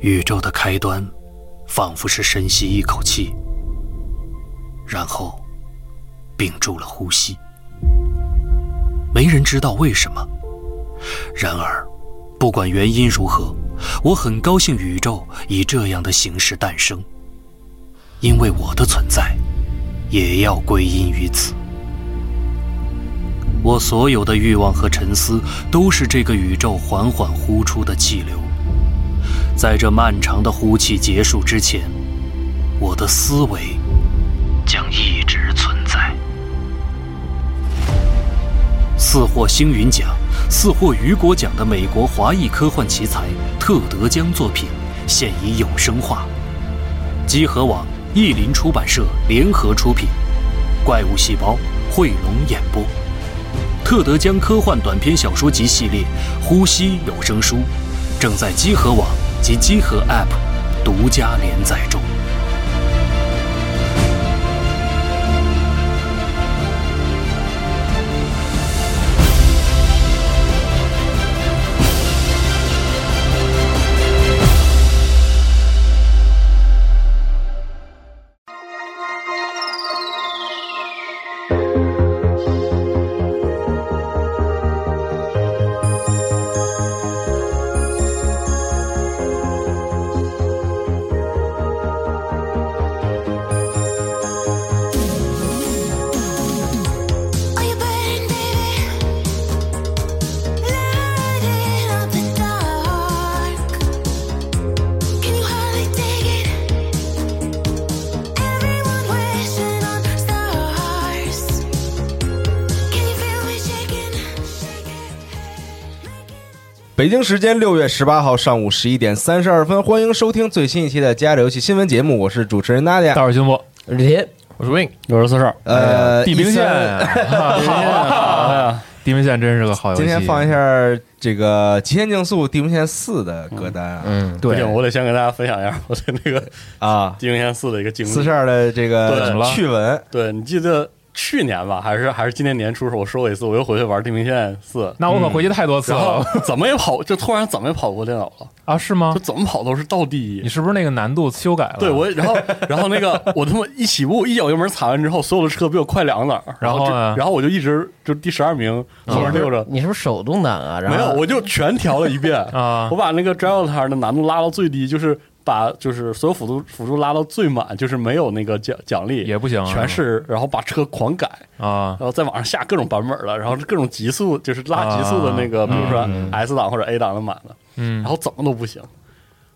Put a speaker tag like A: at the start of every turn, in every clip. A: 宇宙的开端，仿佛是深吸一口气，然后屏住了呼吸。没人知道为什么。然而，不管原因如何，我很高兴宇宙以这样的形式诞生，因为我的存在也要归因于此。我所有的欲望和沉思，都是这个宇宙缓缓呼出的气流。在这漫长的呼气结束之前，我的思维将一直存在。四获星云奖、四获雨果奖的美国华裔科幻奇才特德·江作品，现已有声化，集合网、译林出版社联合出品，《怪物细胞》汇龙演播。特德·江科幻短篇小说集系列《呼吸》有声书，正在积禾网及积禾 App 独家连载中。
B: Are you burning, baby? Lighting up the dark. Can you hardly take it? Everyone wishing on stars. Can you feel me shaking? Shaking.
C: 北京时间六月十八号上午十一点三十二分，欢迎收听最新一期的《家里游戏新闻节目》，我是主持人娜姐。
D: 大伙儿辛苦，
E: 李天，
D: 我是 Win，
E: 六十四哨，
C: 呃，
D: 地平线
C: 13
D: 啊，好呀，地平线真是个好游 戏。
C: 今天放一下这个《极限竞速：地平线四》的歌单啊，
E: 嗯，
F: 不
C: 对
F: 行，我得先跟大家分享一下我的那个《
C: 啊，
F: 地平线四》的一个经
C: 四
F: 历
C: 十。二的这
F: 对
C: 个趣闻，
F: 对你记得去年吧，还是还是今年年初的时候，我说过一次，我又回去玩《地平线四》，
D: 那我可回去太多次
F: 然后
D: 了
F: 怎么也跑，就突然怎么也跑不过电脑了，
D: 啊？是吗
F: 嗯就？怎么跑都是倒第
D: 你
F: 一。
D: 是不是那个难度修改了？
F: 对我，然后然后那个我他妈一起步一脚油门踩完之后，所有的车比我快两个档儿，然
D: 然后
F: 后就
D: 呢嗯
F: 然后我就一直就第十二名，后面 溜着。
E: 你是不是手动挡啊？然
F: 没
E: 后
F: 有，我就全调了一遍
D: 啊
F: 我把那个 drive t i r 的难度拉到最低，就是把就是所有辅助辅助拉到最满，就是没有那个奖奖励
D: 也不行啊
F: 全是然后把车狂改，
D: 啊
F: 然，后在网上下各种版本了，然后各种极速就是拉极速的那
D: 啊
F: 个，比如说 S 档或者 A 档的满了，
D: 嗯
F: 然，后怎么都不行，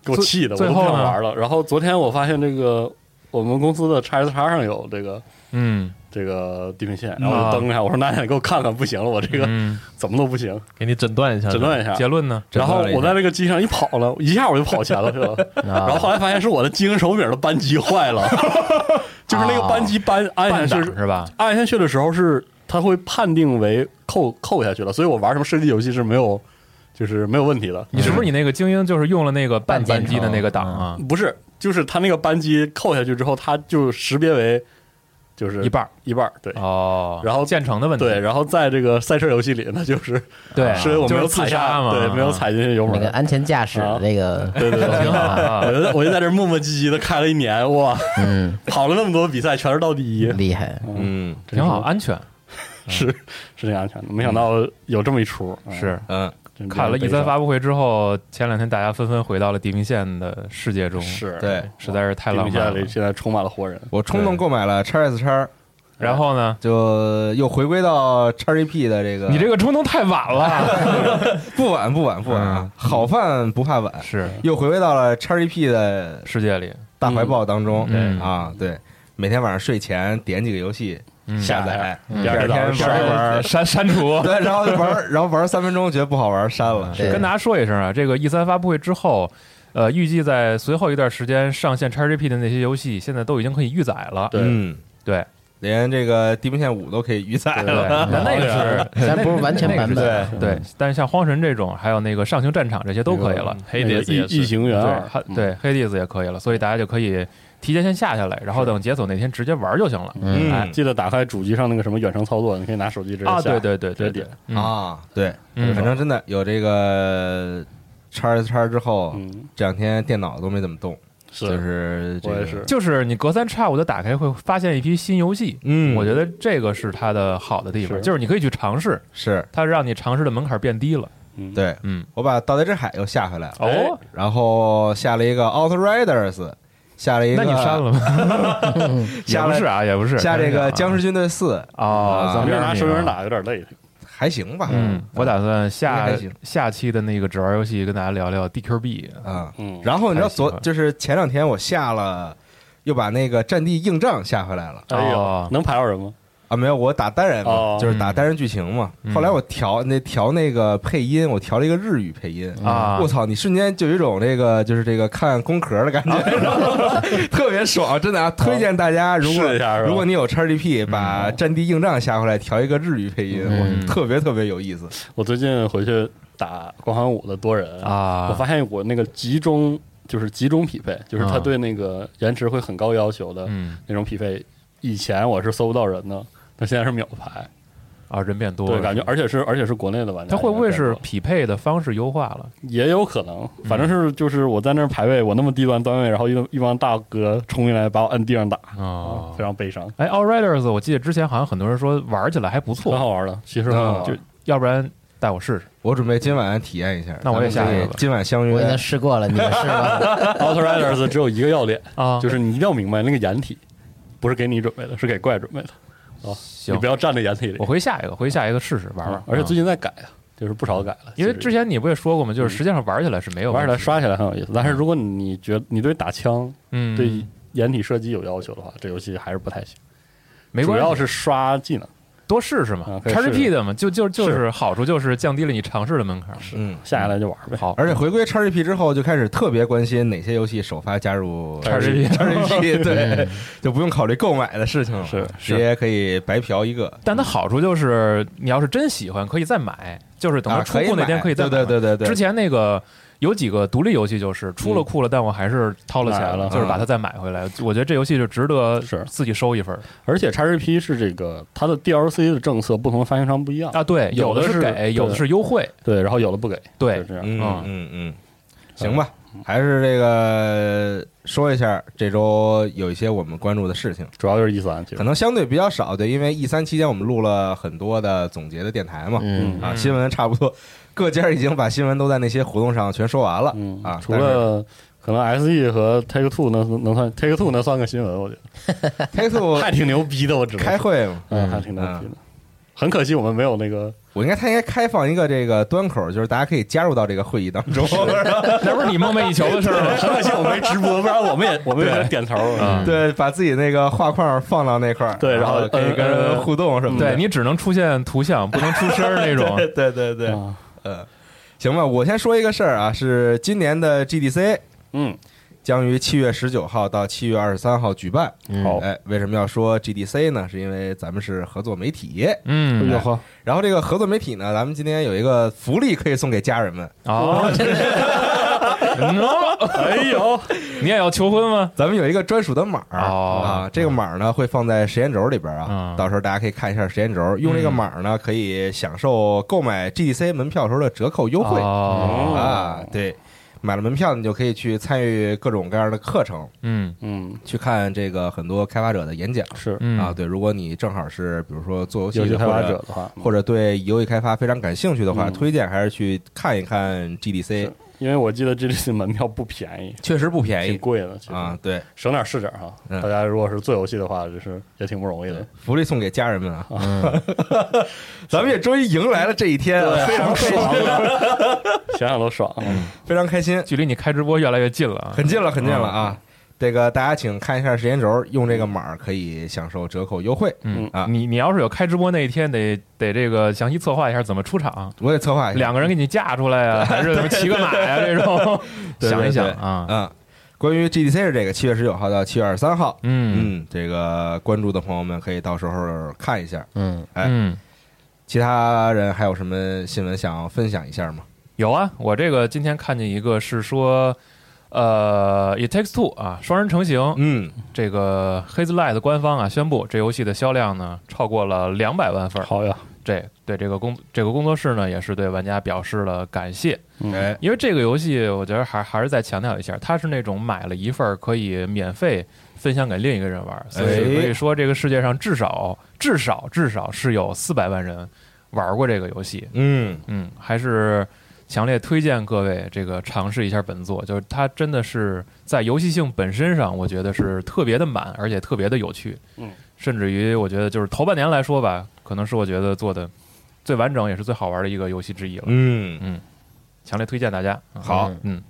F: 给我
D: 最
F: 气的我
D: 最
F: 都不
D: 后
F: 想
D: 呢
F: 玩了。然后昨天我发现这个我们公司的 x S x 上有这个。
D: 嗯
F: 这个地平线，然后我就登一下，我说：“那你给我看看，不行了，我这个
D: 啊嗯，
F: 怎么都不行，
G: 给你诊断一下，
F: 诊断一下。”
D: 结论呢？
C: 诊
F: 然后
C: 断了一
F: 我
C: 下
F: 在那个机上一跑了，一下我就跑前头去 了。
D: 啊
F: 然后后来发现是我的精英手柄的扳机坏了， 就是那个扳 机扳按
D: 半
F: 下
D: 档
F: 去是
D: 是吧？
F: 按下去的时候是它会判定为扣扣下去了，所以我玩什么射击游戏是没有就是没有问题的。
D: 你是不是你那个精英就是用了那个半扳机的那个档啊？
F: 不是，就是它那个扳机扣下去之后，它就识别为就是
D: 一半儿
F: 一半儿嗯对。
D: 哦，
F: 然后
D: 建成的问题，
F: 对，然后在这个赛车游戏里，那就是
D: 对，啊
F: 是我没有
D: 就是
F: 踩
D: 自
F: 下
D: 杀嘛，啊
F: 对，没有踩进去油
E: 那
F: 门
E: 个。安全驾驶的那个，
F: 对对对，
E: 挺好啊，
F: 我就在我就在这磨磨唧唧的开了一年，哇，
E: 嗯，
F: 跑了那么多比赛，全是到第一，
E: 厉害，
C: 嗯
D: 挺好，安全
F: 是是挺安全的。没想到有这么一出，嗯
D: 是。
C: 嗯，
F: 真比较
D: 看了
F: 悲
D: 一三
F: 伤
D: 发布会之后，前两天大家纷纷回到了地平线的世界中，
F: 是
C: 对
D: 实在是太
F: 地
D: 浪
F: 平线
D: 漫了
F: 里。现在充满了活人，
C: 我冲动购买了 x S x
D: 然后呢，
C: 就又回归到 x G P 的这个，
D: 你这个冲动太晚 了，
C: 不晚不晚不晚
D: 嗯
C: 啊，好饭不怕晚，
D: 是
C: 又回归到了 x G P 的
D: 世界里，
C: 大怀抱当中，
D: 嗯
C: 啊，对，每天晚上睡前点几个游戏
D: 嗯
C: 下载，
F: 嗯
C: 哎第二天玩一玩，
D: 删删除。
C: 对，然后就玩，然后玩三分钟觉得不好玩，删了。
E: 对
D: 跟大家说一声啊，这个 E 三发布会之后，呃，预计在随后一段时间上线 XGP 的那些游戏，现在都已经可以预载了。
F: 对
C: 嗯，
D: 对
C: 连这个《地平线五》都可以预载
D: 对，
C: 了。
D: 那那个是
E: 咱不是完全
D: 那
E: 版
D: 个是
E: 本，
D: 对
F: 嗯
D: 对，但是像荒神这种，还有那个上行战场这些都可以了。
F: 嗯
G: 黑
F: 那
G: 碟
F: 个
G: 子也
F: 异异
G: 是，
F: 形
D: 对
F: 缘二嗯
D: 还，对，黑弟子也可以了，所以大家就可以提前先下下来，然后等解锁那天直接玩就行了。
E: 嗯，
F: 嗯，记得打开主机上那个什么远程操作，你可以拿手机直接
D: 啊，
F: 下
D: 对对对
F: 直接
D: 对
F: 点
D: 对，
C: 啊，对，
D: 嗯
C: 反正真的有这个叉叉之后，
F: 嗯，
C: 这两天电脑都没怎么动，
F: 是，
C: 就是这
F: 我也
C: 个，
F: 是，
D: 就是你隔三差五的打开会发现一批新游戏，
C: 嗯，
D: 我觉得这个是它的好的地方，
F: 是
D: 就是你可以去尝试，
C: 是
D: 它让你尝试的门槛变低了。
F: 嗯，
C: 对。
D: 嗯，
C: 我把《盗贼之海》又下回来了，
F: 哎
D: 哦，
C: 然后下了一个《Outriders》，下了一个
D: 那你删了吗？也
C: 下
D: 不
C: 了
D: 是啊，也不是
C: 下这个《
D: 僵
C: 僵
D: 尸
C: 尸军队四》
D: 啊，咱
F: 咱
D: 们
F: 们
D: 这
F: 这
D: 儿
F: 拿
D: 没
F: 手
D: 有
F: 柄人。打有点累，
C: 还行吧，
D: 嗯，我打算
C: 应
D: 下
C: 该还行
D: 下期的那个只玩游戏跟大家聊聊 DQB
C: 啊。
F: 嗯，
C: 然后你知道昨
D: 还行吧
C: 就是前两天我下了，又把那个《战地硬仗》下回来了
F: 哎
D: 哦
F: 呦，能排到人吗？
C: 啊，没有，我打单人嘛
F: 哦，
C: 就是打单人剧情嘛。
D: 嗯
C: 后来我调那调那个配音，我调了一个日语配音。
D: 啊
C: 嗯我，操！你瞬间就有一种这个，就是这个看宫壳的感觉，
D: 啊
C: 特别爽，真的
D: 哦
C: 啊！推荐大家，如果
F: 试一下是吧
C: 如果你有 XGP，把《战地硬仗》下回来，调一个日语配音，
E: 嗯
C: 我特别特别有意思。
F: 我最近回去打光环五的多人，
D: 啊，
F: 我发现我那个集中就是集中匹配，就是
D: 啊
F: 他对那个延迟会很高要求的
D: 嗯
F: 那种匹配，以前我是搜不到人的，但现在是秒排，
D: 啊，人变多了，
F: 对，感觉而且是而且是国内的玩
D: 它
F: 家，
D: 会不会
F: 应该
D: 是
F: 变多
D: 匹配的方式优化了？
F: 也有可能？反正是就是我在那儿排位，我那么低端段位，然后一一帮大哥冲进来把我摁地上打，
D: 哦
F: 非常悲伤，
D: 哎，Allriders，我记得之前好像很多人说玩起来还不
F: 很
D: 错，
F: 好玩的，其实很好玩
D: 就要不然带我试试。
C: 我准备今晚体验一下，
D: 那我也
C: 咱们
D: 下一个
C: 可以
D: 吧
C: 今晚相
E: 我已
C: 约
E: 经试过了，你们试吗？
F: Outriders 只有一个要点，
D: 啊
F: 就是你一定要明白那个掩体不是给你准备的，是给怪准备的。哦，
D: 行
F: 你不要站在掩体里
D: 我。回下一个，回下一个试试玩玩
F: 啊。而且最
D: 近，
F: 近在改啊，就是不少改了。
D: 因为
F: 其实
D: 之前你不也说过吗？就是实际上玩起来是没有
F: 玩起来
D: 问题的
F: 刷起来很有意思，但是如果你觉得你对打枪、
D: 嗯
F: 对掩体射击有要求的话，这游戏还是不太行。
D: 没
F: 主
D: 关系，
F: 要是刷技能。
D: 多试试嘛
F: 啊可以试试
D: ，XGP 的嘛，就就就是
F: 是
D: 好处就是降低了你尝试的门槛。
C: 嗯。
F: 下下来就玩呗。
D: 好
C: 而且回归 XGP 之后，就开始特别关心哪些游戏首发加入
D: XGP
C: XGP，对， 就不用考虑购买的事情了，
F: 嗯是
C: 直接可以白嫖一个。啊
D: 但它好处就是，你要是真喜欢，可以再买，就是等它
C: 啊
D: 出
C: 可以
D: 库那天
C: 买
D: 可以再买嘛。
C: 对对对对对
D: 之前那个有几个独立游戏就是出了库了，但我还是掏了钱
F: 买了
D: 就是把它再买回来。我觉得这游戏就值得
F: 是
D: 自己收一份儿
F: 而且 XGP 是这个它的 DLC 的政策，不同的发行商不一样。
D: 啊。对，有
F: 有的
D: 的
F: 是
D: 给，有的
F: 对
D: 是优惠。
F: 对，然后有的不给，就
D: 对
F: 是，这样。
C: 嗯
D: 啊
C: 嗯嗯，行吧，还是这个说一下这周有一些我们关注的事情，
F: 主要就是 E 三，其
C: 可
F: 实
C: 能相对比较少，对，因为 E 三期间我们录了很多的总结的电台嘛，
E: 嗯，
C: 啊，
D: 嗯
C: 新闻差不多各家已经把新闻都在那些活动上全说完了
F: 嗯
C: 啊，
F: 除了。可能 S E 和 Take Two 能能算 Take Two 能算个新闻，我觉得
C: Take Two
F: 还挺牛逼的，我只能
C: 开
F: 说，
C: 会嘛，
F: 嗯，还挺牛逼的。很可惜我们没有那个
C: 我应该，他应该开放一个这个端口，就是大家可以加入到这个会议当中。
D: 那不是你梦寐以求的事儿 吗？嗯
F: 很可惜我没直播，不然我们也我们也能点头啊。
C: 对，把自己那个画框放到那块儿，
F: 对
C: 然
F: 然后
C: 可以跟
F: 呃
C: 人
F: 呃
C: 互动什么的。
D: 对你只能出现图像，不能出声儿那种。
C: 对对对，
F: 啊
C: 嗯，行吧，我先说一个事儿啊，是今年的 GDC
F: 嗯，
C: 将于七月十九号到七月二十三号举办。
E: 嗯
F: 好
C: 哎，为什么要说 GDC 呢？是因为咱们是合作媒体，
D: 嗯，
C: 哎
F: 呵，
C: 然后这个合作媒体呢，咱们今天有一个福利可以送给家人们。
D: 啊，喏
F: 哎呦，
D: 啊嗯你也要求婚吗？
C: 咱们有一个专属的码儿
D: 哦
C: 啊，这个码儿呢会放在时间轴里边啊
D: 嗯，
C: 到时候大家可以看一下时间轴，用这个码儿呢可以享受购买 GDC 门票时候的折扣优惠
D: 哦，
C: 啊，对。买了门票，你就可以去参与各种各样的课程，
D: 嗯
F: 嗯，
C: 去看这个很多开发者的演讲
F: 是
D: 嗯
C: 啊。对，如果你正好是比如说做游戏
F: 游戏
C: 的
F: 开
C: 或
F: 发者
C: 者
F: 的话，
C: 或者对游戏开发非常感兴趣的话，
F: 嗯
C: 推荐还是去看一看 GDC，
F: 是因为我记得 GDC 门票不便宜，
C: 确实不便
F: 挺
C: 宜
F: 贵的，其实
C: 哎啊。对，
F: 省点是点哈。
C: 嗯
F: 大家如果是做游戏的话，就是也挺不容易的。
C: 福利送给家人们啊！ 咱们也终于迎来了这一天啊，非常
F: 爽， 想想都爽。
C: 非常开心，
D: 距离你开直播越来越近了啊。
C: 很近了，很近了啊！这个大家请看一下时间轴，用这个码儿可以享受折扣优惠。
D: 嗯
C: 啊
D: 你你要是有开直播那一天，得得这个详细策划一下怎么出场，
C: 我得策划一下，
D: 两个人给你架出来呀，还是什么骑个马呀这种，
C: 对对
D: 想一想
C: 对
D: 啊，
C: 啊。关于 GDC 是这个七月十九号到七月二十三号，
D: 嗯
C: 嗯，这个关注的朋友们可以到时候看一下。
E: 嗯，
C: 哎
D: 嗯。
C: 其他人还有什么新闻想分享一下吗？
D: 有啊，我这个今天看见一个是说，呃，It Takes Two 啊，双人成型，
C: 嗯，
D: 这个 Hazelight 官方啊宣布，这游戏的销量呢超过了两百万份儿，
F: 好呀，
D: 这对这个工这个工作室呢，也是对玩家表示了感谢，
F: 嗯
C: 哎，
D: 因为这个游戏我觉得还还是再强调一下，它是那种买了一份儿可以免费分享给另一个人玩儿，所以
C: 哎
D: 可以说这个世界上至少至少至少是有四百万人玩过这个游戏，
C: 嗯，
D: 嗯，还是强烈推荐各位这个尝试一下本作，就是它真的是在游戏性本身上，我觉得是特别的满，而且特别的有趣。
F: 嗯，
D: 甚至于我觉得就是头半年来说吧，可能是我觉得做的最完整也是最好玩的一个游戏之一了。
C: 嗯
D: 强烈推荐大家。
C: 好
D: 嗯，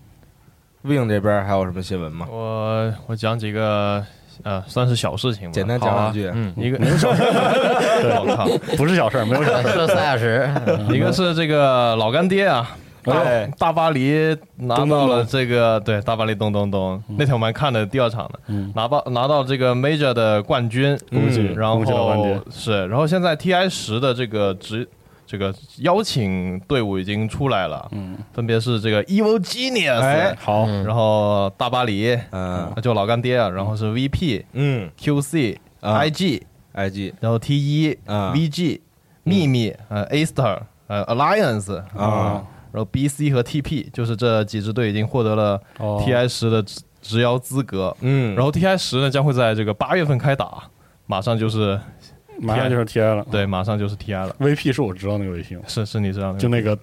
C: ，Win 这边还有什么新闻吗？
G: 我我讲几个呃，算是小事情吧。
C: 简单
D: 好
C: 讲
D: 啊
C: 两句。
D: 嗯，
G: 一个， 我靠，
F: 不是小事儿，没有小事儿。
E: 这三小时，
G: 一个是这个老干爹啊，
C: 哎
D: 嗯
G: 大大巴黎拿
F: 咚咚
G: 到了
F: 咚
G: 这个对大巴黎咚咚咚，那天我们还看的第二场呢，拿到拿到这个 Major 的冠军，嗯
C: 恭喜
G: 然后
F: 恭喜老干爹
G: 是，然后现在 TI 十的这个职这个邀请队伍已经出来了，嗯，分别是这个 Evil Genius，、嗯
C: 哎
F: 好，
G: 然后大巴黎，
C: 嗯
G: 就老干爹啊，然后是 VP、
C: 嗯
G: QC、
C: 啊
G: IG，
C: ，IG
G: 然后 T 一、
C: 啊
G: VG、秘密、呃 A Star、呃 Alliance
C: 啊，
G: 然后 BC 和 TP，就是这几支队已经获得了
F: 哦
G: TI 十的职职邀资格。
C: 嗯，
G: 然后 TI 十呢将会在这个八月份开打，马上就是
F: 马上就是 TI 了。
G: 对，马上就是 TI 了。
F: VP 是我知道那个卫星，
G: 是是你知道那
F: 就
G: 个
F: 那个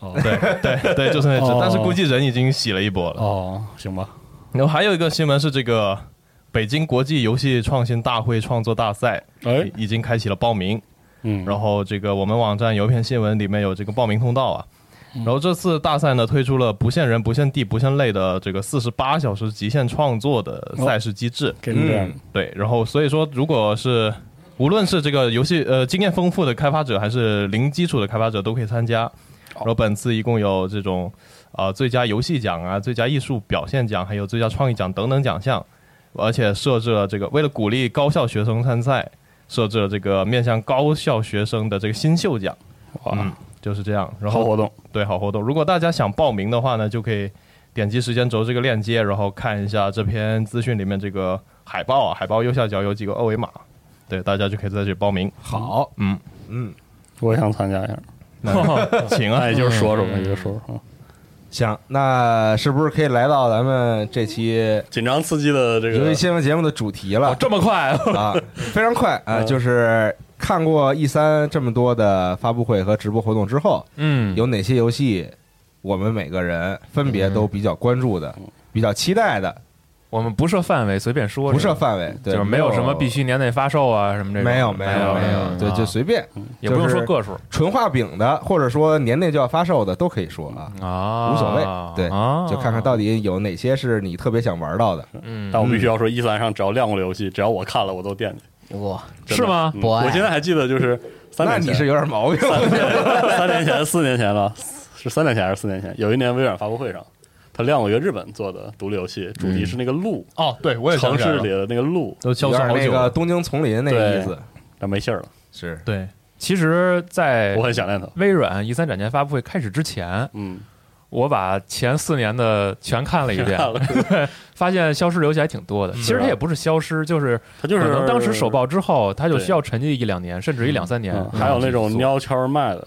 G: 对对对，就是那只
F: 哦，
G: 但是估计人已经洗了一波了。
F: 哦，行吧，
G: 然后还有一个新闻是这个北京国际游戏创新大会创作大赛
F: 哎，
G: 已经开启了报名，
F: 嗯，
G: 然后这个我们网站有一篇新闻里面有这个报名通道啊。然后这次大赛呢，推出了不限人、不限地、不限类的这个四十八小时极限创作的赛事机制。
F: 给你这样，
G: 对，然后所以说，如果是无论是这个游戏呃经验丰富的开发者，还是零基础的开发者，都可以参加。然后本次一共有这种啊、呃最佳游戏奖啊、最佳艺术表现奖，还有最佳创意奖等等奖项，而且设置了这个为了鼓励高校学生参赛，设置了这个面向高校学生的这个新秀奖，
F: 哇，
G: 就是这样。然
F: 好
G: 后
F: 活动，
G: 对，好活动。如果大家想报名的话呢，就可以点击时间轴这个链接，然后看一下这篇资讯里面这个海报啊，海报右下角有几个二维码，对，大家就可以在这里报名。
C: 好，
G: 嗯，
C: 嗯，
F: 我也想参加一下，
D: 哎
G: 请啊
F: 那，也就是说说吧，也就说说，嗯
C: 行，那是不是可以来到咱们这期
F: 紧张刺激的这
C: 游戏
F: 个
C: 新闻节目的主题 了
D: 哦这嗯么快，
C: 啊？非常快啊，就是看过 E 三这么多的发布会和直播活动之后，
D: 嗯，
C: 有哪些游戏我们每个人分别都比较关注的、
D: 嗯
C: 比较期待的，
D: 我们不设范围，随便说，
C: 不设范围，对，
D: 就是没有什么必须年内发售啊什么这种，
C: 没有没有没有，对，就随便，
D: 啊也不用
C: 就是
D: 说个数
C: 纯画饼的，或者说年内就要发售的都可以说啊，
D: 啊，
C: 无所谓，对，
D: 啊
C: 就看看到底有哪些是你特别想玩到的。
D: 嗯
F: 但我必须要说，一三上只要亮过的游戏，只要我看了，我都惦记。
E: 哇，
F: 真的
D: 是吗
F: 嗯
E: 不爱
F: 我现在还记得，就是三
C: 那
F: 年
C: 你
F: 前，
C: 是有点毛病，
F: 三年前、四年前了，是三年前还是四年前？有一年微软发布会上，他亮过一个日本做的独立游戏，主题是那个鹿，
G: 哦，对我也想
F: 城
G: 起来
F: 市
G: 了
F: 里的那个鹿，
G: 都
C: 有
G: 消失
C: 点
G: 好
C: 那
G: 久
C: 个
G: 了。
C: 东京丛林那个意思，
F: 但没信儿了。
C: 是
G: 对，
D: 其实，在
F: 我很想念它。
D: 微软 E 三展前发布会开始之前，
F: 嗯，
D: 我把前四年的全看了一遍，
F: 看了，
D: 发现消失的游戏还挺
C: 嗯
D: 多的。其实它
F: 是啊
D: 也不是消失，就是
F: 它就
D: 可
F: 是
D: 能当时首曝之后，它就
F: 对
D: 需要沉寂一两年，甚至一两三年
F: 嗯。还有那种
D: 喵，
F: 喵圈卖的，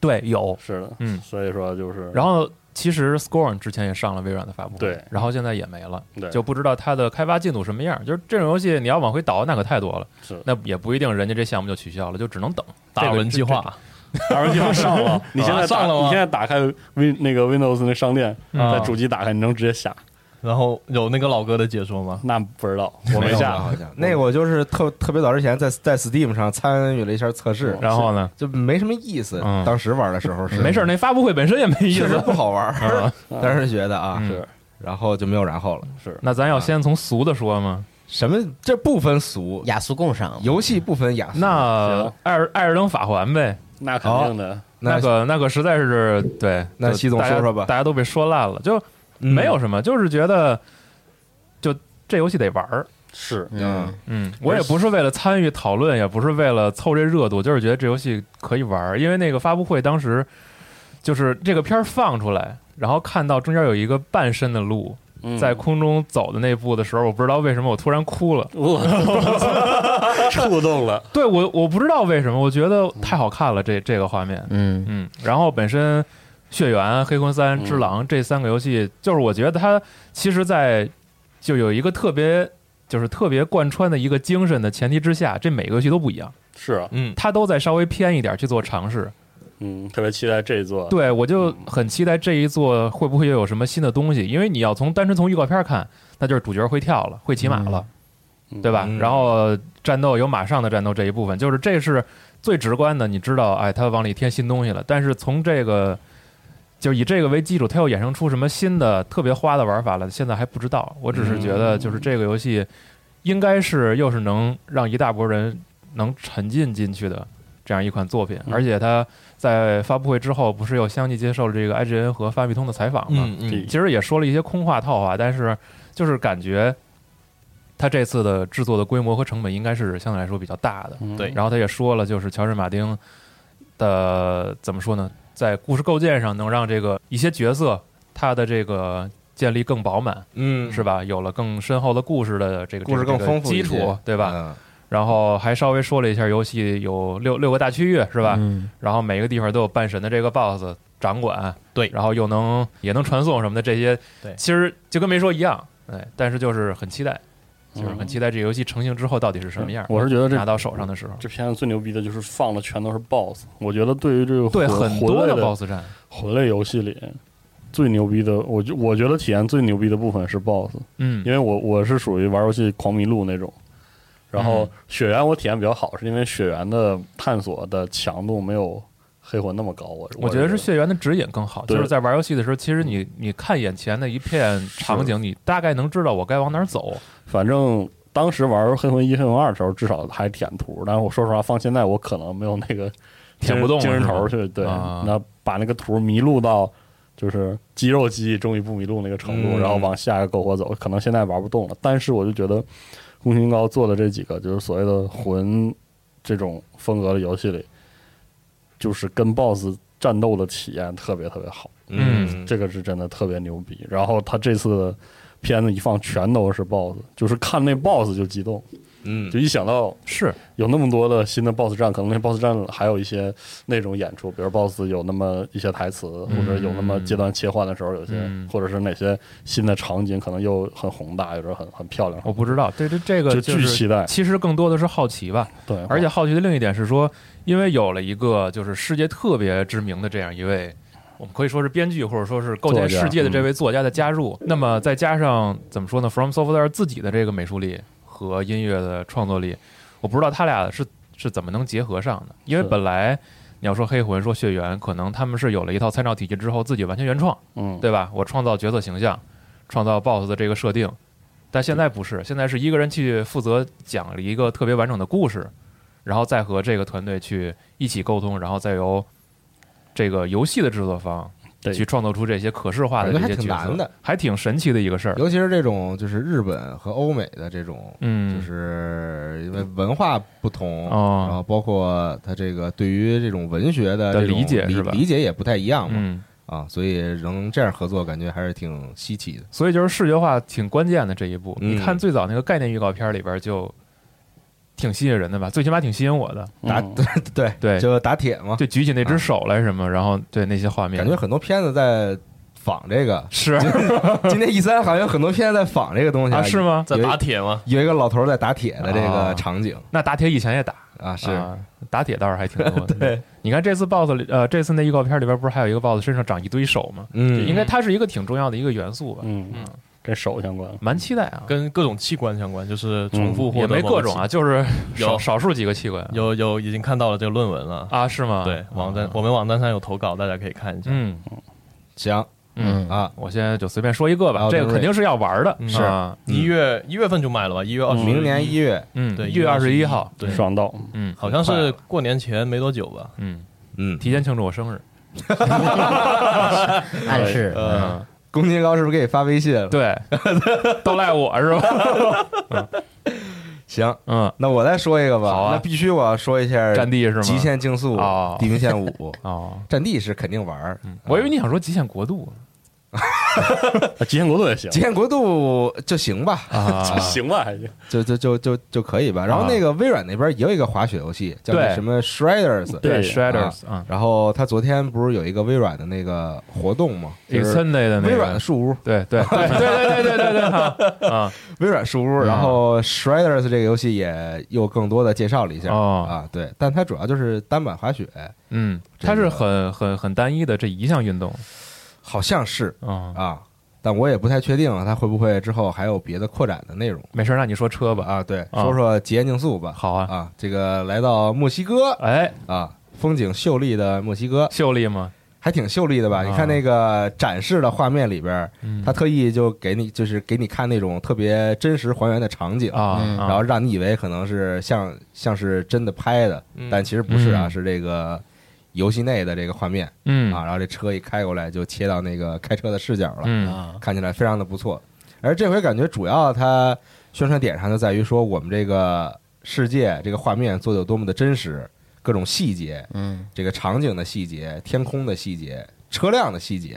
D: 对有，
F: 是的，
D: 嗯
F: 所以说就是，
D: 然后其实 Scorn 之前也上了微软的发布会，
F: 对
D: 然后现在也没了，
F: 对
D: 就不知道它的开发进度什么样。就是这种游戏，你要往回倒，那可太多了，
F: 是
D: 那也不一定人家这项目就取消了，就只能等。
G: 达
D: 这个
G: 文计，
D: 这
G: 划
F: 二十上 了，你现在
G: 啊上了
F: 打
G: 吗
F: 你现在打开 Win 那个 Windows 那商店，
G: 嗯
F: 在主机打开，你能直接下？
G: 然后有那个老哥的解说吗？
F: 那不知道，我
C: 没
F: 没
C: 有
F: 下
C: 吧。好像那个我就是特特别早之前在在 Steam 上参与了一下测试
D: 这，然后呢？
C: 就没什么意思。
D: 嗯
C: 当时玩的时候是
D: 没事儿，，那发布会本身也没意
C: 确实
D: 思。
C: 不好玩儿，当时觉得啊，
D: 嗯
F: 是
C: 然后就没有然后了。
D: 那咱要先从俗的说吗？
C: 什么这不分俗，
E: 雅俗共赏，
C: 游戏不分雅俗，
D: 嗯那
F: 行
D: 艾尔艾尔登法环呗，
F: 那肯定的，
D: 那可那可实在是对。
C: 那
D: 就
C: 习总
D: 大家
C: 说说吧
D: 大家都被说烂了，就
C: 嗯
D: 没有什么，就是觉得就这游戏得玩儿。
F: 是
C: 嗯
D: 嗯，我也不是为了参与讨论，也不是为了凑这热度，就是觉得这游戏可以玩儿。因为那个发布会当时就是这个片儿放出来，然后看到中间有一个半身的鹿，
F: 嗯
D: 在空中走的那步的时候，我不知道为什么我突然哭了。
F: 我 触动了，
D: 对我，我不知道为什么，我觉得太好看了，这这个画面。
E: 嗯，
D: 嗯，然后本身《血缘》啊《黑魂三》《之狼》这三个游戏，就是我觉得它其实在就有一个特别。就是特别贯穿的一个精神的前提之下，这每个游戏都不一样，
F: 是啊，
G: 嗯，
D: 它都在稍微偏一点去做尝试。
F: 嗯，特别期待这一座，
D: 对，我就很期待这一座会不会又有什么新的东西，因为你要从单纯从预告片看，那就是主角会跳了，会骑马了，
F: 嗯
D: 对吧？
G: 嗯
D: 然后战斗有马上的战斗这一部分，就是这是最直观的，你知道，哎，他往里添新东西了。但是从这个就是以这个为基础，它又衍生出什么新的特别花的玩法了，现在还不知道。我只是觉得，
G: 嗯
D: 就是这个游戏应该是又是能让一大波人能沉浸进去的这样一款作品，
F: 嗯
D: 而且它在发布会之后，不是又相继接受了这个 IGN 和发币通的采访吗？
G: 嗯嗯，
F: 对
D: 其实也说了一些空话套话，但是就是感觉他这次的制作的规模和成本应该是相对来说比较大的。
F: 嗯
G: 对
D: 然后他也说了，就是乔治马丁的怎么说呢，在故事构建上能让这个一些角色他的这个建立更饱满，
G: 嗯
D: 是吧？有了更深厚的故事的这个
C: 故事更丰富
D: 这
C: 一
D: 个
C: 些，
D: 基础，对吧？
C: 嗯？
D: 然后还稍微说了一下，游戏有六六个大区域，是吧？
E: 嗯
D: 然后每个地方都有半神的这个 BOSS 掌管，
G: 对
D: 然后又能也能传送什么的这些，
G: 对
D: 其实就跟没说一样，
F: 嗯
D: 哎，但是就是很期待，就是很期待这游戏成型之后到底是什么样，
F: 嗯我是觉得
D: 拿
F: 这
D: 到手上的时候，
F: 这片子最牛逼的就是放的全都是 BOSS，我觉得对于这个
D: 对
F: 魂
D: 很多
F: 魂
D: 的
F: 类
D: BOSS 战，
F: 魂类游戏里最牛逼的，我就我觉得体验最牛逼的部分是 BOSS，
D: 嗯
F: 因为我我是属于玩游戏狂迷路那种。然
D: 嗯
F: 后血缘我体验比较好，是因为血缘的探索的强度没有黑魂那么高。我
D: 我觉得是血缘的指引更好，
F: 对嗯
D: 就是在玩游戏的时候，其实你你看眼前的一片场景，你大概能知道我该往哪儿走，
F: 反正当时玩黑魂一、黑魂二的时候，至少还舔图，但是我说实话，放现在我可能没有那个
D: 舔不动了
F: 精神
D: 是吧
F: 头儿去，对，
D: 啊
F: 那把那个图迷路到就是肌肉记忆终于不迷路那个程度，
G: 嗯
F: 然后往下一个篝火走，可能现在玩不动了。但是我就觉得宫崎高做的这几个就是所谓的魂这种风格的游戏里，就是跟 BOSS 战斗的体验特别特别好。
D: 嗯
F: 这个是真的特别牛逼。然后他这次片子一放，全都是 BOSS，就是看那 BOSS 就激动，
G: 嗯
F: 就一想到
D: 是
F: 有那么多的新的 BOSS 战，可能那 BOSS 战还有一些那种演出，比如 BOSS 有那么一些台词，或者有那么阶段切换的时候，有些、
D: 嗯
F: 或者是哪些新的场景，可能又很宏大，有时候很很漂亮。
D: 我不知道，对这这个
F: 就
D: 就
F: 巨期
D: 是
F: 待，
D: 其实更多的是好奇吧，
F: 对，
D: 而且好奇的另一点是说，因为有了一个就是世界特别知名的这样一位，我们可以说是编剧或者说是构建世界的这位作家的加入，那么再加上怎么说呢，From Software 自己的这个美术力和音乐的创作力，我不知道他俩是是怎么能结合上的，因为
F: 是
D: 本来。你要说黑魂，说血缘，可能他们是有了一套参照体系之后自己完全原创，
F: 嗯，
D: 对吧？我创造角色形象，创造 BOSS 的这个设定，但现在不是，现在是一个人去负责讲了一个特别完整的故事，然后再和这个团队去一起沟通，然后再由这个游戏的制作方
F: 对
D: 去创造出这些可视化的
C: 感
D: 这
C: 觉
D: 些
C: 还挺
D: 角色，
C: 难的
D: 还挺神奇的一个事儿。
C: 尤其是这种就是日本和欧美的这种，
D: 嗯
C: 就是因为文化不同，
D: 哦
C: 然后包括他这个对于这种文学的
D: 的
C: 这种
D: 理
C: 理
D: 解是吧
C: 理解也不太一样嘛，
D: 嗯，
C: 啊，所以能这样合作，感觉还是挺稀奇的。
D: 所以就是视觉化挺关键的这一步。
C: 嗯
D: 你看最早那个概念预告片里边就挺吸引人的吧，最起码挺吸引我的。
C: 打
F: 嗯
C: 对
D: 对
C: 就打铁嘛，
D: 就举起那只手来什么，然后对那些画
C: 啊
D: 面，。
C: 感觉很多片子在仿这个
D: 是
C: 今天 E 三好像有很多片子在仿这个东西
D: 啊，是？吗？
G: 在打铁吗？
C: 有一个老头在打铁的这个
D: 啊
C: 场景
D: 那打铁以前也打，
C: 啊，是
D: 啊、打铁倒是还挺多的。 对，你看这次 BOSS 里，呃，这次那预告片里边不是还有一个 BOSS 身上长一堆手吗？
C: 嗯
D: 应该它是一个挺重要的一个元素吧，
F: 嗯，嗯跟手相关，
D: 蛮期待啊。
G: 跟各种器官相关，就是重复
D: 也
G: 获得
D: 没
G: 某个
D: 各种啊，就是
G: 有
D: 少少数几个器官
G: 器，有有已经看到了这个论文了。
D: 啊，是吗？
G: 对，网站
D: 啊
G: 我们网站上有投稿，大家可以看一下。
D: 嗯
C: 行
D: 嗯，
C: 啊，
D: 我现在就随便说一个吧，
C: Elden
D: 这个肯定是要玩的，
G: Ring
D: 是啊，
G: 一月一月份就卖了吧？一月
D: 哦
G: 二十，
C: 明年一月，
D: 嗯，
G: 对
D: 一月二十一号，
G: 对，
F: 爽到，
D: 嗯
G: 好像是过年前没多久吧？
D: 嗯，
C: 嗯，
D: 提前庆祝我生日，
E: 暗示
D: 嗯，
C: 宫崎高是不是给你发微信了？
D: 对，都赖我是吧？
C: 行，
D: 嗯，
C: 那我再说一个吧，
D: 好啊
C: 那必须我要说一下《
D: 战地是吗？
C: 极限竞速》
D: 哦 嗯
C: 地平线五》，
D: 哦，
C: 战地是肯定玩儿，
D: 我以为你想说极限国度呢，
F: 啊极限国度也行，
C: 极限国度就行吧，
D: 啊
F: 行吧，还行。
C: 就就就就就可以吧。然后那个微软那边也有一个滑雪游戏，叫那
D: 对
C: 什么 Shredders，
F: 对
D: ，Shredders 啊
C: 然后他昨天不是有一个微软的那个活动吗？就是
D: ，Extended 的那
C: 微软
D: 个
C: 的，树屋，
D: 对 对对对对对对对对啊，
C: 微软树屋。
D: 嗯
C: 然后 Shredders 这个游戏也又更多的介绍了一下
D: 哦
C: 啊，对，但它主要就是单板滑雪，
D: 嗯，
C: 这
D: 它是
C: 个
D: 很很很单一的这一项运动
C: 好像是
D: 啊。
C: 啊，但我也不太确定啊它会不会之后还有别的扩展的内容
D: 没事儿，那你说车吧。
C: 啊。对，
D: 啊
C: 说说捷安竞速吧。
D: 好啊，
C: 啊，这个来到墨西哥
D: 哎，
C: 啊，风景秀丽的墨西哥，
D: 秀丽吗？
C: 还挺秀丽的吧？
D: 啊
C: 你看那个展示的画面里边，
D: 嗯
C: 他特意就给你就是给你看那种特别真实还原的场景，
D: 啊，
E: 嗯
C: 然后让你以为可能是像像是真的拍的，但其实不是啊，
D: 嗯
C: 是这个游戏内的这个画面
D: 嗯
C: 啊。然后这车一开过来就切到那个开车的视角了，
D: 嗯
E: 啊，
C: 看起来非常的不错。而这回感觉主要它宣传点上就在于说我们这个世界这个画面做的有多么的真实，各种细节，
E: 嗯，
C: 这个场景的细节、天空的细节、车辆的细节，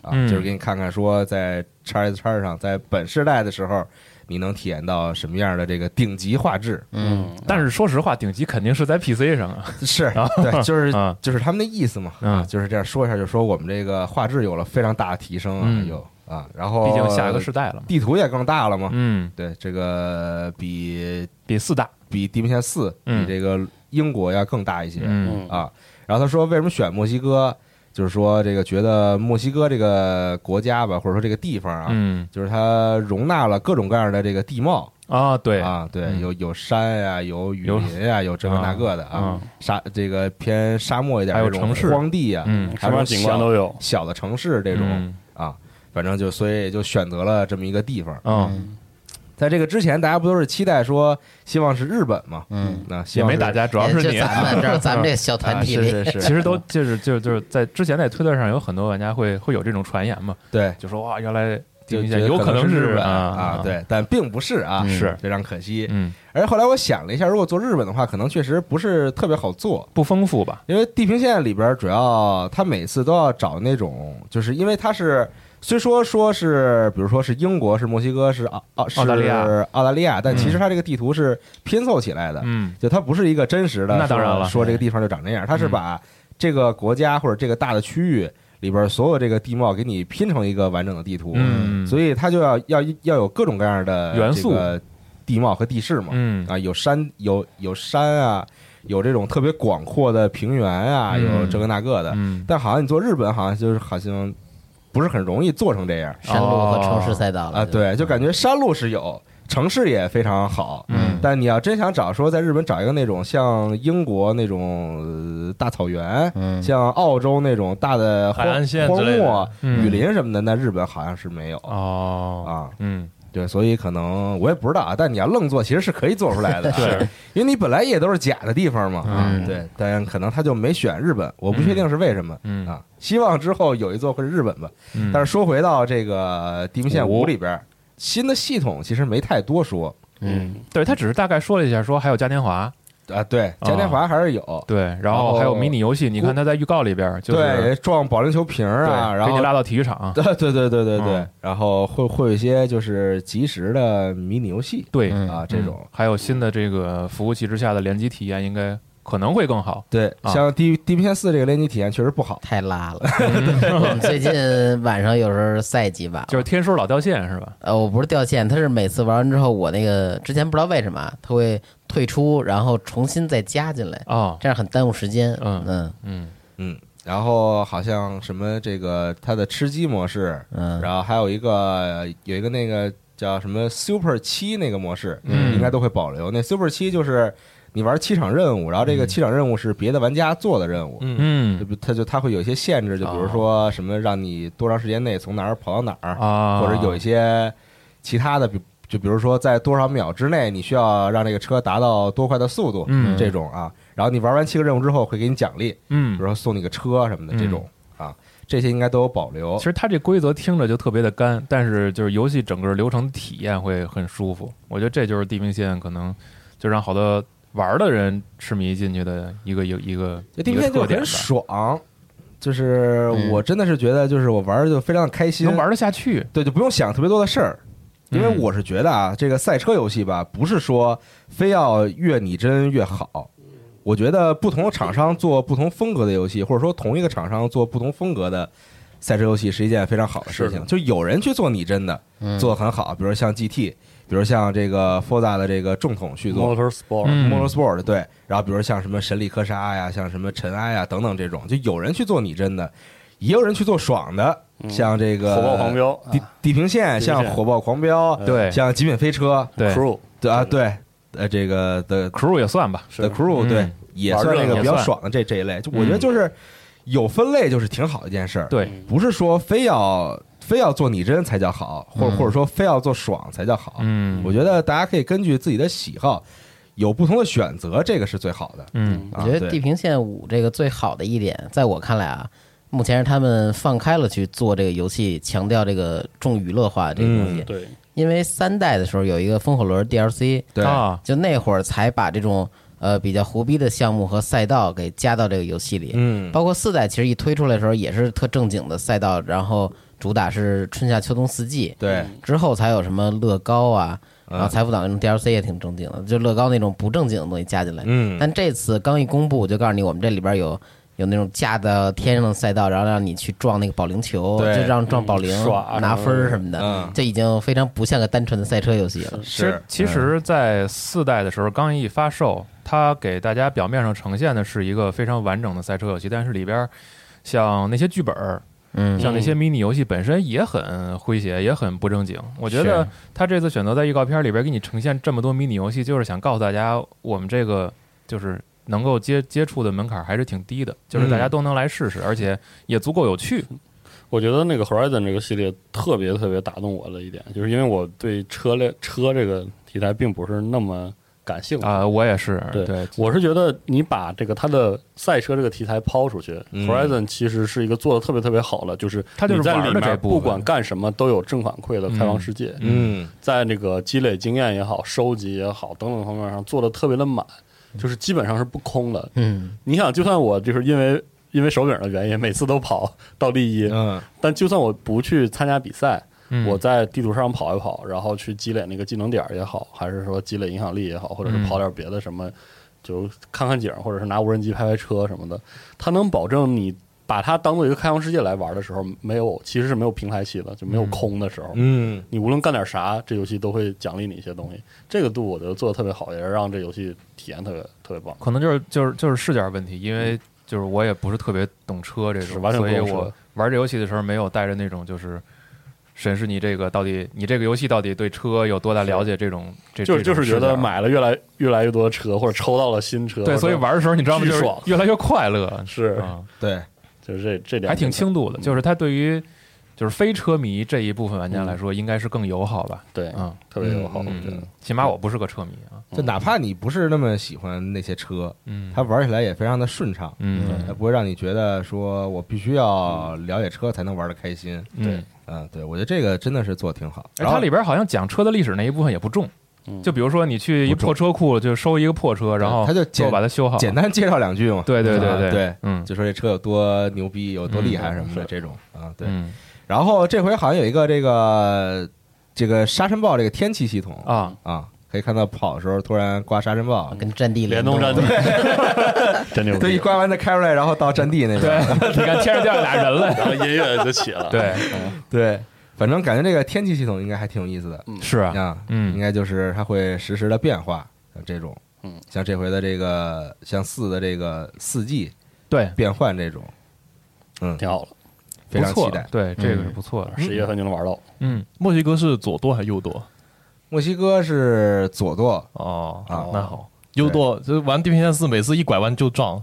C: 啊，
D: 嗯
C: 就是给你看看说在叉 S 叉上，在本世代的时候，你能体验到什么样的这个顶级画 质？
E: 嗯，
D: 但是说实话，顶级肯定是在 PC 上啊。
C: 是， 对，就是
D: 啊
C: 就是他们的意思嘛，啊
D: 嗯，
C: 就是这样说一下，就说我们这个画质有了非常大的提升啊，
D: 嗯
C: 有啊，然后
D: 毕竟下一个世代了嘛。
C: 地图也更大了嘛，
D: 嗯，
C: 对，这个比
D: 比四大。
C: 比《地平线四》比
D: 嗯
C: 这个英国要更大一些、
D: 嗯
C: 啊。然后他说为什么选墨西哥，就是说这个觉得墨西哥这个国家吧，或者说这个地方啊，
D: 嗯
C: 就是它容纳了各种各样的这个地貌
D: 啊，对，
C: 啊，对，
D: 嗯
C: 有有山呀、有雨
D: 有
C: 林呀、有这个那个的啊，
D: 嗯
C: 沙这个偏沙漠一点
D: 还有
C: 这种
D: 城市
C: 荒地啊，
D: 嗯
C: 还
F: 什么
C: 有
F: 景观都有。
C: 小的城市这种、
D: 嗯
C: 啊，反正就所以就选择了这么一个地方。
D: 嗯，
C: 在这个之前，大家不都是期待说希望是日本嘛？
E: 嗯，
C: 那希
D: 也
C: 望
D: 没打
C: 是
D: 架，主要
E: 也
D: 是
E: 就
D: 你。
E: 咱们这儿咱们这小团体里，
C: 啊是是
D: 其
C: 是，
D: 实都就是就就是在之前在推特上有很多玩家会会有这种传言嘛，
C: 对，
D: 就说哇，原来地
C: 就
D: 平
C: 觉
D: 线
C: 得
D: 有可能
C: 是日本
D: 啊
C: 啊，，对，但并不是啊，
E: 嗯
D: 是
C: 非常可惜。
D: 嗯，
C: 而后来我想了一下，如果做日本的话，可能确实不是特别好做，
D: 不丰富吧？
C: 因为地平线里边主要它每次都要找那种，就是因为它是。虽说说是，比如说是英国、是墨西哥、是澳澳
D: 澳大利亚、
C: 是澳大利亚，但其实它这个地图是拼凑起来的，
D: 嗯
C: 就它不是一个真实的，
D: 那当然了
C: 说说这个地方就长这样，它是
D: 嗯
C: 把这个国家或者这个大的区域里边所有这个地貌给你拼成一个完整的地图，
D: 嗯
C: 所以它就要要要有各种各样的
D: 元素
C: 这个地貌和地势嘛，
D: 嗯
C: 啊，有山有有山啊，有这种特别广阔的平原啊，
D: 嗯
C: 有这个那个的，
D: 嗯，
C: 但好像你做日本好像就是好像不是很容易做成这样
E: 山路和城市赛道了
C: 啊，对，就感觉山路是有，城市也非常好，
D: 嗯
C: 但你要真想找说在日本找一个那种像英国那种、呃大草原，
E: 嗯
C: 像澳洲那种大的荒
G: 海岸线
C: 荒
G: 之类的
C: 漠、
D: 嗯
C: 雨林什么的，那日本好像是没有、
D: 哦
C: 啊。
D: 嗯
C: 对，所以可能我也不知道啊，但你要愣做，其实是可以做出 来的，对， 因为你本来也都是假的地方嘛，啊
E: 嗯
C: 对，但可能他就没选日本，我不确定是为什么、
D: 嗯
C: 啊。希望之后有一座会是日本吧。
D: 嗯，哦
C: 但是说回到这个《地平线五
D: 五》
C: 里边，新的系统其实没太多说
E: 嗯
D: 对他只是大概说了一下，说还有嘉年华，
C: 啊，对，
D: 哦
C: 嘉年华还是有，
D: 对，然后还有迷你游戏，你看他在预告里边就是
C: 对，撞保龄球瓶儿啊，
D: 对
C: 然
D: 给
C: 后
D: 你拉到体育 场，
C: 对对对对对对，
D: 嗯
C: 然后会会有一些就是即时的迷你游戏
D: 对，
E: 嗯
C: 啊这种。
D: 还有新的这个服务器之下的联机体验，应该可能会更好。
C: 对，
D: 啊
C: 像地《地平线四》这个联机体验确实不好，
E: 太拉了。我们最近晚上有时候赛几把，
D: 就是天书老掉线是吧？
E: 呃，我不是掉线，他是每次玩完之后，我那个之前不知道为什么啊他会退出，然后重新再加进来，
D: 哦，
E: 这样很耽误时间。
D: 嗯
E: 嗯
D: 嗯
C: 嗯，然后好像什么这个它的吃鸡模式，
E: 嗯
C: 然后还有一个有一个那个叫什么 Super 七那个模式，
D: 嗯
C: 应该都会保留。那 Super 七就是你玩七场任务，然后这个七场任务是别的玩家做的任务，就
D: 嗯哦
C: 不它就它会有一些限制，就比如说什么让你多长时间内从哪儿跑到哪儿，
D: 啊，
C: 或者有一些其他的，比就比如说在多少秒之内你需要让这个车达到多快的速度，
D: 嗯
C: 这种啊。然后你玩完七个任务之后会给你奖励，比
D: 嗯
C: 如，说送你个车什么的这种啊，这些应该都有保留
D: 其。实它这规则听着就特别的干，但是就是游戏整个流程体验会很舒服。我觉得这就是地平线可能就让好多玩的人痴迷进去的一个一个一个
C: 这地面
D: 一个
C: 就
D: 特点
C: 很
D: 吧。
C: 爽，就是
E: 嗯
C: 我真的是觉得，就是我玩儿就非常的开心，
D: 能玩得下去。
C: 对，就不用想特别多的事儿。因为
D: 嗯
C: 我是觉得啊，这个赛车游戏吧，不是说非要越拟真越好。我觉得不同的厂商做不同风格的游戏，或者说同一个厂商做不同风格的赛车游戏，是一件非常好的事
F: 是的
C: 情。就有人去做拟真的，
E: 嗯
C: 做的很好，比如像 GT，比如像这个 Forza 的这个重统续作，
F: Motorsport，、
D: 嗯
C: Motorsport 对，然后比如像什么神力科莎呀，像什么尘埃呀等等这种，就有人去做拟真的，也有人去做爽的，像这个
F: 火爆狂飙
D: 啊嗯
F: 啊
C: 地地平线，
F: 地平线
C: 像火爆狂飙，
D: 对
C: 像极品飞车，
D: 对
F: Crew
C: 对啊，对，呃，这个的
D: ，crew 也算吧。
F: 是
C: The Crew
D: 嗯
C: 对，也算那
D: 玩热
C: 个
D: 闹
C: 比较
D: 也算
C: 爽的这这一类，就我觉得
D: 嗯
C: 就是有分类就是挺好的一件事儿，
D: 对，
C: 不是说非要非要做拟真才叫好，或者
E: 嗯
C: 或者说非要做爽才叫好，
D: 嗯，
C: 我觉得大家可以根据自己的喜好，有不同的选择，这个是最好的。
D: 嗯
E: 我觉
C: 啊
E: 得《
C: 对
E: 地平线五》这个最好的一点，在我看来啊，目前是他们放开了去做这个游戏，强调这个重娱乐化这个
C: 嗯
E: 东西。
F: 对，
E: 因为三代的时候有一个风火轮 DLC，
C: 对
D: 啊，
E: 就那会儿才把这种呃比较胡逼的项目和赛道给加到这个游戏里。
C: 嗯，
E: 包括四代其实一推出来的时候也是特正经的赛道，然后主打是春夏秋冬四季。
C: 对，
E: 之后才有什么乐高啊，
C: 嗯
E: 然后财富岛那种 DLC 也挺正经的，就乐高那种不正经的东西加进来。
C: 嗯
E: 但这次刚一公布，我就告诉你，我们这里边有有那种架到天上的赛道，然后让你去撞那个保龄球，
C: 对啊
E: 就让撞保龄、
F: 嗯耍
E: 拿分儿什么的，
C: 嗯
E: 这已经非常不像个单纯的赛车游戏了。
D: 其实其实，在四代的时候，刚一发售，它给大家表面上呈现的是一个非常完整的赛车游戏，但是里边儿像那些剧本儿，
E: 嗯，
D: 像那些迷你游戏本身也很诙谐，也很不正经。我觉得
E: 是
D: 他这次选择在预告片里边给你呈现这么多迷你游戏，就是想告诉大家，我们这个就是能够接接触的门槛还是挺低的，就是大家
F: 嗯
D: 都能来试试，而且也足够有趣。
F: 我觉得那个 Horizon 这个系列特别特别打动我的一点，就是因为我对车类车这个题材并不是那么感兴趣。
D: 啊、我也是，
F: 对
D: 对，
F: 我是觉得你把这个它的赛车这个题材抛出去、
C: 嗯
F: h o r i z o n 其实是一个做的特别特别好了，就是
D: 它就是
F: 你在
D: 玩
F: 里
D: 的这
F: 面
D: 部分
F: 不管干什么都有正反馈的开放世界，
C: 嗯
F: 在那个积累经验也好、收集也好等等方面上做的特别的满，就是基本上是不空的。
E: 嗯，
F: 你想，就算我就是因为因为手柄的原因，每次都跑到第一，
C: 嗯
F: 但就算我不去参加比赛，
D: 嗯
F: 我在地图上跑一跑，然后去积累那个技能点儿也好，还是说积累影响力也好，或者是
D: 嗯
F: 跑点别的什么，就看看景儿，或者是拿无人机拍拍车什么的，它能保证你把它当做一个开放世界来玩的时候，没有其实是没有平台期的，就没有空的时候。
C: 嗯，
F: 你无论干点啥，这游戏都会奖励你一些东西。这个度我觉得做的特别好，也是让这游戏体验特别特别棒。
D: 可能就是就是就是视角问题，因为就是我也不是特别懂车这
F: 是
D: 种，
F: 完全不
D: 所
F: 懂
D: 以
F: 车
D: 我玩这游戏的时候没有带着那种就是审视你这个到底你这个游戏到底对车有多大了解这种这
F: 就是
D: 这
F: 就
D: 种
F: 是觉
D: 视
F: 得
D: 角啊
F: 买了越来越来越多的车，或者抽到了新车，
D: 对，
F: 或者
D: 所以玩的时候你知道吗？
F: 巨
D: 就是
F: 爽
D: 越来越快乐，
F: 是
D: 啊，
C: 对，
F: 就是这这点
D: 还挺轻度的。
F: 嗯
D: 就是它对于就是非车迷这一部分玩家来说，应该是更友好吧？
F: 对，
D: 嗯
F: 特别友好，我
D: 嗯，
F: 觉得
D: 嗯。起码我不是个车迷啊。
E: 嗯
C: 就哪怕你不是那么喜欢那些车，
D: 嗯，
C: 它玩起来也非常的顺畅，呃
D: 嗯
C: 它不会让你觉得说我必须要了解车才能玩的开心。
D: 对。
C: 嗯，对，我觉得这个真的是做得挺好。
D: 哎，
C: 然后
D: 它里边好像讲车的历史那一部分也不重
F: 嗯，
D: 就比如说你去一
C: 不重
D: 破车库就收一个破车，然后
C: 它就简
D: 就把它修好。
C: 简单介绍两句嘛，
D: 对对对
C: 啊对
D: 对，嗯，
C: 就说这车有多牛逼，有多厉害什么的
F: 是
C: 这种啊，对。
D: 嗯
C: 然后这回好像有一个这个这个沙尘暴这个天气系统
D: 啊，
C: 啊，可以看到跑的时候突然刮沙尘暴，
E: 啊跟战地
F: 联动
E: 了
F: 战地， 真牛
C: 对，一
F: 逼！
C: 刮完再开出来，然后到战地那 边。
D: 你看天上掉下俩 人来，
F: 然后音乐就起了，
D: 对，
C: 对，反正感觉这个天气系统应该还挺有意思的
D: 是啊，
C: 啊，应
D: 嗯
C: 该就是它会实时的变化，像这种，
F: 嗯，
C: 像这回的这个像四的这个四季
D: 对，
C: 变换这种，嗯，
F: 挺好了。
C: 非
D: 不
C: 常期
D: 错
C: 待，。
D: 对，这个是不错的，
F: 十一月份就能玩到，
D: 嗯，
G: 墨西哥是左舵还是右舵？
C: 墨西哥是左舵，
G: 哦
C: 哦
G: 那好，右舵就是玩地平线四，每次一拐弯就撞，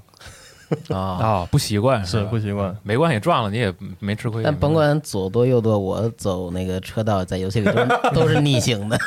E: 啊。
D: 啊，不习惯
G: 是
D: 吧
G: 不习惯。
D: 没关系，撞了你也没吃亏。
E: 但甭管左舵右舵，我走那个车道，在游戏里都是都是逆行的。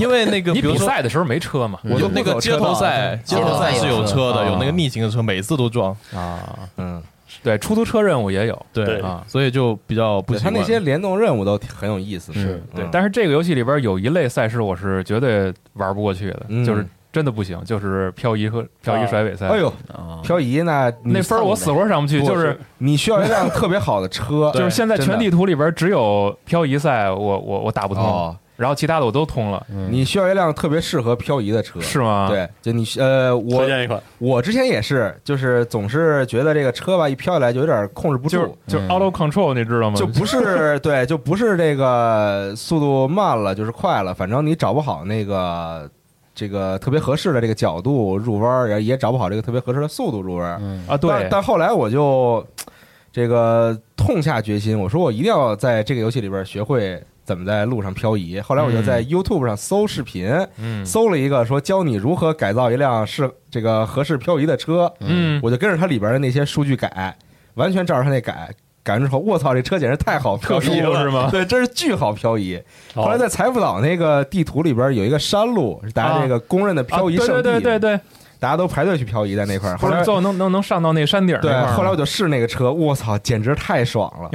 G: 因为那个
D: 你
G: 比如
D: 比
G: 说
D: 赛的时候没车嘛
E: 嗯
G: 我
C: 就
G: 有
C: 不
G: 那
C: 走
G: 个街
C: 车道
G: 头
C: 了
G: 赛，街
E: 街
G: 头
E: 头
G: 赛
E: 赛
G: 是
E: 有
G: 有
E: 车
G: 车的，
D: 啊
G: 有那个逆行的车，每次都撞。
D: 啊，
C: 嗯，
D: 对，出租车任务也有，
G: 对
F: 对
D: 啊
G: 所以就比较不
C: 对，
G: 习
C: 它
G: 惯。
C: 那些联动任务都挺很有意思的，
F: 是
C: 嗯
D: 对。但是这个游戏里边有一类赛事我是绝对玩不过去的，
C: 嗯
D: 就是真的不行，就是漂移和漂移甩尾赛。
C: 哎，呦，
E: 啊，
C: 漂移那你
D: 哦那分儿我死活上不去，
C: 不
D: 就是
C: 你需要一辆特别好的车，
D: 就是现在
C: 真的
D: 全地图里边只有漂移赛我我我打不通，
C: 哦，
D: 然后其他的我都通了，
C: 嗯
E: 嗯
C: 你需要一辆特别适合漂移的车，
D: 是吗？，
C: 对，就你呃，我
F: 推荐一款，
C: 我之前也是，就是总是觉得这个车吧，一飘下来就有点控制不
D: 就是
C: 住，
D: 就是 auto control，你知道吗？
C: 嗯就不 是对，就不是这个速度慢了，就是快了，反正你找不好那个这个特别合适的这个角度入弯儿，然后也找不好这个特别合适的速度入弯儿。
E: 嗯
D: 啊，
C: 但
D: 对，
C: 但后来我就这个痛下决心，我说我一定要在这个游戏里边儿学会怎么在路上漂移。后来我就在 YouTube 上搜视频，
D: 嗯
C: 搜了一个说教你如何改造一辆适这个合适漂移的车，
D: 嗯，
C: 我就跟着它里边的那些数据改，完全照着它那改。改完之后，我操，这车简直太好漂
D: 特殊
C: 移了！
D: 是吗？
C: 对，真是巨好漂移。后来
F: 好
C: 在财富岛那个地图里边有一个山路，是大家这个公认的漂移
D: 啊
C: 圣地，
D: 对对对对对，
C: 大家都排队去漂移在那块儿。后
D: 不
C: 来
D: 是最后能能能上到那山顶那块
C: 对
D: 儿，啊吗
C: 后来我就试那个车，我操，简直太爽 了，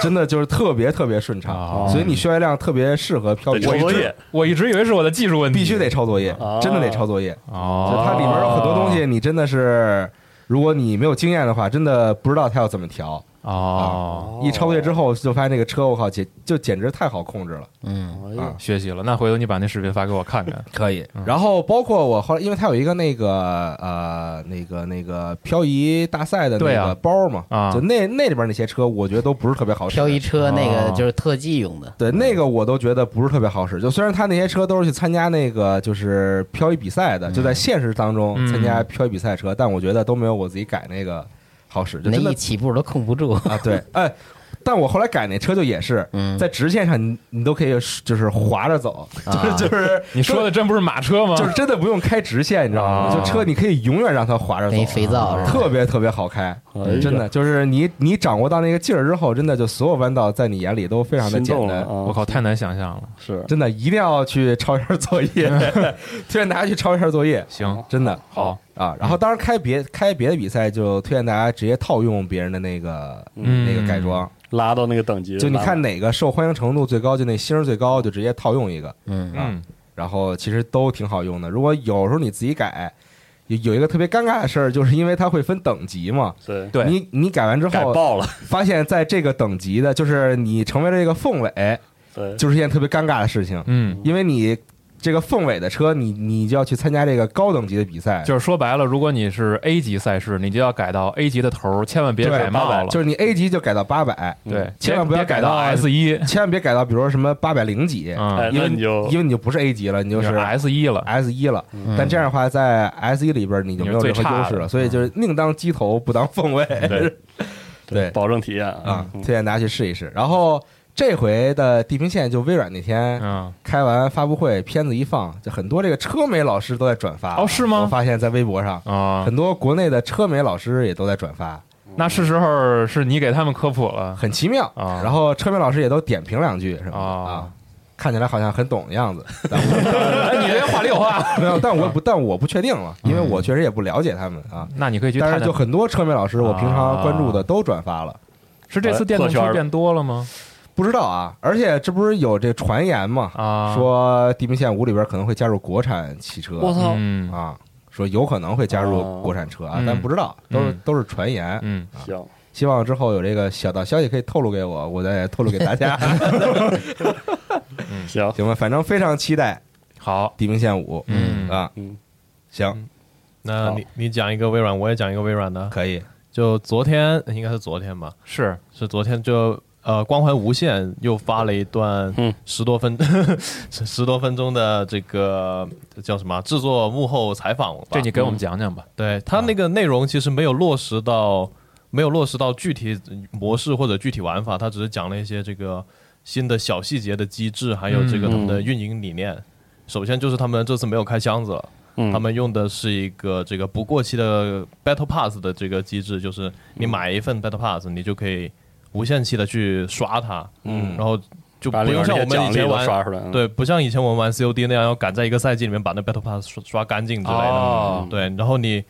C: 真的就是特别特别顺畅。
D: 啊
C: 所以你需要一辆特别适合漂
F: 得
C: 移
F: 抄
C: 的
F: 作
C: 车，
F: 业，
D: 我一直以为是我的技术问题，
C: 必须得抄作业
F: 啊，
C: 真的得抄作业。就
D: 哦，
C: 它里面有很多东西，你真的是。如果你没有经验的话，真的不知道它要怎么调。
D: 哦，
C: 一抄作业之后，就发现这个车，我靠，简就简直太好控制了。
E: 嗯
F: 哎呀
D: 学习了。那回头你把那视频发给我看看。
C: 可以
D: 嗯。
C: 然后包括我后来，因为它有一个那个呃那个那个漂移大赛的那
D: 对啊
C: 个包嘛，
D: 啊
C: 就那那里边那些车，我觉得都不是特别好使。
E: 漂移车那
D: 哦
E: 个就是特技用的，
C: 对那个我都觉得不是特别好使。就虽然他那些车都是去参加那个就是漂移比赛的，就在现实当中
D: 嗯
C: 参加漂移比赛车，但我觉得都没有我自己改那个好使，就
E: 那
C: 真的
E: 一起步都控不住。
C: 啊对哎。但我后来改那车就也是
E: 嗯，
C: 在直线上你，你都可以就是滑着走，
E: 啊
C: 就是就是
D: 你说的真不是马车吗？
C: 就是真的不用开直线，你知道吗？
D: 啊
C: 就车你可以永远让它滑着走啊
E: 那，肥皂是吧？
C: 特别特别好开，
F: 哎呀
C: 真的就是你你掌握到那个劲儿之后，真的就所有弯道在你眼里都非常的
F: 心
C: 简
F: 动了
C: 单。
F: 啊！
D: 我靠，太难想象了。
F: 是
C: 真的一定要去抄一下作业，推荐大家去抄一下作业，
D: 行，
C: 真的
D: 好，
C: 啊。然后当然开别开别的比赛，就推荐大家直接套用别人的那个
D: 嗯，
C: 那个改装，
F: 拉到那个等级，
C: 就你看哪个受欢迎程度最高，就那星儿最高，就直接套用一个。啊
E: 嗯，
D: 嗯，
C: 然后其实都挺好用的。如果有时候你自己改，有有一个特别尴尬的事儿，就是因为它会分等级嘛。
F: 对
D: 对
C: 你你改完之
F: 改
C: 后，
F: 爆了，
C: 发现在这个等级的，就是你成为了这个凤尾，
F: 对，
C: 就是一件特别尴尬的事情，
D: 嗯，
C: 因为你这个凤尾的车，你你就要去参加这个高等级的比赛。
D: 就是说白了，如果你是 A 级赛事，你就要改到 A 级的头，千万别
C: 对
D: 改帽了。
C: 就是你 A 级就改到八百，
D: 对，
C: 千万不要
D: 别改到
C: 改到
D: S 一，
C: 千万别改到比如说什么八百零几，
D: 嗯，
F: 哎，
C: 因
F: 那
C: 为
F: 你就
C: 因为你就不是 A 级了，你就
D: 就是 S 一了。
C: S 一了。
E: 嗯
C: 但这样的话，在 S 一里边你就没有任何优势了，所以就是宁当鸡头不当凤尾。
F: 对
C: 对
F: 保证体验
C: 啊，
F: 嗯
C: 推荐大家去试一试。然后这回的地平线就微软那天
D: 嗯，
C: 开完发布会，片子一放，就很多这个车媒老师都在转发。
D: 哦是吗
C: 我发现在微博上，
D: 啊，
C: 很多国内的车媒老师也都在转发，
D: 那是时候是你给他们科普了
C: 很奇妙。
D: 啊
C: 然后车媒老师也都点评两句什么的
D: 啊
C: 啊。看起来好像很懂的样子， 但
D: 哎，你这话里有话。
C: 我没有，但我不，但我不确定了，因为我确实也不了解他们啊。
D: 那你可以去
C: 但
D: 探
C: 是就
D: 探，
C: 很多车媒老师，我平常关注的都转发了，
D: 是这次电动
F: 破圈
D: 车
F: 了
D: 变多了吗？
C: 不知道啊。而且这不是有这传言嘛，
D: 啊，
C: 说《地平线五》里边可能会加入国产汽车
F: 我操，
D: 嗯
C: 啊，说有可能会加入国产车啊
D: 哦，
C: 但不知道，
D: 嗯
C: 都是都是传言。
D: 嗯，
F: 行，
C: 希望之后有这个小道消息可以透露给我，我再透露给大家，
F: 行，
C: 行吧？反正非常期待
D: 好，
C: 《地平线五》
D: 嗯
C: 啊，
F: 嗯，
C: 行，
G: 那你你讲一个微软，我也讲一个微软的。
C: 可以，
G: 就昨天应该是昨天吧，
D: 是
G: 是昨天就呃，光环无限又发了一段
F: 嗯
G: 十多分、 十十多分钟的这个叫什么啊制作幕后采访吧。
D: 这你给我们讲讲吧。
G: 对它那个内容其实没有落实到，没有落实到具体模式或者具体玩法，它只是讲了一些这个新的小细节的机制，还
F: 嗯
G: 有这个他们的运营理念。首先就是他们这次没有开箱子了，
F: 嗯
G: 他们用的是一个这个不过期的 Battle Pass 的这个机制，就是你买一份 Battle Pass，你就可以无限期的去刷它，
F: 嗯
G: 然后就
F: 把
G: 不
F: 里面
G: 用像我
F: 这些
G: 们以
F: 奖励
G: 前
F: 都
G: 玩
F: 刷出来，嗯，
G: 对，不像以前我们玩 COD 那样要赶在一个赛季里面把那 Battle Pass 刷刷干净之类的。
D: 哦
G: 对，然后你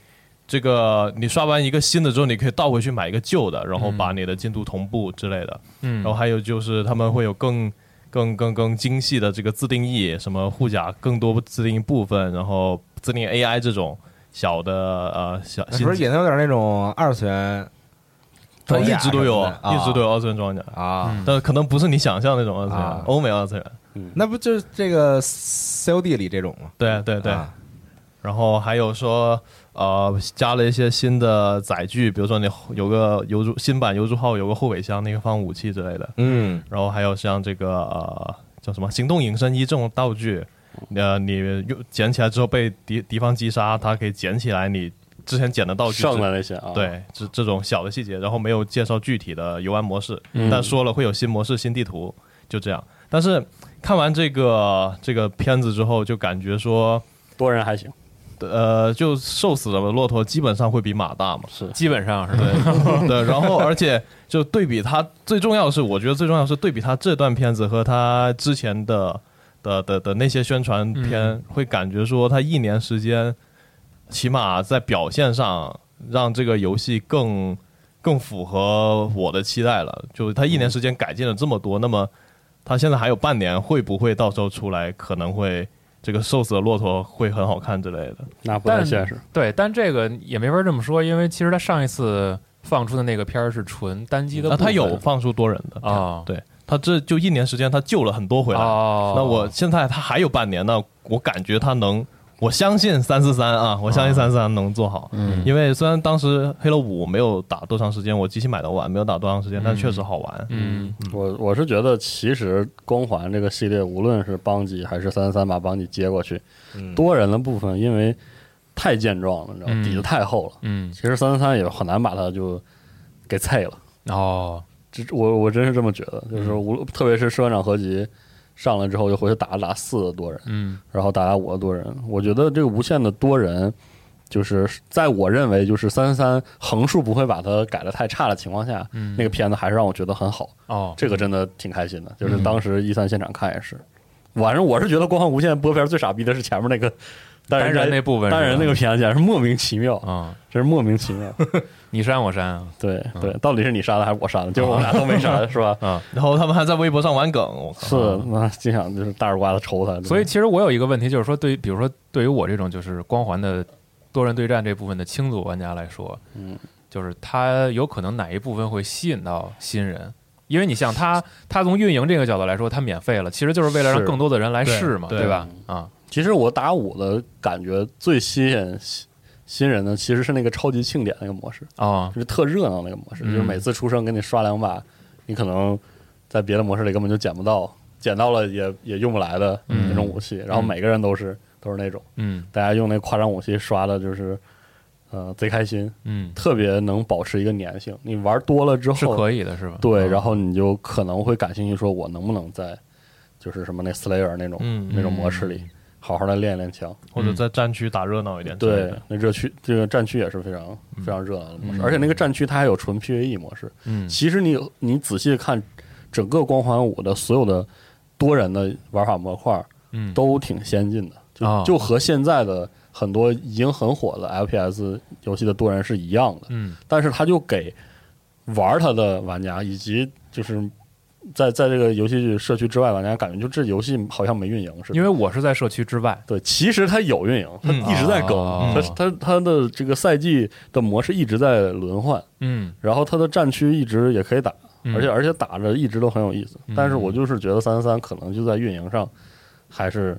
G: 这个你刷完一个新的之后，你可以倒回去买一个旧的，然后把你的进度同步之类的。
D: 嗯
G: 然后还有就是他们会有更更更更精细的这个自定义，什么护甲更多自定义部分，然后自定义 AI 这种小的呃小，
C: 是不是也能有点那种二次元
G: 它
C: 装
G: 一
C: 甲
G: 直都有，
C: 什么的啊
G: 一直都有二次元装甲，
C: 啊？
G: 但可能不是你想象那种二次元，
C: 啊
G: 欧美二次元。
C: 那不就是这个 COD 里这种吗？
G: 对对对，
C: 啊
G: 然后还有说，呃，加了一些新的载具，比如说你有个油猪新版油猪号有个后备箱，那个放武器之类的。
C: 嗯，
G: 然后还有像这个呃叫什么行动隐身衣这种道具，呃，你用捡起来之后被敌敌方击杀，它可以捡起来你之前捡的道具。
F: 剩的那些啊，，
G: 对，这这种小的细节，然后没有介绍具体的游玩模式，但说了会有新模式、新地图，就这样。但是看完这个这个片子之后，就感觉说，
F: 多人还行，
G: 呃，就瘦死的骆驼基本上会比马大嘛。
F: 是
D: 基本上是吧
G: 对对，然后而且就对比它最重要的是，我觉得最重要的是对比它这段片子和它之前的的的的那些宣传片，会感觉说它一年时间，起码在表现上让这个游戏更更符合我的期待了。就它一年时间改进了这么多，那么它现在还有半年，会不会到时候出来可能会？这个瘦死的骆驼会很好看之类的，
F: 那不太
D: 但
F: 现实。
D: 对，但这个也没法这么说，因为其实他上一次放出的那个片儿是纯单机的
G: 那
D: 部分，啊
G: 它嗯啊有放出多人的
D: 哦
G: 对它这就一年时间，它救了很多回来，
D: 哦，
G: 那我现在他还有半年呢，我感觉他能，我相信三四三啊，我相信三四三能做好。
E: 嗯
G: 因为虽然当时黑了五没有打多长时间，我机器买的晚，没有打多长时间，但确实好玩。
D: 嗯
F: 我我是觉得，其实光环这个系列，无论是邦吉还是三三把邦吉接过去，多人的部分因为太健壮了，你知道吗
D: 嗯
F: 底子太厚了。
D: 嗯
F: 其实三三三也很难把它就给菜了。
D: 哦
F: 这我我真是这么觉得，就是
D: 嗯
F: 无论特别是社长合集上来之后，就回去打打四的多人，
D: 嗯
F: 然后打打五的多人。我觉得这个无限的多人，就是在我认为就是三三横竖不会把它改的太差的情况下，
D: 嗯
F: 那个片子还是让我觉得很好。
D: 哦
F: 这个真的挺开
D: 嗯
F: 心的，就是当时一三现场看也是，反正我是觉得《光环无限》播片最傻逼的是前面那个
D: 嗯
F: 单
D: 单人那
F: 那
D: 部分是吧，
F: 单人那个片子，简直是莫名其妙，
D: 啊，
F: 真是莫名其妙。
D: 嗯你删我删啊，
F: 对对，到底是你杀的还是我杀的？就是我们俩都没杀，是吧？
G: 然后他们还在微博上玩梗，我靠！
F: 是，那经想就是大耳刮子抽他。
D: 嗯所以其实我有一个问题，就是说对于比如说对于我这种就是光环的多人对战这部分的轻组玩家来说，
F: 嗯，
D: 就是他有可能哪一部分会吸引到新人。因为你像他，他从运营这个角度来说，他免费了，其实就是为了让
F: 是
D: 更多的人来
G: 对
D: 试嘛，
G: 对
D: 对吧？啊，
F: 其实我打五的感觉最吸引新新人的，其实是那个超级庆典那个模式，
D: 哦，
F: 就是特热闹那个模式，
D: 嗯
F: 就是每次出生给你刷两把，你可能在别的模式里根本就捡不到，捡到了也也用不来的那种武器。然后每个人都是都是那种，
D: 嗯
F: 大家用那个夸张武器刷的，就是呃贼开心，
D: 嗯，
F: 特别能保持一个粘性。你玩多了之后
D: 是可以的，是吧？
F: 对，
D: 嗯
F: 然后你就可能会感兴趣，说我能不能在就是什么那 Slayer 那种、
G: 嗯
F: 那种模式里，好好的练练枪。
G: 或
D: 嗯
G: 者在战区打热闹一点之类
F: 对
G: 的。，
F: 那热区这个战区也是非常、非常热闹的模式，而且那个战区它还有纯 PVE 模式。
D: 嗯
F: 其实你你仔细看整个光环五的所有的多人的玩法模块
D: 嗯
F: 都挺先进的，就、
D: 哦
F: 就和现在的很多已经很火的 FPS 游戏的多人是一样的。
D: 嗯
F: 但是他就给玩他的玩家以及就是在在这个游戏社区之外玩家，感觉就这游戏好像没运营似的。
D: 因为我是在社区之外，
F: 对，其实他有运营，他
G: 嗯
F: 一直在更，
D: 哦
F: 他他他的这个赛季的模式一直在轮换，
D: 嗯，
F: 然后他的战区一直也可以打，
D: 嗯
F: 而且而且打着一直都很有意思。
G: 嗯
F: 但是我就是觉得三三三可能就在运营上还是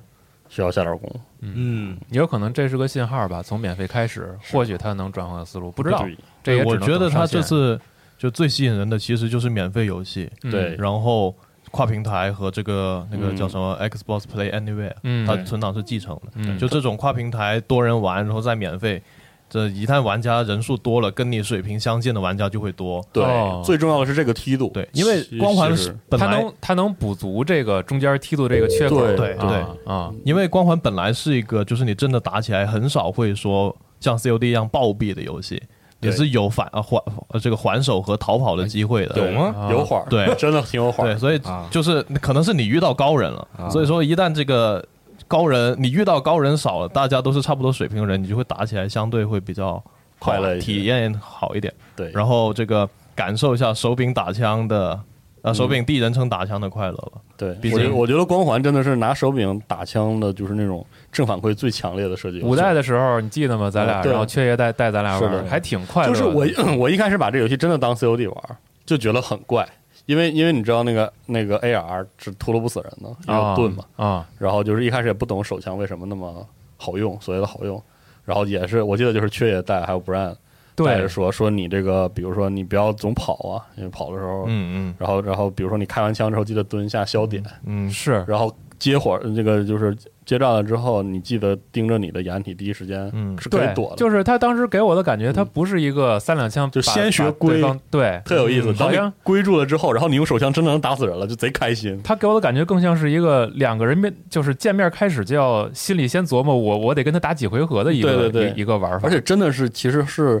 F: 需要下点功夫，
C: 嗯，
D: 也有可能这是个信号吧，从免费开始，或许他能转换思路，不知道
F: 对。
D: 这也只
G: 我
D: 能
G: 觉得
D: 等
G: 他
D: 上
G: 这
D: 线
G: 次就最吸引人的其实就是免费游戏，
D: 嗯
F: 对
G: 然后跨平台和这个那个
F: 嗯
G: 叫什么 Xbox Play Anywhere，
D: 嗯
G: 它存档是继承的。
D: 嗯
G: 就这种跨平台多人玩，然后再免费，这一旦玩家人数多了，跟你水平相近的玩家就会多。
F: 对，
D: 哦
F: 最重要的是这个梯度，
G: 对，因为
F: 其
G: 光环
F: 其实
G: 本
D: 他
G: 来
D: 能他能补足这个中间梯度这个缺口，
F: 对嗯
G: 对对
D: 啊啊，
G: 因为光环本来是一个，就是你真的打起来很少会说像 COD 一样暴毙的游戏，也
F: 对
G: 是有反啊还呃这个还手和逃跑的机会的。
F: 有吗？有缓儿，
G: 啊对
F: 真的挺有缓儿啊
G: 对，，所以就是可能是你遇到高人了，所以说一旦这个高人你遇到高人少了，大家都是差不多水平的人，你就会打起来相对会比较好
F: 快乐一些
G: 体验好一点。
F: 对，
G: 然后这个感受一下手柄打枪的啊，手
F: 嗯
G: 柄第一人称打枪的快乐了。
F: 对，
G: 毕
F: 我觉得
G: 竟
F: 我觉得光环真的是拿手柄打枪的，就是那种正反馈最强烈的设计游戏。
D: 五代的时候你记得吗？咱俩，
F: 啊对
D: 然后缺爷带带咱俩玩
F: 是
D: 儿，
F: 的
D: 还挺快乐
F: 就
D: 的。啊
F: 是我一 我一开始把这游戏真的当 COD 玩，就觉得很怪，因为因为你知道那个那个 AR 是秃噜不死人的，因为有
D: 啊
F: 盾嘛。
D: 啊，
F: 然后就是一开始也不懂手枪为什么那么好用，所谓的好用。然后也是我记得就是缺爷带还有不让带
D: 对
F: 着，说说你这个，比如说你不要总跑啊，因为跑的时候，
G: 嗯
F: 然后然后比如说你开完枪之后记得蹲下消点，
G: 嗯嗯，
D: 是
F: 然后接火这个就是接战了之后，你记得盯着你的掩体，第一时间
G: 嗯
F: 是可以
D: 对
F: 躲的，，嗯
D: 就是他当时给我的感觉，他不是一个三两枪
F: 就
D: 把
F: 先学
D: 把对
F: 规
D: 方对，
F: 特有意思。
D: 嗯
F: 当
D: 好
F: 你
D: 像
F: 归住了之后，然后你用手枪真的能打死人了，就贼 开心。
D: 他给我的感觉更像是一个两个人面，就是见面开始就要心里先琢磨我我得跟他打几回合的一个
F: 对对对
D: 一一个玩法，
F: 而且真的是其实是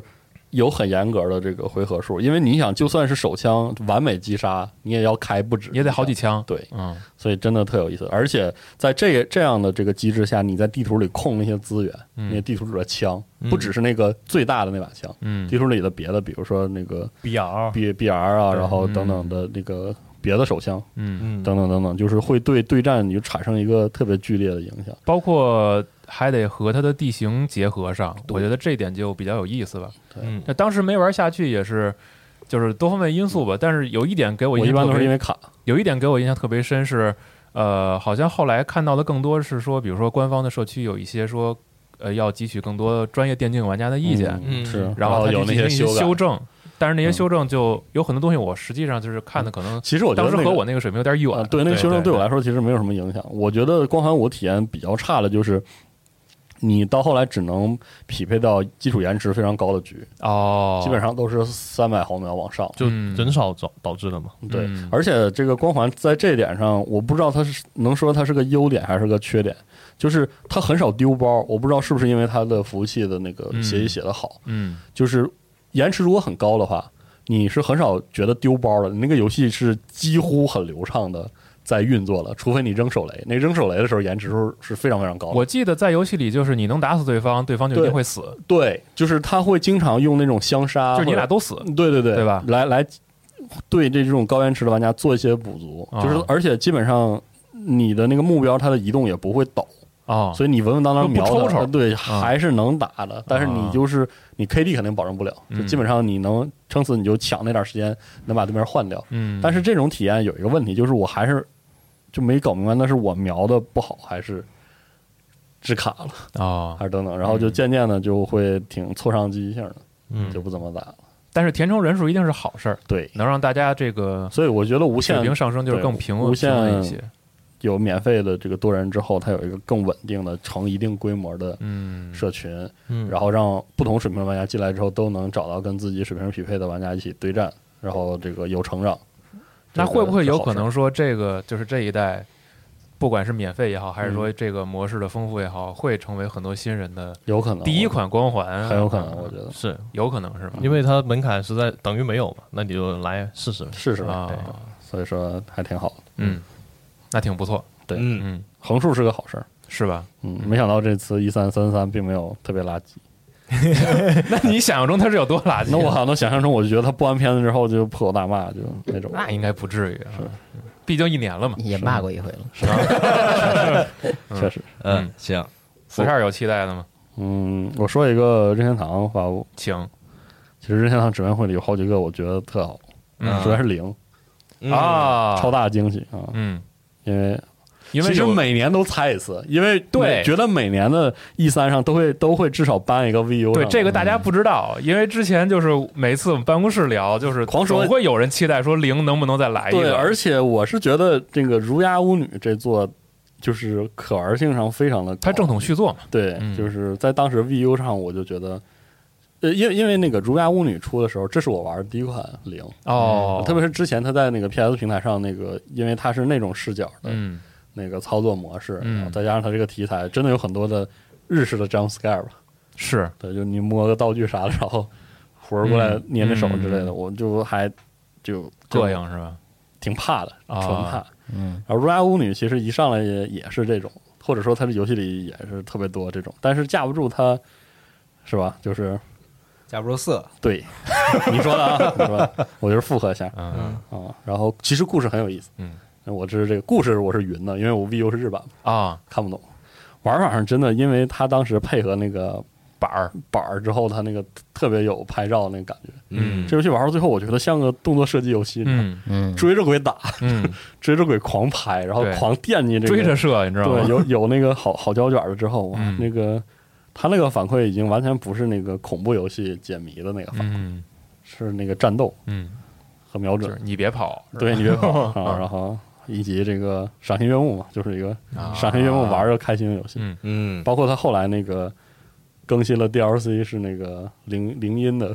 F: 有很严格的这个回合数，因为你想，就算是手枪完美击杀，你也要开不止，
D: 也得好几。枪。
F: 对，
D: 嗯，
F: 所以真的特有意思。而且在这个这样的这个机制下，你在地图里控那些资源，
D: 嗯
F: 那些地图里的枪，不只是那个最大的那把枪，
D: 嗯
F: 地图里的别的，比如说那个
G: 比尔，
F: B B R 啊，
G: 对
F: 然后等等的那个别的手枪，
D: 嗯，
G: 嗯
F: 等等等等，就是会对对战你就产生一个特别剧烈的影响。
D: 包括还得和它的地形结合上，我觉得这点就比较有意思吧。
G: 嗯
D: 那当时没玩下去也是。就是多方面因素吧，但是有一点给我
F: 我
D: 印
F: 一
D: 象
F: 般
D: 特
F: 都是
D: 别
F: 因为卡，
D: 有一点给我印象特别深是，呃，好像后来看到的更多是说，比如说官方的社区有一些说，呃，要汲取更多专业电竞玩家的意见，
G: 嗯
F: 是，
D: 然后
F: 后
D: 他去
F: 有那
D: 进行
F: 些
D: 一些
F: 改
D: 修。正，但是那些
F: 嗯
D: 修正就有很多东西，我实际上就是看的可能
F: 其实我觉
D: 当
F: 得
D: 时
F: 那个
D: 和我那个水平有点
F: 啊，
D: 远，
F: 对那个修正对
D: 对
F: 我来说其实没有什么影响。我觉得光环我体验比较差的就是，你到后来只能匹配到基础延迟非常高的局，
D: 哦，
F: 基本上都是三百毫秒往上。
G: 就
D: 嗯
G: 人少导导致的嘛。
F: 对，
D: 嗯
F: 而且这个光环在这一点上，我不知道它是能说它是个优点还是个缺点，就是它很少丢包。我不知道是不是因为它的服务器的那个
D: 嗯
F: 协议写得好，
D: 嗯
F: 就是延迟如果很高的话，你是很少觉得丢包的。你那个游戏是几乎很流畅的在运作了，除非你扔手雷。那扔手雷的时候，延迟数是非常非常高的。
D: 我记得在游戏里就是你能打死对方，对方就一定
F: 对
D: 会死，
F: 对，就是他会经常用那种相杀，
D: 就是你俩
F: 啊或者嗯
D: 都死，
F: 对对对，
D: 对吧
F: 来来，对这种高延迟的玩家做一些补足，
D: 啊
F: 就是而且基本上你的那个目标它的移动也不会抖，
D: 哦，
F: 所以你稳稳当当
D: 不
F: 瞄
D: 抽啊
F: 它，
D: 抽
F: 对，还是能打的。但是你就是你 KD 肯定保证不了，就
D: 嗯
F: 基本上你能撑死你就抢那点时间，能把对面换掉。
D: 嗯，
F: 但是这种体验有一个问题，就是我还是就没搞明白，那是我瞄的不好，还是制卡了，
D: 哦，
F: 还是等等，然后就渐渐的就会挺挫伤积极性的，
G: 嗯
F: 就不怎么打了。
D: 但是填充人数一定是好事儿，
F: 对，
D: 能让大家这个
F: 所以我觉得无
D: 水
F: 限
D: 平上升，就是
F: 对
D: 更平
F: 无
D: 稳平稳一
F: 限
D: 些，
F: 有免费的这个多人之后，它有一个更稳定的成一定规模的
D: 嗯，
F: 社群，
G: 嗯
F: 然后让不同水平的玩家进来之后都能找到跟自己水平匹配的玩家一起对战，然后这个有成长。
D: 那
F: 这个
D: 会不会
F: 是
D: 有
F: 好
D: 可
F: 事
D: 能说这个就是这一代，不管是免费也好，
F: 嗯
D: 还是说这个模式的丰富也好，会成为很多新人的
F: 有可能
D: 第一款啊光环？呃
F: 很有可能，我觉得
G: 是
D: 有可能是吗？
G: 因为它门槛实在等于没有嘛，那你就来试试。
F: 试试吧。
D: 啊，
F: 所以说还挺好的，
D: 嗯，那挺不错，
F: 对
C: 嗯，
D: 嗯，
F: 横竖是个好事儿。
D: 是 吧？
F: 嗯，没想到这次一三三三并没有特别垃圾。
D: 那 你想象中它是有多垃圾？
F: 那我好像想象中，我就觉得他播完片子之后就破口大骂，就那种。
D: 那应该不至于，啊，毕竟一年了嘛。
E: 也骂过一回了。
F: 确实。
D: 嗯
H: 嗯，行，
D: 四十二有期待的吗？
F: 嗯，我说一个任天堂发布，
D: 请
F: 其实任天堂指面会里有好几个我觉得特好，
D: 嗯
F: 主要是零、
C: 嗯
D: 啊，
F: 嗯超，大惊喜啊！
D: 嗯，
F: 因为
D: 因为
F: 其实
D: 有
F: 每年都猜一次，因为
D: 对
F: 觉得每年的 E 三上都会都会至少搬一个 VU
D: 对
F: 上嗯
D: 这个大家不知道，因为之前就是每次我们办公室聊，就是
F: 狂说
D: 总会有人期待说零能不能再来一
F: 对，
D: 个，
F: 而且我是觉得这个儒雅巫女这座就是可玩性上非常的高，
D: 它正统续作嘛，
F: 对，
D: 嗯
F: 就是在当时 VU 上我就觉得。呃，因为因为那个《儒雅巫女》出的时候，这是我玩的第一款零，
D: 哦，
F: 嗯特别是之前它在那个 PS 平台上那个，因为它是那种视角的，
D: 嗯
F: 那个操作模式，
D: 嗯
F: 然后再加上它这个题材，真的有很多的日式的 jump scare 吧？
D: 是
F: 对，就你摸个道具啥的，然后活儿过来
D: 嗯
F: 捏捏手之类的，
D: 嗯
F: 我就还就
D: 膈，应是吧？
F: 挺怕的，
D: 啊
F: 纯怕。
E: 嗯，
F: 然后《如来巫女》其实一上来也也是这种，或者说它这游戏里也是特别多这种，但是架不住它，是吧？就是
C: 架不住色，
F: 对，你说的啊，你说的，我就是附和一下
D: 嗯
F: 啊。然后其实故事很有意思，
D: 嗯
F: 我这是这个故事我是云的，因为我 VU 是日版嘛，
D: 啊
F: 看不懂。玩法上真的，因为他当时配合那个
D: 板儿，
F: 板儿之后，他那个特别有拍照那个感觉。
D: 嗯
F: 这游戏玩到最后，我觉得像个动作射击游戏，
D: 嗯
E: 嗯，
F: 追着鬼打，
D: 嗯，
F: 追着鬼狂拍，然后
D: 对
F: 狂惦记这个
D: 追着射，你知道
F: 对，
D: 吗？
F: 有有那个好好胶卷了之后，哇，
D: 嗯
F: 那个他那个反馈已经完全不是那个恐怖游戏解谜的那个反，
D: 嗯
F: 是那个战斗
D: 嗯，
F: 和瞄
D: 就是
F: 准。
D: 你别跑，
F: 对你别 跑啊，然后以及这个赏心悦目嘛，就是一个
D: 啊
F: 赏心悦目玩儿个开心的游戏。
D: 嗯
C: 嗯，
F: 包括他后来那个更新了 DLC 是那个铃铃音的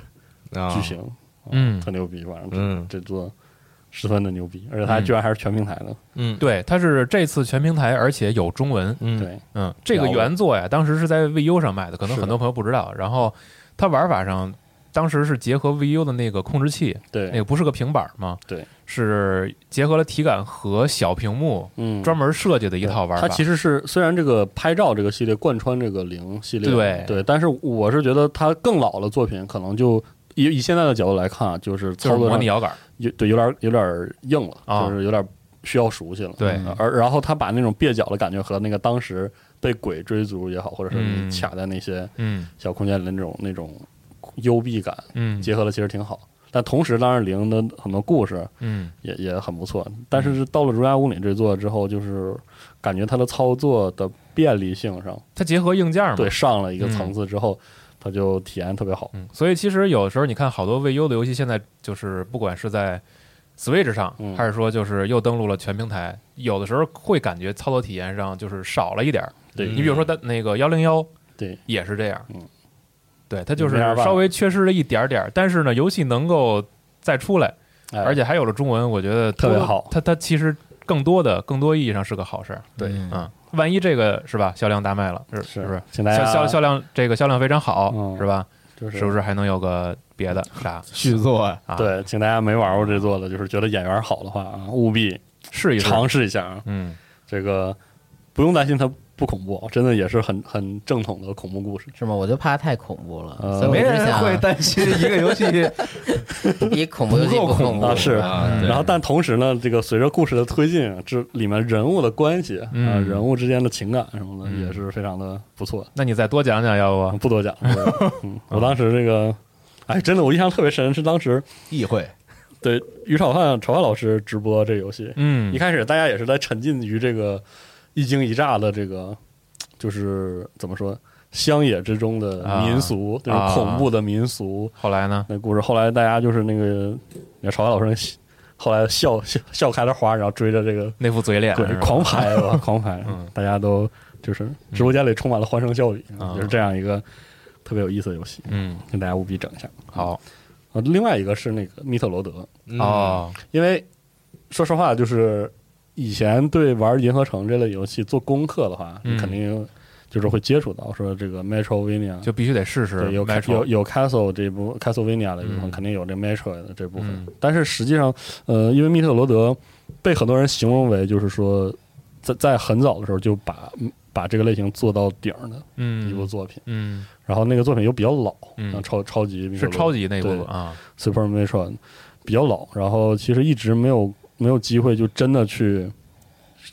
C: 啊
F: 剧情，啊
D: 嗯嗯
F: 特牛逼，反正这、
C: 嗯
F: 这座十分的牛逼，而且他居然还是全平台的，
G: 嗯，
D: 对，它是这次全平台，而且有中文。
G: 嗯，
F: 对，
D: 嗯，这个
F: 了解
D: 原作呀，当时是在 VU 上卖的，可能
F: 是的
D: 很多朋友不知道。然后它玩法上，当时是结合 VU 的那个控制器，
F: 对，
D: 那个不是个平板吗？
F: 对，
D: 是结合了体感和小屏幕，
F: 嗯，
D: 专门设计的一套玩法。
F: 它其实是虽然这个拍照这个系列贯穿这个零系列，
D: 对
F: 但是我是觉得它更老的作品可能就以以现在的角度来看啊，就是
D: 就是
F: 操作
D: 模
F: 上
D: 拟摇杆，
F: 有对有点有点硬了，
D: 啊
F: 就是有点需要熟悉了。
D: 对
F: 嗯而然后他把那种蹩脚的感觉和那个当时被鬼追逐也好，或者是
D: 嗯
F: 你卡在那些
D: 嗯
F: 小空间里的那种那种幽闭感
D: 嗯
F: 结合的，其实挺好。但同时，当然零的很多故事
D: 嗯
F: 也也很不错，但是是到了《如家屋里》这座之后，就是感觉它的操作的便利性上，
D: 它结合硬件嘛，
F: 对上了一个
D: 嗯
F: 层次之后，它就体验特别好。
D: 嗯，所以其实有时候你看，好多未优的游戏，现在就是不管是在 Switch 上，
F: 嗯
D: 还是说就是又登录了全平台，有的时候会感觉操作体验上就是少了一点儿。
F: 对
D: 你比如说它那个幺零幺，
F: 嗯对，
D: 也是这样，
F: 嗯，
D: 对，它就是
F: 没法办
D: 稍微缺失了一点点儿，但是呢，游戏能够再出来，
F: 哎
D: 而且还有了中文，我觉得
F: 特别
D: 多
F: 好
D: 它它其实更多的更多意义上是个好事儿，
E: 对嗯
D: 嗯，万一这个是吧，销量大卖了，是
F: 是
D: 是不是？
F: 请大
D: 销
F: 家
D: 销销量这个销量非常好，
F: 嗯
D: 是吧？
F: 就是
D: 是不是还能有个别的啥？
C: 续作呀，
D: 啊
F: 对，请大家没玩过这座的，就是觉得演员好的话啊，务必
D: 试一试。
F: 尝试一下啊。
D: 嗯
F: 这个不用担心它不恐怖，真的也是很很正统的恐怖故事。
E: 是吗？我就怕太恐怖了，
F: 呃
E: 所以我
C: 没
E: 一直
C: 人会
E: 想
C: 担心一个 游戏
E: 比恐怖
C: 不
E: 游戏
C: 够
E: 不恐
C: 恐
E: 怖
C: 怖
F: 啊是
C: 啊
D: 嗯
C: 对
F: 然后，但同时呢，这个随着故事的推进，这里面人物的关系啊、
D: 嗯
F: 人物之间的情感什么的，
D: 嗯
F: 也是非常的不错的。
D: 那你再多讲讲，要不？
F: 不多讲，不多讲嗯，我当时这个，哎，真的，我印象特别深，是当时
C: 议会，
F: 对于炒饭炒饭老师直播这游戏，
D: 嗯
F: 一开始大家也是在沉浸于这个一惊一乍的这个，就是怎么说，乡野之中的民俗，这种
D: 啊
F: 恐怖的民俗
D: 后来呢？
F: 那故事。后来大家就是那个，你看朝老师那戏后来笑笑笑开了花，然后追着这个
D: 那副嘴脸，
F: 鬼
D: 是吧
F: 狂拍 吧，狂拍
D: 嗯，
F: 大家都就是直播间里充满了欢声笑语，
D: 啊
F: 就是这样一个特别有意思的游戏，
D: 嗯，
F: 跟大家务必整一下。
D: 好
F: 啊，另外一个是那个密特罗德，
D: 哦，
F: 因为说实话，就是以前对玩《银河城》这类游戏做功课的话，
D: 嗯
F: 你肯定就是会接触到说这个 Metrovania，
D: 就必须得试试
F: 对有
D: Metro
F: 有有 Castle 这部 Castlevania 的一部分，
D: 嗯
F: 肯定有这 Metro 的这部分。
D: 嗯
F: 但是实际上，呃，因为密特罗德被很多人形容为就是说，在在很早的时候就把把这个类型做到顶儿的
D: 嗯
F: 一部作品，
D: 嗯
F: 然后那个作品又比较老，
D: 嗯
F: 超超级密特
D: 是
F: 罗德
D: 超级那部
F: 对
D: 啊，
F: Super Metron 比较老，然后其实一直没有没有机会就真的去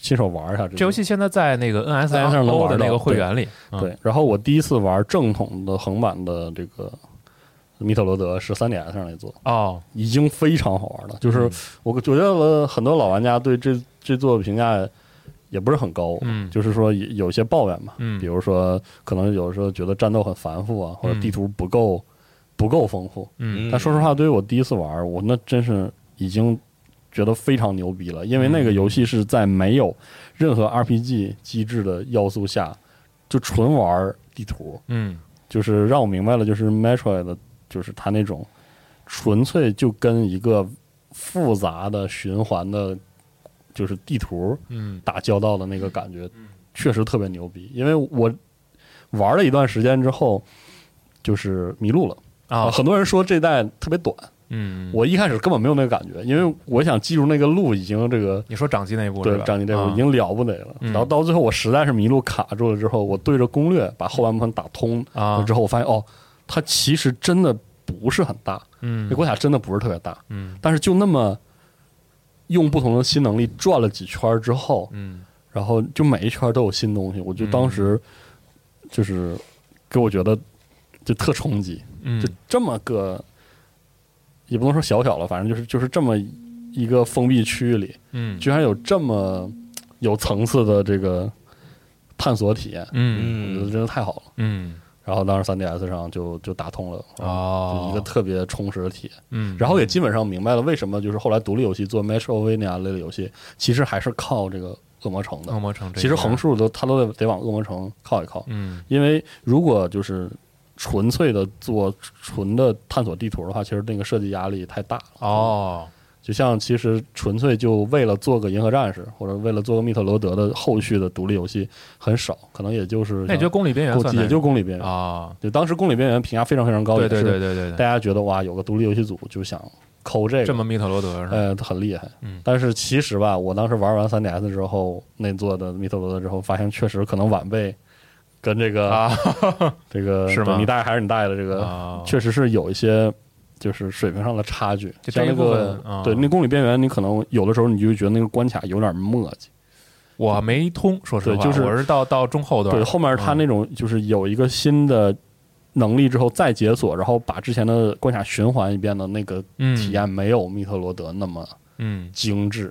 F: 亲手玩一下这
D: 这游
F: 个。
D: 戏现在在那个
F: NSO 上能
D: NSO
F: 玩
D: 的
F: 到
D: 那个会员里，嗯
F: 对，然后我第一次玩正统的横版的这个密特罗德是 3DS 上来做，
D: 哦，
F: 已经非常好玩了。就是
D: 嗯
F: 我我觉得很多老玩家对这这作的评价也不是很高，啊
D: 嗯
F: 就是说也有些抱怨嘛，
D: 嗯
F: 比如说可能有时候觉得战斗很繁复啊，或者
D: 嗯
F: 地图不够不够丰富，
D: 嗯
F: 但说实话，对于我第一次玩儿，我那真是已经觉得非常牛逼了，因为那
D: 嗯
F: 个游戏是在没有任何 RPG 机制的要素下，就纯玩儿地图，
D: 嗯
F: 就是让我明白了，就是 Metroid 的，就是它那种纯粹就跟一个复杂的循环的，就是地图
D: 嗯
F: 打交道的那个感觉，确实特别牛逼。因为我玩了一段时间之后，就是迷路了。
D: 啊
F: 很多人说这代特别短，
D: 嗯，
F: 我一开始根本没有那个感觉，因为我想记住那个路已经这个
D: 你说掌机那一部
F: 对
D: 是吧
F: 张机这部
D: 啊
F: 已经了不得了。
D: 嗯
F: 然后到最后我实在是迷路卡住了之后，我对着攻略把后半部分打通
D: 啊
F: 了之后，我发现哦，它其实真的不是很大，
D: 嗯
F: 那关卡真的不是特别大，
D: 嗯
F: 但是就那么用不同的新能力转了几圈之后，
D: 嗯
F: 然后就每一圈都有新东西，我就当时
D: 嗯
F: 就是给我觉得就特冲击，
D: 嗯
F: 就这么个也不能说小小了，反正就是就是这么一个封闭区域里，
D: 嗯
F: 居然有这么有层次的这个探索体验，
D: 嗯
F: 我觉得
C: 嗯，
F: 真的太好了。
D: 嗯
F: 然后当时三 DS 上就就打通了，
D: 哦
F: 就一个特别充实的体验。
D: 嗯，
F: 然后也基本上明白了为什么就是后来独立游戏做 Metrovania 类的游戏，其实还是靠这个恶魔城的
D: 恶。魔城这
F: 其实
D: 边
F: 横竖都它都得得往恶魔城靠一靠，
D: 嗯
F: 因为如果就是纯粹的做纯的探索地图的话，其实那个设计压力太大了。
D: 哦
F: 就像其实纯粹就为了做个银河战士，或者为了做个密特罗德的后续的独立游戏很少，可能也就是
D: 那你觉得公里边缘
F: 后
D: 算
F: 期也就公里边缘。
D: 啊
F: 就当时公里边缘评价非常非常高，
D: 对对
F: 也
D: 对
F: 是
D: 对对
F: 大
D: 对，
F: 家觉得哇有个独立游戏组就想抠这个，
D: 这么密特罗德是吧？
F: 呃很厉害。
D: 嗯
F: 但是其实吧，我当时玩完 3DS 之后，那做的密特罗德之后，发现确实可能晚辈跟这个、
D: 啊
F: 这个
D: 是吗
F: 你带还是你带的这个，
D: 啊
F: 确实是有一些就是水平上的差距。
D: 就
F: 像
D: 这一
F: 那
D: 部
F: 个
D: 分啊
F: 对那公里边缘，你可能有的时候你就觉得那个关卡有点墨迹。
D: 我没通，说实
F: 对
D: 话，
F: 就是
D: 我是到到中后段，
F: 对，后面他那种就是有一个新的能力之后再解锁，然后把之前的关卡循环一遍的那个
D: 嗯
F: 体，验没有密特罗德那么
D: 嗯
F: 精致，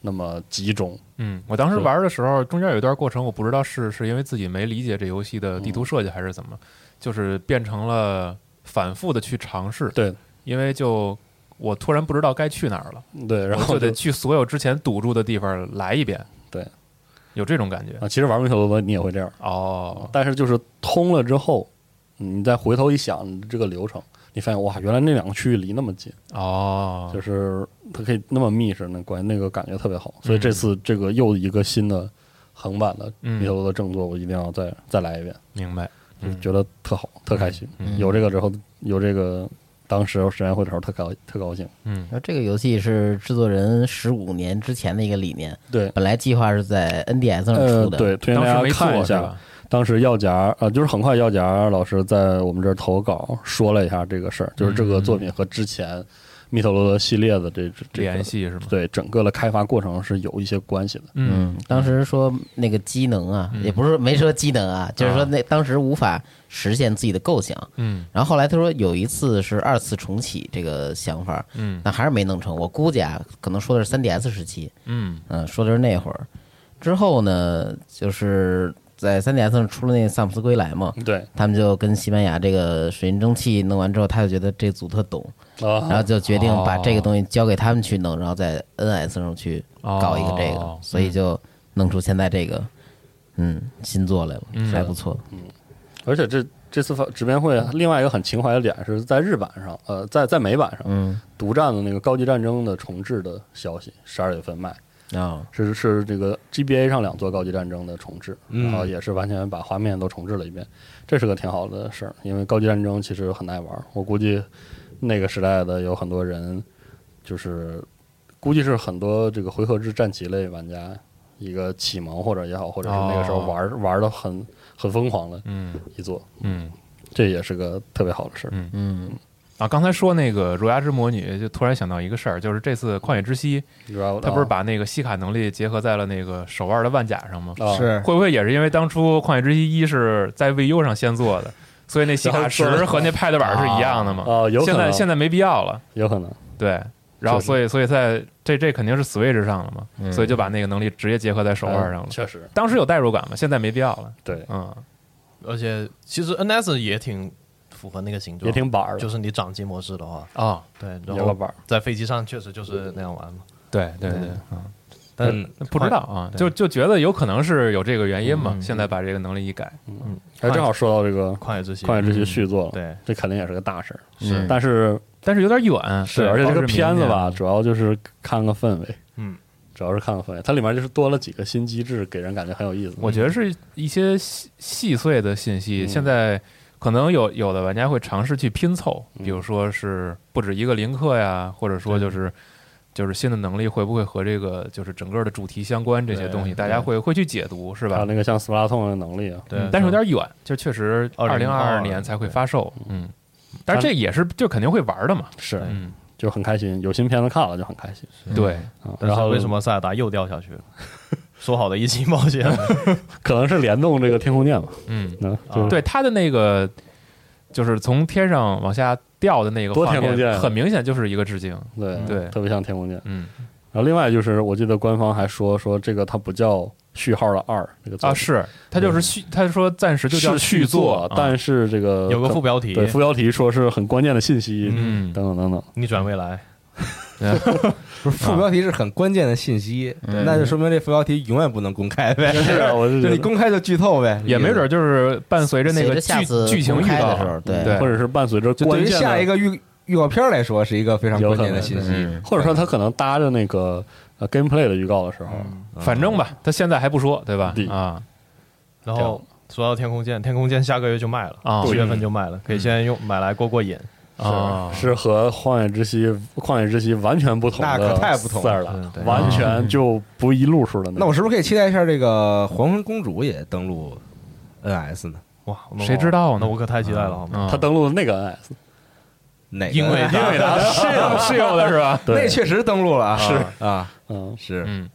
F: 那么集中。
D: 嗯，我当时玩的时候，中间有一段过程，我不知道是是因为自己没理解这游戏的地
F: 嗯
D: 图设计还是怎么，就是变成了反复的去尝试，
F: 对
D: 因为就我突然不知道该去哪儿了，
F: 对，然
D: 我
F: 后
D: 就得
F: 就
D: 去所有之前堵住的地方来一遍，
F: 对，
D: 有这种感觉
F: 啊，其实玩密特罗德你也会这样，
D: 哦，
F: 但是就是通了之后，嗯你再回头一想你这个流程，你发现哇，原来那两个区域离那么近，
D: 哦，
F: 就是它可以那么密实，那关那个感觉特别好。所以这次这个又一个新的横版的
D: 嗯
F: 密特罗德正作，我一定要再再来一遍，
D: 明白，
F: 就
D: 嗯
F: 觉得特好，特开心。
E: 嗯
F: 有这个之后，有这个。当时我实验会的时候特高特高兴，
D: 嗯
E: 然后这个游戏是制作人十五年之前的一个理念，
F: 对，
E: 本来计划是在 NDS 上
F: 呃，
E: 出的，
F: 对，推荐
D: 当
F: 大
D: 时
F: 家
D: 没
F: 看
D: 做
F: 一
D: 是
F: 下，
D: 吧？
F: 当时药夹呃，就是很快药夹老师在我们这儿投稿说了一下这个事儿，就是这个作品和之前密特罗德系列的这这这个
D: 联系是吗？
F: 对整个的开发过程是有一些关系的。
D: 嗯
E: 嗯，当时说那个机能啊，也不是没说机能啊，就是说那当时无法实现自己的构想。
D: 嗯
E: 然后后来他说有一次是二次重启这个想法，
D: 嗯
E: 但还是没弄成。我估计啊，可能说的是 3DS 时期，
D: 嗯
E: 嗯，说的是那会儿。之后呢，就是在 3DS 上出了那个《萨姆斯归来》嘛，
F: 对
E: 他们就跟西班牙这个水银蒸汽弄完之后，他就觉得这组特懂，然
F: 啊，
E: 后就决定把这个东西交给他们去弄，然后在 NS 上去搞一个这个，
D: 哦
E: 所以就弄出现在这个嗯新作来了，还不错。
F: 而且这这次发直面会另外一个很情怀的点是在日版上，呃，在在美版上、
E: 嗯，
F: 独占的那个《高级战争》的重置的消息，十二月份卖。
E: 啊、
F: 是是这个 GBA 上两座高级战争的重置，
C: 嗯
F: 然后也是完全把画面都重置了一遍，这是个挺好的事儿。因为高级战争其实很耐玩儿，我估计那个时代的有很多人，就是估计是很多这个回合制战棋类玩家一个启蒙或者也好，或者是那个时候
D: 哦
F: 玩、玩的很很疯狂的
D: 嗯
F: 一座，
D: 嗯
F: 这也是个特别好的事儿。
E: 嗯，
D: 啊，刚才说那个《儒牙之魔女》，就突然想到一个事儿，就是这次《旷野之息》，
F: 你知道
D: 它不是把那个吸卡能力结合在了那个手腕的腕甲上吗？
F: 啊
C: 是
D: 会不会也是因为当初《旷野之息》一是在 VU 上先做的，所以那吸卡
F: 然后
D: 池
F: 做
D: 和那 Pad 板是一样的嘛？
F: 啊，有可
D: 哦现在
F: 能，
D: 现在没必要了，
F: 有可能，
D: 对。然后
F: 就是
D: 所以所以在这这肯定是 Switch 上了嘛，所以就把那个能力直接结合在手腕上了
F: 嗯嗯。确实
D: 当时有代入感嘛，现在没必要了。
F: 对，
D: 嗯，
H: 而且其实 NS 也挺符合那个形状，
F: 也挺板儿的，
H: 就是是你掌机模式的话，
D: 哦，
H: 对，然
F: 有个
H: 后
F: 板儿。
H: 在飞机上确实就是那样玩嘛。
D: 对对对，嗯。
H: 但
C: 嗯
D: 不知道啊，就就觉得有可能是有这个原因嘛。
F: 嗯
D: 现在把这个能力一改，
F: 哎，正好说到这个
D: 嗯
H: 旷野之息，
F: 旷野之息续作了，
H: 对，
F: 这肯定也是个大事儿。嗯
E: 是
F: 但是
D: 但嗯是有点远，对
F: 而且这个片子，
D: 倒
F: 吧，
D: 是
F: 主要就是看个氛围，
H: 嗯，
F: 主要是看个氛围。它里面就是多了几个新机制，给人感觉很有意思。
D: 我觉得是一些细细碎的信息。
F: 嗯
D: 现在可能有有的玩家会尝试去拼凑，比如说是不止一个林克呀，或者说就是。就是新的能力会不会和这个就是整个的主题相关这些东西，
F: 对
D: 大家会会去解读是
F: 还有
D: 吧？
F: 那个
G: 嗯
F: 像斯巴达通的能力啊，
H: 对
D: 嗯但是有点远，就确实二零二二
H: 2022
D: 年才会发售。嗯但是这也是就肯定会玩的嘛。
F: 是
D: 嗯，
F: 就很开心，有新片子看了就很开心。
D: 对，
F: 啊、
G: 但
F: 然
G: 是
F: 后
G: 为什么塞尔达又掉下去了？ 说好的一起冒 险，
F: 可能是联动这个天空剑吧？
D: 嗯，
F: 嗯，就是
D: 对，他的那个就是从天上往下掉的那个
F: 多
D: 画
F: 天空
D: 面，
F: 间
D: 很明显就是一个致敬。
C: 嗯
F: 对
D: 对
F: 特别像天空剑。
D: 嗯
F: 然后另外就是，我记得官方还说说这个它不叫序号的二，这个作
D: 啊，
F: 品
D: 是他就是续，他说暂时就叫
F: 是续
D: 作，啊
F: 但是这个
G: 有个副标题
F: 对，副标题说是很关键的信息，
D: 嗯
F: 等等等等。
G: 逆转未来。
C: 不是副标题是很关键的信息，
E: 嗯
C: 那就说明这副标题永远不能公开呗。
F: 是
D: 哎
F: 啊， 我
C: 就
F: 是觉
C: 你
F: 得，
C: 公开就剧透呗，
D: 也没准儿就是伴随着那
E: 随
D: 个
E: 着
D: 剧
E: 下次
D: 剧情
E: 公
D: 预
E: 开
D: 告
E: 的时候，对
D: 对
F: 嗯或者是伴随着
C: 就对
F: 关
C: 于
F: 键
C: 下
F: 的
C: 一个预预告片来说是一个非常
F: 有
C: 关
F: 可
C: 键
F: 能
C: 的信息。
E: 嗯
F: 或者说它可能搭着那个呃 gameplay 的预告的时候，
C: 嗯
D: 反正吧，他现在还不说，嗯对吧
F: 对？
D: 啊
G: 然
F: 这
G: 后说到天空剑，天空剑下个月就卖了，
D: 啊
G: 七月份就卖了，可以先用买来过过瘾。
D: 啊，
F: 是和《荒野之息》《荒野之息》完全不同
C: 那
F: 的
C: 可太不同
F: 塞尔达
G: 嗯对
F: 完全就不一路数的
C: 那我
F: 种
C: 是不是可以期待一下这个《黄昏公主》也登陆 NS 呢？
G: 哇，那我
D: 谁知道呢
G: 那我可太期待了，好吗？
D: 嗯
F: 他登录的那个 NS，
C: 哪个？
G: 因为因为
F: 达是
D: 是有的是吧？
C: 那
F: 对，
C: 确实登陆了啊，
G: 是
C: 啊，
F: 嗯
C: 是。
D: 嗯，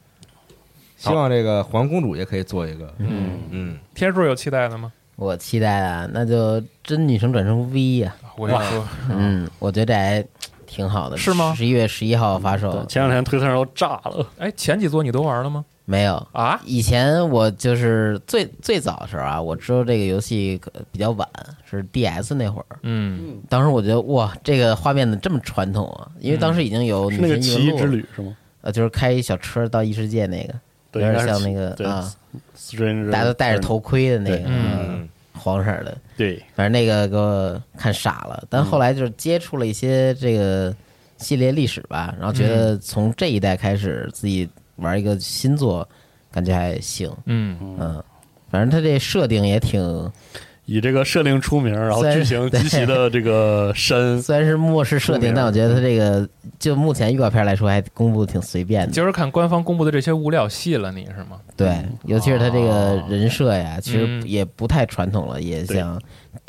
C: 希望这个《黄昏公主》也可以做一个，
F: 嗯，
C: 嗯，
D: 天数有期待的吗？
E: 我期待啊，那就真女神转生 V 呀、
H: 我跟你说，
E: 嗯，我觉得这还挺好的，
D: 是吗
E: 十一月十一号发售
F: 对，前两天推特上都炸了，
D: 哎，前几座你都玩了吗？
E: 没有？
D: 啊，
E: 以前我就是最最早的时候啊，我知道这个游戏可比较晚，是 DS 那会儿。
D: 嗯，
E: 当时我觉得哇，这个画面怎么这么传统啊？因为当时已经有
F: 是
E: 女
F: 那个
E: 神
F: 奇
E: 异
F: 异
E: 闻
F: 之
E: 录了，
F: 旅是吗？
E: 呃，就是开一小车到异世界那个，有
F: 对，应
E: 点
F: 该是
E: 像
F: 奇
E: 那个
F: 对
E: 啊，
F: ，Stranger，
E: 大家都戴着头盔的那个
F: 对，
D: 嗯，
E: 黄色儿的。
F: 对，
E: 反正那个给我看傻了，但后来就是接触了一些这个系列历史吧，然后觉得从这一代开始自己玩一个新作，感觉还行，
D: 嗯，
E: 嗯，反正它这设定也挺，
F: 以这个设定出名，然后
E: 虽然
F: 剧情极其的这个 深，
E: 虽然是末世设
F: 出
E: 定，
F: 名
E: 但我觉得它这个就目前预告片来说还公布的挺随便的，
D: 今儿看官方公布的这些物料吸引了你是吗？
E: 对，尤其是它这个人设呀，其实
D: 嗯
E: 也不太传统了，也
F: 对
E: 想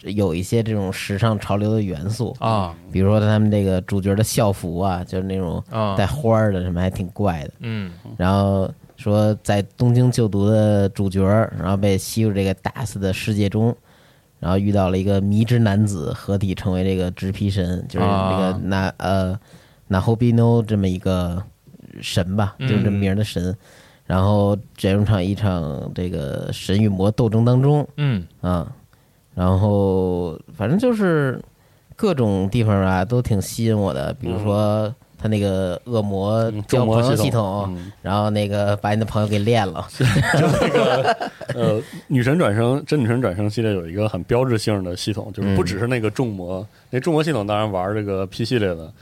E: 有一些这种时尚潮流的元素，
D: 啊
E: 比如说他们这个主角的校服啊，就是那种。
D: 啊
E: 带，花儿的什么还挺怪的。
D: 嗯
E: 然后说在东京就读的主角儿，然后被吸入这个大肆的世界中，然后遇到了一个迷之男子，合体成为这个直皮神，就是这个
D: 啊
E: 那、呃那后比诺这么一个神吧，就是这名儿的神。然后卷入场一场这个神与魔斗争当中，
D: 嗯
E: 啊，然后反正就是各种地方啊都挺吸引我的，比如说他那个恶魔
F: 嗯
E: 交
F: 中
E: 朋友
F: 魔
E: 系
F: 系
E: 统，啊
F: 嗯
E: 然后那个把你的朋友给练了，
F: 呃，女神转生真女神转生系列有一个很标志性的系统，就是不
E: 嗯
F: 只是那个众魔，那众魔系统当然玩这个 P 系列的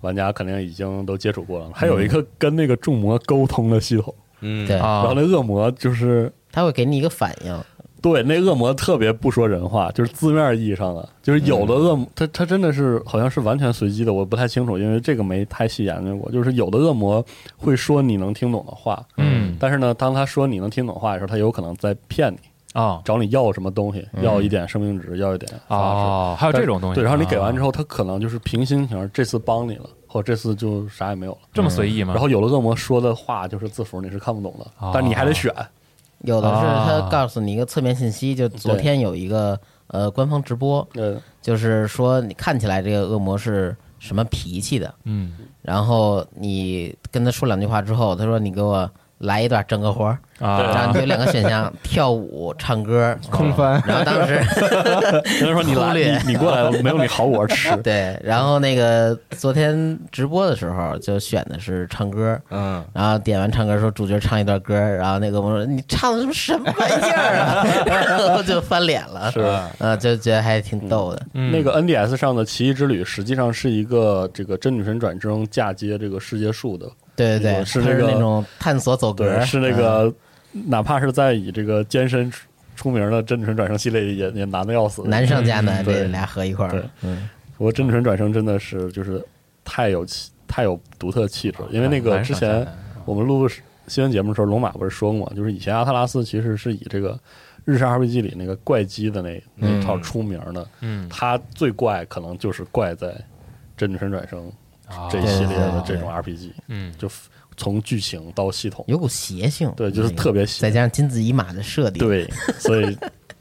F: 玩家肯定已经都接触过了，还有
E: 嗯
F: 一个跟那个众魔沟通的系统，
C: 嗯，
E: 对，
F: 然后
D: 啊
F: 那恶魔就是。
E: 他会给你一个反应，
F: 对，那恶魔特别不说人话，就是字面意义上的，就是
D: 嗯
F: 有的恶魔，他他真的是好像是完全随机的，我不太清楚，因为这个没太细研究过。就是有的恶魔会说你能听懂的话，
D: 嗯
F: 但是呢，当他说你能听懂话的时候，他有可能在骗你，
D: 啊
F: 找你要什么东西，要一点生命值，要一点发射
D: 哦，嗯还有这种东西，
F: 对，然后你给完之
D: 后
F: 后，他可能就是凭心情，这次帮你了，或者这次就啥也没有了。
D: 这么随意吗？
F: 然后有的恶魔说的话就是字符，你是看不懂的
D: 哦，
F: 但你还得选。
E: 有的是
D: 啊
E: 他告诉你一个侧面信息，就昨天有一个呃官方直播，
F: 呃，
E: 就是说你看起来这个恶魔是什么脾气的，
D: 嗯
E: 然后你跟他说两句话之后，他说你给我来一段整个活儿。然后
D: 啊
E: 你有两个选项，跳舞、唱歌，
C: 空翻
E: 然后当时
F: 有人说你
E: 忽略
F: 来，你你过来，没有你好果吃。
E: 对，然后那个昨天直播的时候就选的是唱歌，
C: 嗯，
E: 然后点完唱歌说主角唱一段歌，然后那个我说你唱的什么什么玩意儿啊， 然后就翻脸了，
F: 是
E: 啊，就觉得还挺逗的，
D: 嗯
F: 那个 NDS 上的《奇异之旅》实际上是一个这个真女神转生嫁接这个世界树的，
E: 对对
F: 我
E: 对，
F: 是
E: 他
F: 那个
E: 那种探索走
F: 对，
E: 格，
F: 是那
E: 嗯
F: 个哪怕是在以这个艰深出出名的真女神转生系列也也难的要死。
E: 难上加难，
F: 嗯
E: 这
F: 对
E: 俩合一块
F: 对
E: 儿，嗯，
F: 我真纯转生真的是就是太有气，太有独特气质了。因为那个
D: 蛮
F: 之
D: 少
F: 前
D: 见的
F: 我们录新闻节目的时候，龙马不是说过嘛，就是以前阿特拉斯其实是以这个日式 RPG 里那个怪机的那那套出名的，
D: 嗯
F: 它最怪可能就是怪在《真女神转生》
E: 啊
F: 这一系列的这种 RPG，
D: 嗯
F: 就从剧情到系统，
E: 有股嗯邪性，
F: 对，就是特别喜
E: 再加上金子一马的设定，，
F: 对，所以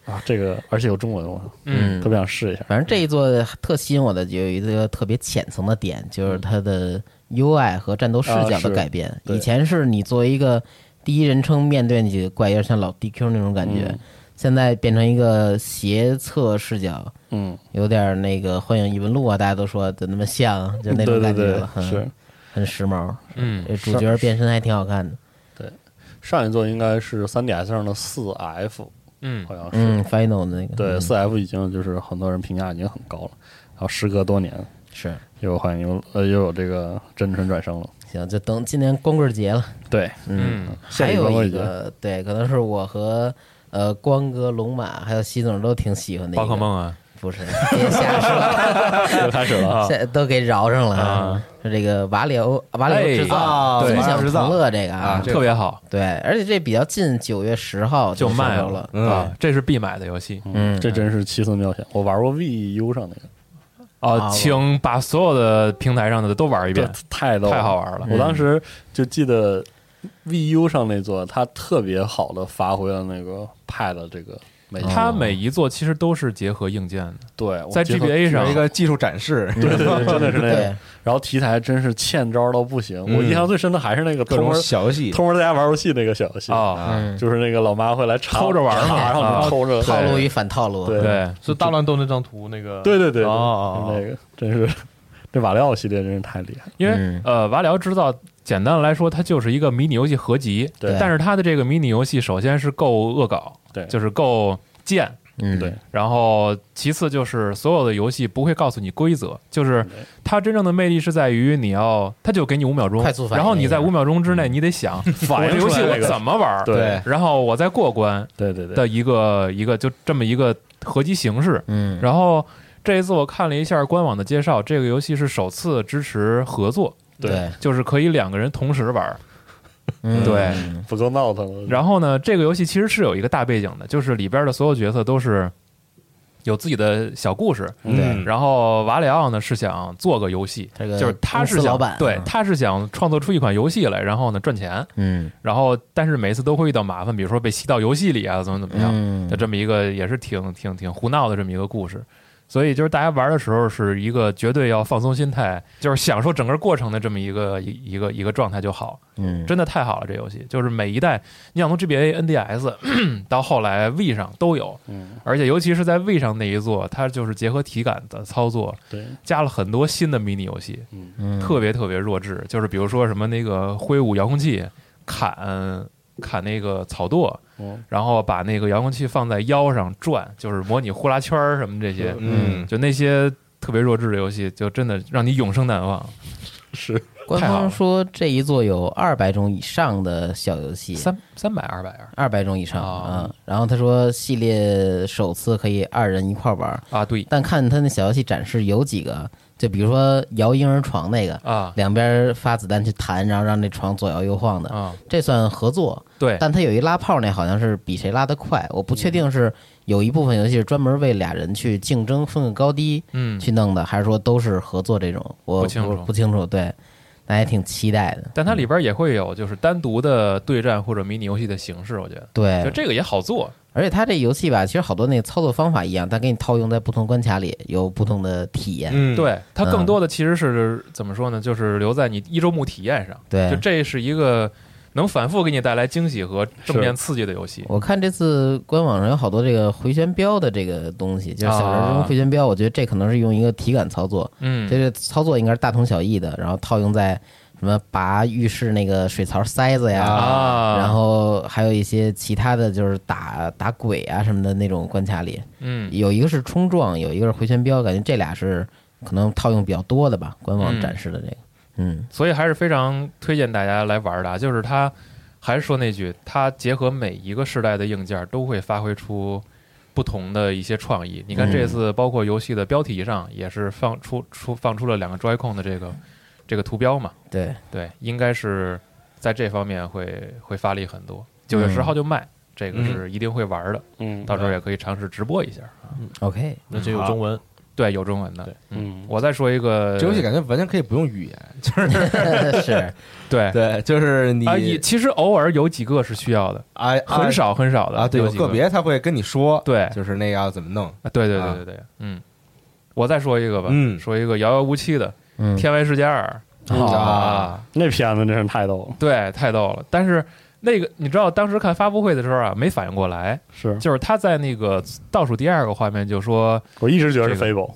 F: 啊，这个而且有中文，我操
E: 嗯
F: 特别想试一下。
E: 反正这一座特吸引我的有一个特别浅层的点，就是它的 UI 和战斗视角
F: 嗯啊
E: 的
F: 是
E: 改变。
F: 对
E: 以前是你作为一个第一人称面对你的怪，有点像老 DQ 那种感觉，
F: 嗯
E: 现在变成一个斜侧视角，
F: 嗯，
E: 有点那个《幻影异闻录》啊，大家都说怎么那么像，就
F: 对
E: 那种
F: 对
E: 感觉
F: 对
E: 了，，嗯
F: 是
E: 很时髦。
D: 嗯
E: 这主角变身还挺好看的，
F: 上一座应该是 3DS 上的 4F，
D: 嗯
F: 好像是。
E: 嗯，Final 的那个，
F: 对，
E: 嗯
F: 四 F 已经就是很多人评价已经很高了，然后时隔多年
E: 是
F: 又有幻影，呃，又有这个真纯转生了。
E: 行，就等今年光棍节了。
F: 对，
E: 嗯，
F: 下
E: 还
F: 一个
E: 有
F: 我
E: 一
F: 已经
E: 个对，可能是我和呃光哥、龙马还有西总都挺喜欢的一个
D: 宝可梦 啊，
E: 不 是，别瞎 说，
F: 又开始了啊！
E: 现在都给饶上了啊
D: 啊！
E: 是这个瓦里欧瓦里欧
C: 哎
E: 制
C: 啊
E: 造
C: 对瓦
E: 纵
C: 里
E: 向
C: 欧制造
E: 同乐这个
C: 啊
E: 啊，
C: 这个
D: 特别好
E: 对，而且这比较近，九月十号
D: 就卖
E: 上周
D: 了
E: 了。
C: 嗯
D: 啊，这是必买的游戏
E: 嗯
F: 这真是奇思妙想。我玩过 VU 上那个，
D: 啊，请把所有的平台上的都玩一遍
F: 这，太逗了，
D: 太好玩了
F: 我当时就记得 VU 上那座，它特别好的发挥了那个 Pad 这个美
E: 哦
F: 学。
D: 它每一座其实都是结合硬件的，
F: 对，我
D: 在
F: 觉 得
D: GBA 上
C: 有一个技术展示，
F: 啊对对对，真的是 那
E: 对
F: 样。
D: 啊
F: 然后题材真是欠招到不行。我
C: 嗯
F: 印象最深的还是那个
C: 各
F: 偷
C: 种
F: 摸
C: 小游戏，
F: 偷摸在家玩游戏那个小游戏
D: 啊，
E: 嗯，
F: 就是那个老妈会来查
D: 偷着玩儿嘛
F: 查然后
D: 啊
F: 就偷着
E: 套路
F: 对
E: 与反套路，
F: 对
D: 对，
G: 是大乱斗那张图那个，
F: 对对对，
G: 哦
F: 对就是那个真是 这瓦里奥系列真是太厉害，
D: 因为、
E: 嗯
D: 呃，瓦里奥制造简单来说，它就是一个迷你游戏合集。
F: 对
D: 但是它的这个迷你游戏，首先是够恶搞，
F: 对
D: 就是够贱。
E: 嗯，
F: 对，
D: 然后，其次就是所有的游戏不会告诉你规则，就是
F: 对
D: 它真正的魅力是在于你要，它就给你五秒钟
E: 快速，反应嗯
D: 然后你在五秒钟之内你得想，我
F: 应
D: 这游戏
F: 出来
D: 我
F: 这个
D: 怎么玩，
F: 对
D: 然后我再过关
F: 对对对，
D: 的一个一个就这么一个合集形式。
E: 嗯，
D: 然后这一次我看了一下官网的介绍，这个游戏是首次支持合作，
E: 对，
D: 就是可以两个人同时玩儿。
E: 嗯
D: 对
F: 不够闹腾了，
D: 然后呢，这个游戏其实是有一个大背景的，就是里边的所有角色都是有自己的小故事。
F: 嗯
D: 然后瓦里奥呢是想做个游戏，
E: 这个
D: 就是他是
E: 公司
D: 想
E: 老板
D: 对
E: 嗯，
D: 他是想创作出一款游戏来，然后呢赚钱。
E: 嗯
D: 然后但是每次都会遇到麻烦，比如说被吸到游戏里啊，怎么怎么样。
E: 嗯
D: 就，这么一个也是挺挺挺胡闹的这么一个故事。所以就是大家玩的时候是一个绝对要放松心态，就是享受整个过程的这么一个一一个一个状态就好。
E: 嗯，
D: 真的太好了，这游戏就是每一代，你想从 GBA、NDS 到后来 V 上都有，
F: 嗯，
D: 而且尤其是在 V 上那一座，它就是结合体感的操作，
F: 对，
D: 加了很多新的迷你游戏，
E: 嗯
D: 特别特别弱智。就是比如说什么那个挥舞遥控器砍砍那个草垛，
E: 哦
F: 嗯
D: 然后把那个遥控器放在腰上转，就是模拟呼啦圈儿什么这些，
C: 嗯，
D: 就那些特别弱智的游戏，就真的让你永生难忘。
F: 是
E: 官
D: 太好了
E: 方说这一座有二百种以上的小游戏，
D: 三三百二百二
E: 二百种以上
D: 哦
E: 啊。然后他说系列首次可以二人一块儿玩儿，
D: 啊，对
E: 但看他那小游戏展示有几个，就比如说摇婴儿床那个，
D: 啊
E: 两边发子弹去弹，然后让那床左摇右晃的，
D: 啊，
E: 这算合作。
D: 对
E: 但他有一拉炮那好像是比谁拉得快，我不确定是有一部分游戏是专门为俩人去竞争分个高低
D: 嗯，
E: 去弄的，还是说都是合作这种，我
D: 不清楚
E: 我不清楚。对，那也挺期待的。
D: 但它里边也会有就是单独的对战或者迷你游戏的形式，我觉得
E: 对
D: 就，这个也好做，
E: 而且它这游戏吧，其实好多那个操作方法一样，但给你套用在不同关卡里，有不同的体验。
C: 嗯，
D: 对它
E: 嗯
D: 更多的其实是怎么说呢，就是留在你一周目体验上，
E: 对
D: 就这是一个能反复给你带来惊喜和正面刺激的游戏。
E: 我看这次官网上有好多这个回旋镖的这个东西，就是小人中回旋镖，我觉得这可能是用一个体感操作，
D: 嗯
E: 这个操作应该是大同小异的，然后套用在什么拔浴室那个水槽塞子呀，
D: 啊，
E: 然后还有一些其他的就是打打鬼啊什么的那种关卡里，
D: 嗯
E: 有一个是冲撞，有一个是回旋镖，感觉这俩是可能套用比较多的吧，官网
D: 嗯
E: 展示的这个，嗯
D: 所以还是非常推荐大家来玩的啊。就是它，还是说那句，它结合每一个时代的硬件，都会发挥出不同的一些创意。你看
E: 嗯
D: 这次包括游戏的标题上，也是放出出放出了两个 Joy-Con 的这个这个图标嘛。
E: 对，
D: 对，应该是在这方面会会发力很多。九月十号就卖，这个是一定会玩的，
F: 嗯，
D: 到时候也可以尝试直播一下。
E: OK，
H: 那这有中文，
D: 对，有中文的。
F: 嗯，
D: 我再说一个，
C: 这游戏感觉完全可以不用语言，
E: 是
D: 对
C: 对，就是你
D: 啊，也其实偶尔有几个是需要的，
C: 啊
D: 很少很少的
C: 啊，对，
D: 有
C: 有
D: 几个
C: 个别他会跟你说，
D: 对
C: 就是那个要怎么弄，
D: 啊对对
C: 啊
D: 对对对，嗯，我再说一个吧，
C: 嗯
D: 说一个遥遥无期的
E: 嗯
D: 《天外世界二
E: 好》
D: 啊，
F: 嗯那片子真是太逗了，
D: 对，太逗了。但是那个你知道，当时看发布会的时候啊，没反应过来，
F: 是
D: 就是他在那个倒数第二个画面就说
F: 我一直觉得是
D: 这个
F: Fable，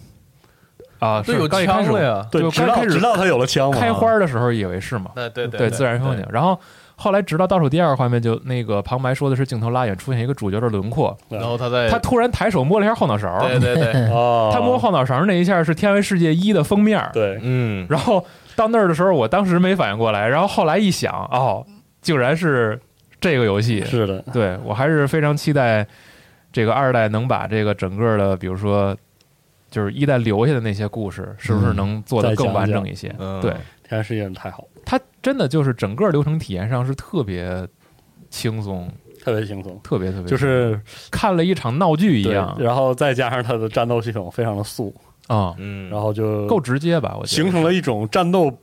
D: 啊，
H: 这
D: 是
H: 有
D: 刚一开
H: 枪
D: 始
H: 了呀！
F: 对
D: 就，
F: 直
D: 刚
F: 到
D: 开始
F: 直到他有了枪嘛，
D: 开花的时候以为是嘛，
H: 那对
D: 对自然风景。然后后来直到倒数第二个画面，就那个旁白说的是镜头拉远，出现一个主角的轮廓，
H: 然后他
G: 哎
H: 在
D: 他突然抬手摸了一下后脑勺，
H: 对对
G: 嗯
H: 对，
F: 啊，
D: 他摸后脑勺那一下是《天为世界一》的封面，
F: 对，
C: 嗯，
D: 然后到那儿的时候，我当时没反应过来，然后后来一想，哦，竟然是这个游戏，
F: 是的，
D: 对我还是非常期待这个二代能把这个整个的，比如说就是一代留下的那些故事，是不是能做得
F: 嗯再讲
D: 更完整
F: 讲
D: 一些？
C: 嗯
D: 对，
F: 天使也太好了，
D: 它真的就是整个流程体验上是特别轻松，
F: 特别轻松，
D: 特别特别
F: 就是
D: 看了一场闹剧一
F: 对
D: 样，
F: 然后再加上他的战斗系统非常的素，
D: 啊、
C: 嗯，
F: 然后就
D: 够直接吧？我觉得
F: 形成了一种战斗，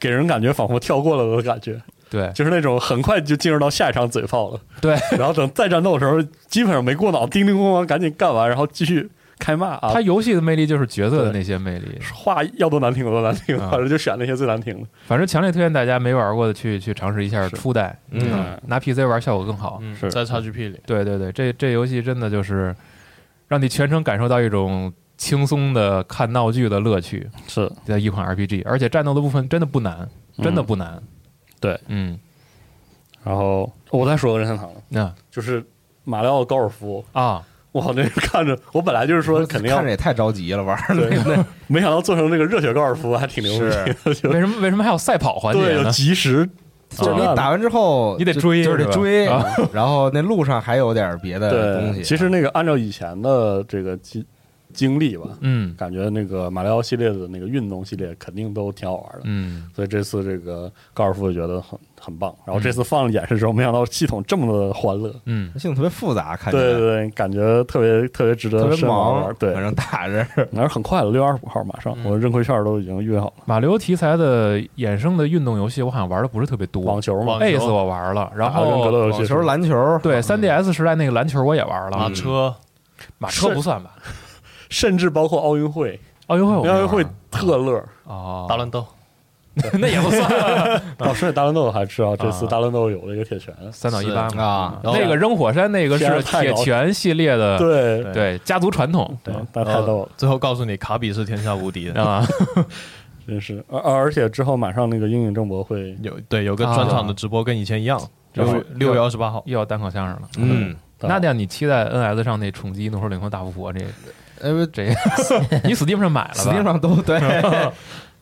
F: 给人感觉仿佛跳过了的感觉，
D: 对
F: 就是那种很快就进入到下一场嘴炮了。
D: 对，
F: 然后等再战斗的时候，基本上没过脑，叮叮咣咣赶紧干完，然后继续开骂啊
D: 它。游戏的魅力就是角色的那些魅力，
F: 话要多难听有多难听，
D: 啊
F: 反正就选那些最难听的。
D: 反正强烈推荐大家没玩过的去去尝试一下
F: 是
D: 初代，啊
C: 嗯，
D: 拿 PC 玩效果更好。
H: 嗯，
F: 是
H: 在 XGP 里，
D: 对对对，这这游戏真的就是让你全程感受到一种轻松的看闹剧的乐趣
F: 是
D: 的一款 RPG，而且战斗的部分真的不难，真的不难。
F: 对，
D: 嗯，
F: 然后我再说个任天堂的，
D: 那
F: 就是马里奥高尔夫，
D: 啊，
F: 哇，那个看着我本来就是说肯 定要
C: 看着，也太着急了，玩儿
F: 对，没想到做成这个热血高尔夫还挺牛逼的，就
D: 为什么为什么还有赛跑环节
F: 对，有
D: 呢？
F: 及时
C: 就
F: 作
C: 是
F: 战
C: 你打完之后，
D: 你得
C: 就
D: 追
C: 就是
D: 是吧
C: 得追
D: 啊，
C: 然后那路上还有点别的东西。啊
F: 对，其实那个按照以前的这个经经历吧，
D: 嗯
F: 感觉那个马里奥系列的那个运动系列肯定都挺好玩的，
D: 嗯，
F: 所以这次这个高尔夫我觉得很很棒。然后这次放了演示之后，没想到系统这么的欢乐，
D: 嗯，
C: 系统啊特别复杂，看起
F: 对对
C: 来
F: 对，感觉特别特别值得
C: 特别
F: 深玩玩
C: 忙，
F: 对，
C: 反正嗯打 着
F: 反正很快了，六月二十五号马上，我认亏券都已经约好了。
D: 马流题材的衍生的运动游戏，我好像玩的不是特别多。
F: 网球嘛，哎
H: 网球
D: Ace 我玩了，然
F: 还有人格
D: 后
F: 斗游
C: 网
F: 戏是
C: 球、篮球，
D: 对 3DS 时代那个篮球我也玩
H: 马
D: 了，嗯
H: 车
D: 马车不算吧？
F: 甚至包括奥运会，
D: 奥运会
C: 哦
D: 我没玩
F: 奥运
C: 啊
F: 会特乐。
D: 哦，
H: 打乱斗，
D: 那也不算。
F: 哦，顺着大乱斗还知道，这次
D: 啊
F: 大乱斗有了一个铁拳，
D: 三岛一八嘛，
C: 啊，
H: 然后
D: 那个扔火山那个是铁拳系列的，
F: 对
D: 对家族传统
F: 对，
D: 嗯
F: 但太逗了，
H: 最后告诉你，卡比是天下无敌的。
D: 啊，
F: 真是。而而且之后马上那个英影郑博会
H: 有对有个专场的直播，跟以前一样，六
D: 啊
H: 六月二十八号。
D: 又要单口相声了。
C: 嗯，
D: 那这样你期待 NS 上那宠击《怒火领空大复活》这
C: 呃不
D: 这， 你 Steam 上买了吧
C: ，Steam 上都 对。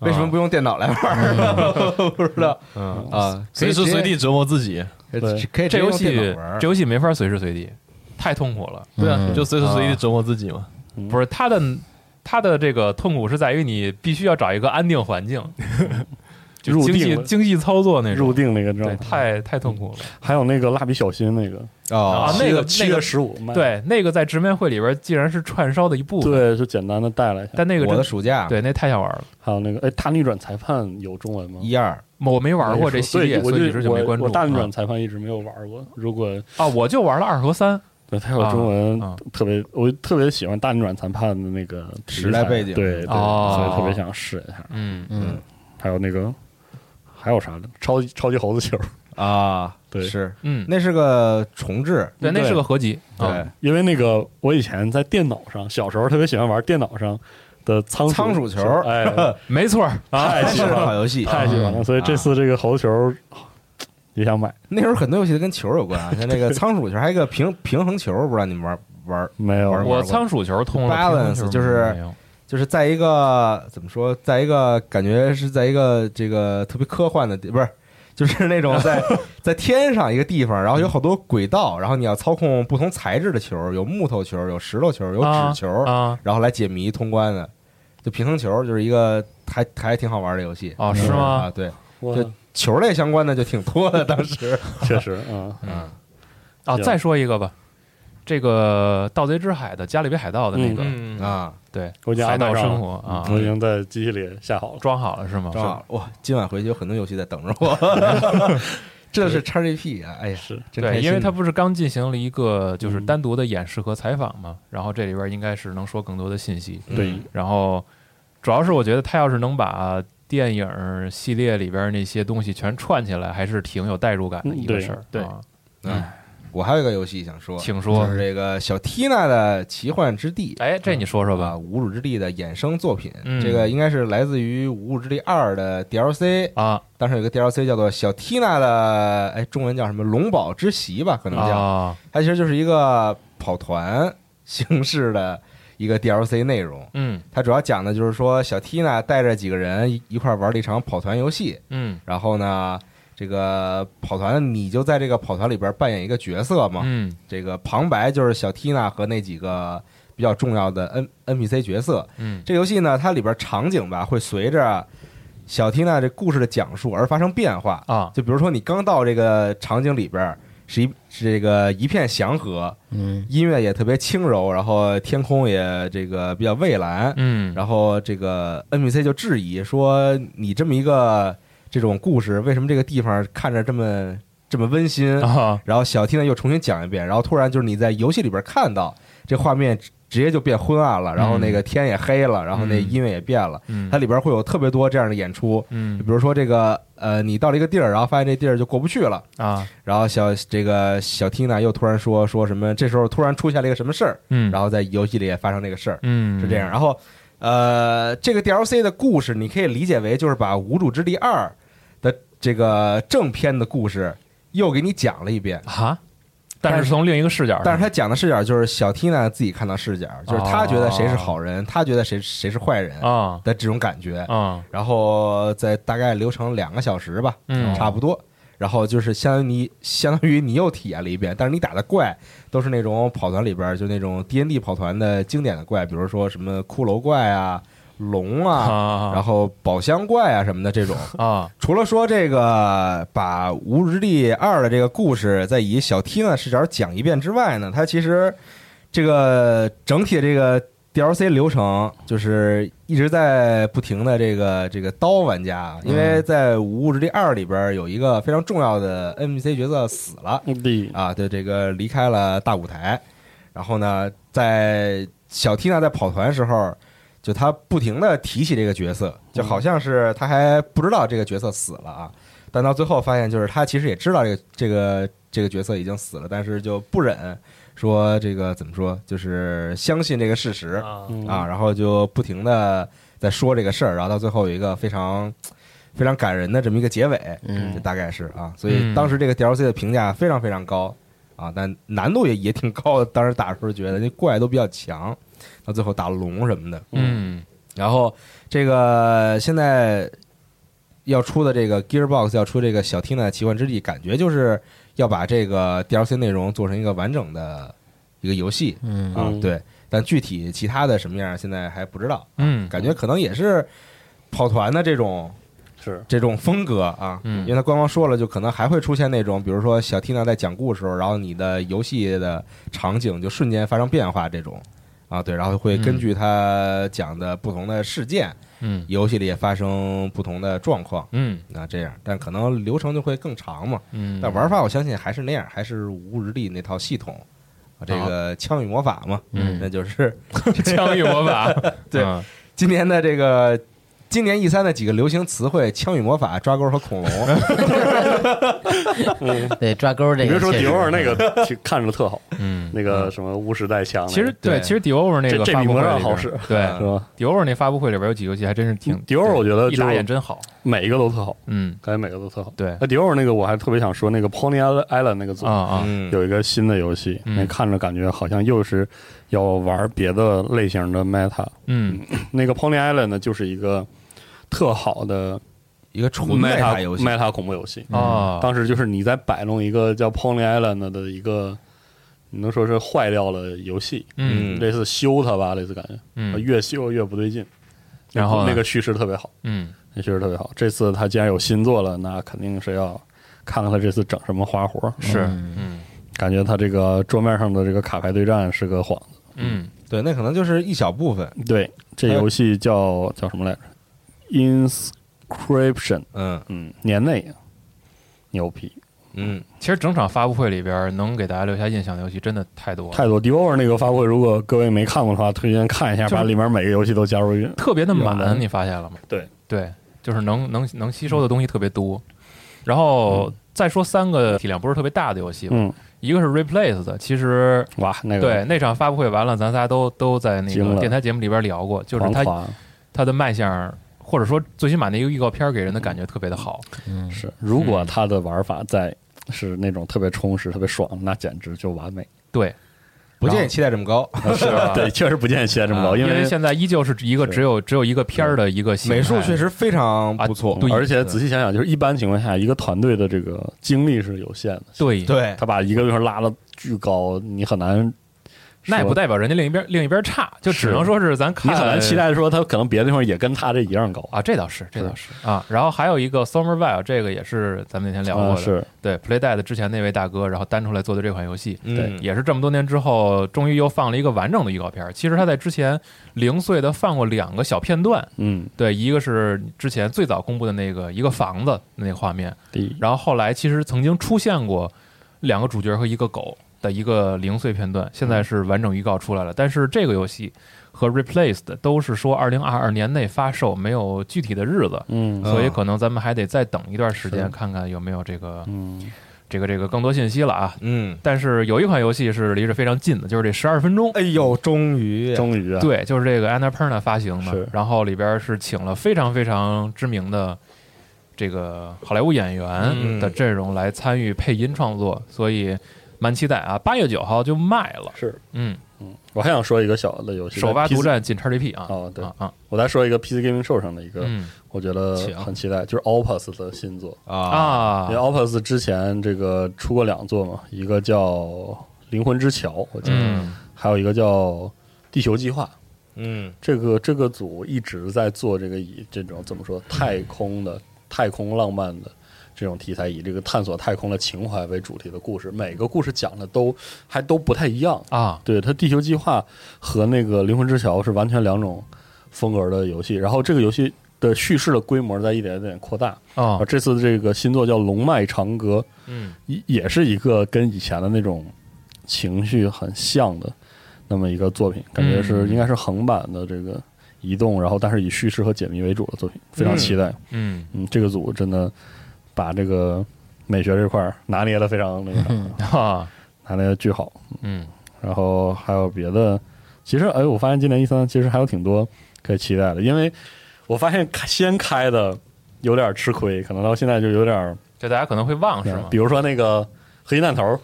C: 为什么不用电脑来玩儿？ 不知道
D: 嗯，
C: 啊，可以
H: 随时
C: 直接呃
H: 随地折磨自己，
F: 对
C: 可以直接
D: 这游
C: 用
D: 戏
C: 电脑玩儿
D: 这游戏没法随时随地，太痛苦了。
H: 对啊，
E: 嗯
H: 就随时随地折磨自己嘛。
D: 不是它的它的这个痛苦是在于你必须要找一个安定环境，就
F: 入
D: 经
F: 定
D: 济
F: 了
D: 经济操作那种
F: 入，定那个
D: 对，
F: 状态，
D: 太太痛苦了。
F: 还有那个蜡笔小新那个
D: 啊
C: 哦
D: 那个
F: 七
D: 那
F: 月
D: 个
F: 十五卖，
D: 对，那个在直面会里边竟然是串烧的一部分，
F: 对，就简单的带了一下。
D: 但那个
C: 我
D: 真
C: 的暑假
D: 对，那太想玩了。
F: 还有那个哎，大逆转裁判有中文吗？
C: 一二，
D: 我没玩过这系列，
F: 对我
D: 所
F: 就
D: 以一直就没关注。
F: 我我大逆转
D: 啊
F: 裁判一直没有玩过，如果
D: 啊，我就玩了二和三。
F: 对它有中文
D: 啊啊，
F: 特别我特别喜欢大逆转裁判的那个
C: 时代背景
F: 对对，
D: 哦
F: 所以特别想试一下。
D: 嗯，
E: 嗯
F: 还有那个还有啥呢？超级超级猴子球，
C: 啊，
F: 对
C: 是
D: 嗯，
C: 那是个重置，
D: 对，那是个合集。啊
F: 哦
C: 对，
F: 因为那个我以前在电脑上，小时候特别喜欢玩电脑上的仓鼠
C: 仓鼠球
F: 哎，啊
D: 没错儿，
F: 太喜
C: 是
F: 欢
C: 个好
F: 了，
C: 游戏。嗯
F: 太喜欢了。所以这次这个猴子球也想买，
C: 那时候很多游戏都跟球有关啊，像那个仓鼠球，还有一个平平衡球，不知道你们玩玩，
F: 没有
C: 玩过
D: 我仓鼠球通了
C: Balance
D: 乒乓球
C: 就是
D: 没有
C: 就是在一个怎么说，在一个感觉是在一个这个特别科幻的地，不是。就是那种 在在天上一个地方，然后有好多轨道，然后你要操控不同材质的球，有木头球，有石头球，有
D: 啊
C: 纸球，
D: 啊
C: 然后来解谜通关的。就平衡球就是一个还还挺好玩的游戏
D: 哦是吗
C: 啊，对，
F: 我
C: 就球类相关的就挺多的，当时
F: 确实啊，
D: 嗯啊，
F: 行
D: 再说一个吧，这个《盗贼之海》的加勒比海盗的那个，
H: 嗯，
C: 啊，
D: 对，
F: 我已经
D: 海
F: 安排
D: 盗
F: 上
D: 生
F: 了
D: 活啊，
F: 我已经在机器里下好了。
D: 装好哦了是吗？
C: 正好哇，今晚回去有很多游戏在等着我， 这是 XGP 啊，哎呀，
F: 是
C: 真开
D: 对，
C: 心
D: 因为他不是刚进行了一个就是
F: 嗯
D: 单独的演示和采访嘛，然后这里边应该是能说更多的信息。
F: 对
C: 嗯
D: 然后主要是我觉得他要是能把电影系列里边那些东西全串起来，还是挺有代入感的一
F: 嗯
D: 个
F: 对
D: 事儿。
H: 对
D: 啊
C: 哎我还有一个游戏想说，
D: 请说
C: 就是这个小 Tina 的奇幻之地。
D: 哎，这你说说吧
C: 啊，。无主之地的衍生作品，
D: 嗯
C: 这个应该是来自于《无主之地二》的 DLC。
D: 啊
C: 当时有一个 DLC 叫做小 Tina 的，哎，中文叫什么“龙宝之席”吧，可能叫。
D: 啊，
C: 它其实就是一个跑团形式的一个 DLC 内容。
D: 嗯
C: 它主要讲的就是说，小 Tina 带着几个人一一块儿玩了一场跑团游戏，
D: 嗯
C: 然后呢，这个跑团你就在这个跑团里边扮演一个角色嘛。
D: 嗯
C: 这个旁白就是小 Tina 和那几个比较重要的 N NPC 角色。
D: 嗯
C: 这游戏呢，它里边场景吧会随着小 Tina 这故事的讲述而发生变化。
D: 啊
C: 就比如说你刚到这个场景里边，是一是这个一片祥和，
E: 嗯，
C: 音乐也特别轻柔，然后天空也这个比较蔚蓝，
D: 嗯，
C: 然后这个 NPC 就质疑说你这么一个这种故事，为什么这个地方看着这么这么温馨？
D: 啊
C: 然后小 T 呢又重新讲一遍，然后突然就是你在游戏里边看到这画面直直接就变昏暗了，然后那个天也黑了，然后那
D: 嗯
C: 音乐也变了，
D: 嗯
C: 它里边会有特别多这样的演出，
D: 嗯
C: 比如说这个呃你到了一个地儿，然后发现这地儿就过不去了。
D: 啊
C: 然后小这个小 T 呢又突然说说什么，这时候突然出现了一个什么事儿，
D: 嗯，
C: 然
D: 后
C: 后在游戏里也发生这个事儿，
D: 嗯
C: 是这样。然后呃，这个 DLC 的故事你可以理解为就是把《无主之地二》的这个正片的故事又给你讲了一遍，
D: 啊，但是从另一个视角，
C: 但是他讲的视角就是小 T 呢自己看到视角，就是他觉得谁是好人，他觉得谁谁是坏人
D: 啊
C: 的这种感觉。
D: 啊
C: 然后在大概流程两个小时吧，
D: 嗯
C: 差不多。然后就是相当于你相当于你又体验了一遍，但是你打的怪都是那种跑团里边儿就那种 D N D 跑团的经典的怪，比如说什么骷髅怪啊、龙啊，
D: 啊
C: 然后宝箱怪啊什么的这种。
D: 啊
C: 除了说这个把《无日之地二》的这个故事再以小 T 的视角讲一遍之外呢，它其实这个整体的这个 DLC 流程就是一直在不停的这个这个刀玩家，啊因为在《无日之地二》里边有一个非常重要的 NPC 角色死了
F: 对，
C: 啊，对这个离开了大舞台，然后呢，在小 T 呢在跑团时候。就他不停的提起这个角色，就好像是他还不知道这个角色死了啊，但到最后发现就是他其实也知道这个这个这个角色已经死了，但是就不忍说这个怎么说，就是相信这个事实
H: 啊
F: 嗯
C: 啊，，然后就不停的在说这个事儿，然后到最后有一个非常非常感人的这么一个结尾，
E: 嗯
C: 这大概是啊，所以当时这个 DLC 的评价非常非常高啊，但难度也也挺高的，当时打的时候觉得那怪都比较强，到最后打龙什么的，
D: 嗯
C: 然后这个现在要出的这个 Gearbox 要出这个小 Tina 的奇幻之地，感觉就是要把这个 DLC 内容做成一个完整的一个游戏
E: 嗯
C: 啊
F: 嗯，
C: 对。但具体其他的什么样，现在还不知道。
D: 嗯
C: 感觉可能也是跑团的这种
F: 是
C: 这种风格啊，
D: 嗯
C: 因为他官方说了，就可能还会出现那种，比如说小 Tina 在讲故事时候，然后你的游戏的场景就瞬间发生变化这种啊，对，然后会根据他讲的不同的事件，
D: 嗯
C: 游戏里也发生不同的状况，
D: 嗯
C: 那这样，但可能流程就会更长嘛，
D: 嗯，
C: 但玩法我相信还是那样，还是无日历那套系统，啊这个枪与魔法嘛，
E: 嗯
C: 那就是
D: 枪与魔法，
C: 对
D: 啊
C: 今年的这个今年 E 三的几个流行词汇：枪与魔法、抓钩和恐龙。
E: 对，抓钩这
F: 你
E: 个
F: 别说
E: 确实
F: 迪奥那个挺看着特好，
D: 嗯，
F: 那个什么巫师带枪那个，
D: 其实对，
C: 对
D: 其实 Diover 那个
F: 这这
D: 发
F: 比
D: 布
F: 魔
D: 会
F: 杖
D: 里
F: 好
D: 边
F: 使
D: 对
F: 是吧？
D: ，Diover 那发布会里边有几个游戏还真是挺
F: 迪奥我觉得
D: 一
F: 就
D: 打眼真好，
F: 每一个都特好，
D: 嗯，
F: 感觉每个都特好。
D: 对
F: 那迪奥那个我还特别想说那个 Pony Island 那个组
D: 啊 啊，
C: 嗯，
F: 有一个新的游戏，
D: 嗯
F: 那看着感觉好像又是要玩别的类型的 Meta。
D: 嗯
F: 那个 Pony Island 呢，就是一个特好的
C: 一个纯卖塔
F: Meta
C: 游戏，
F: Meta 恐怖游戏。
D: 啊，
F: 当时就是你在摆弄一个叫 Pony Island 的一个，你能说是坏掉了游戏，
D: 嗯
C: 嗯
F: 类似修它吧，类似感觉，
D: 嗯
F: 越修越不对劲。
D: 然后呢
F: 那个叙事特别好，
D: 嗯
F: 那叙事特别好。这次他既然有新作了，那肯定是要看看他这次整什么花活。
D: 是嗯
F: 感觉它这个桌面上的这个卡牌对战是个幌子。
D: 嗯，
C: 对，那可能就是一小部分，
F: 对，这
C: 哎
F: 游戏叫叫什么来着？Inscription，
C: 嗯
F: 嗯，年内牛逼，
C: 嗯，
D: 其实整场发布会里边能给大家留下印象的游戏真的太多了，
F: 太多。Devolver 那个发布会，如果各位没看过的话，推荐看一下，
D: 就是
F: 把里面每个游戏都加入进去。
D: 特别的
F: 有的
D: 满，你发现了吗？
F: 对嗯
D: 对，就是能能能吸收的东西特别多。然后再说三个体量不是特别大的游戏吧，
F: 嗯，
D: 一个是 Replace 的，其实
F: 哇，那
D: 对
F: 个
D: 那场发布会完了，咱仨都都在那
F: 惊
D: 个
F: 了
D: 电台节目里边聊过，就是
F: 嗯狂
D: 它
F: 夸
D: 它的卖相，或者说最起码那个预告片给人的感觉特别的 好。
E: 嗯，
F: 是，如果
D: 嗯
F: 它的玩法在是那种特别充实、特别爽，那简直就 完美。
D: 对，
C: 不建议期待这么高，
D: 是吧？
F: 对，确实不建议期待这么高，
D: 啊因
F: 因为
D: 现在依旧是一个
F: 是
D: 只有只有一个片儿的一个形态
C: 美术确实非常不错
D: 啊，对
F: 而且仔细想想，就是一般情况下，一个团队的这个精力是有限的，
D: 对，
C: 对，
F: 他把一个地方拉的巨高，你很难，
D: 那也不
F: 说
D: 代表人家另一边另一边差，就只
F: 是
D: 能说是咱看
F: 你很难期待说他可能别的地方也跟他这一样高。
D: 啊，这倒是，这倒是啊。然后还有一个 Somerville，这个也是咱们那天聊过
F: 啊，
D: 的，
F: 是
D: 对 Playdead 之前那位大哥，然后单出来做的这款游戏，
C: 嗯，
D: 也是这么多年之后，终于又放了一个完整的预告片儿。其实他在之前零碎的放过两个小片段，
F: 嗯，
D: 对，一个是之前最早公布的那个一个房子的那个画面，
F: 第一，
D: 然后后来其实曾经出现过两个主角和一个狗的一个零碎片段，现在是完整预告出来了。但是这个游戏和 Replaced 都是说二零二二年内发售，没有具体的日子，
F: 嗯
C: 嗯
D: 所以可能咱们还得再等一段时间，
F: 是
D: 看看有没有这个
F: 嗯，
D: 这个这个更多信息了啊。
C: 嗯，
D: 但是有一款游戏是离着非常近的，就是这十二分钟。
C: 哎呦，终于，
F: 终于
D: 呃
F: 啊，
D: 对，就是这个 Annapurna 发行的
F: 是，
D: 然后里边是请了非常非常知名的这个好莱坞演员
C: 嗯
D: 的阵容来参与配音创作，所以蛮期待啊！八月九号就卖了，
F: 是，
D: 嗯，
F: 嗯，我还想说一个小的游戏，
D: 首发
F: 在 PC
D: 独，占仅 XGP 啊，
F: 哦对
D: 啊啊，
F: 我再说一个 PC Gaming Show 上的一个，
D: 嗯
F: 我觉得
H: 行
F: 很期待，就是 Opus 的新作，
C: 啊，
D: 啊
F: 因为，Opus 之前这个出过两座嘛，一个叫《灵魂之桥》，我记得，
D: 嗯
F: 还有一个叫《地球计划》。
C: 嗯
F: 这个这个组一直在做这个以这种怎么说太空的太空浪漫的这种题材，以这个探索太空的情怀为主题的故事，每个故事讲的都还都不太一样。
D: 啊，
F: 对，它《地球计划》和那个《灵魂之桥》是完全两种风格的游戏。然后这个游戏的叙事的规模在一点一点扩大。啊，
D: 哦，
F: 这次这个新作叫《龙脉长歌》，
D: 嗯
F: 也也是一个跟以前的那种情绪很像的那么一个作品，感觉是
D: 嗯
F: 应该是横版的这个移动，然后但是以叙事和解谜为主的作品，非常期待。
D: 嗯，
F: 嗯，这个组真的把这个美学这块儿拿捏的非常 那个，
D: 嗯哈，
F: 拿捏的巨好。
D: 嗯
F: 然后还有别的，其实哎，我发现今年一三其实还有挺多可以期待的，因为我发现开先开的有点吃亏，可能到现在就有点儿，
D: 这大家可能会忘哦是吗
F: 比？如说那个合金弹头。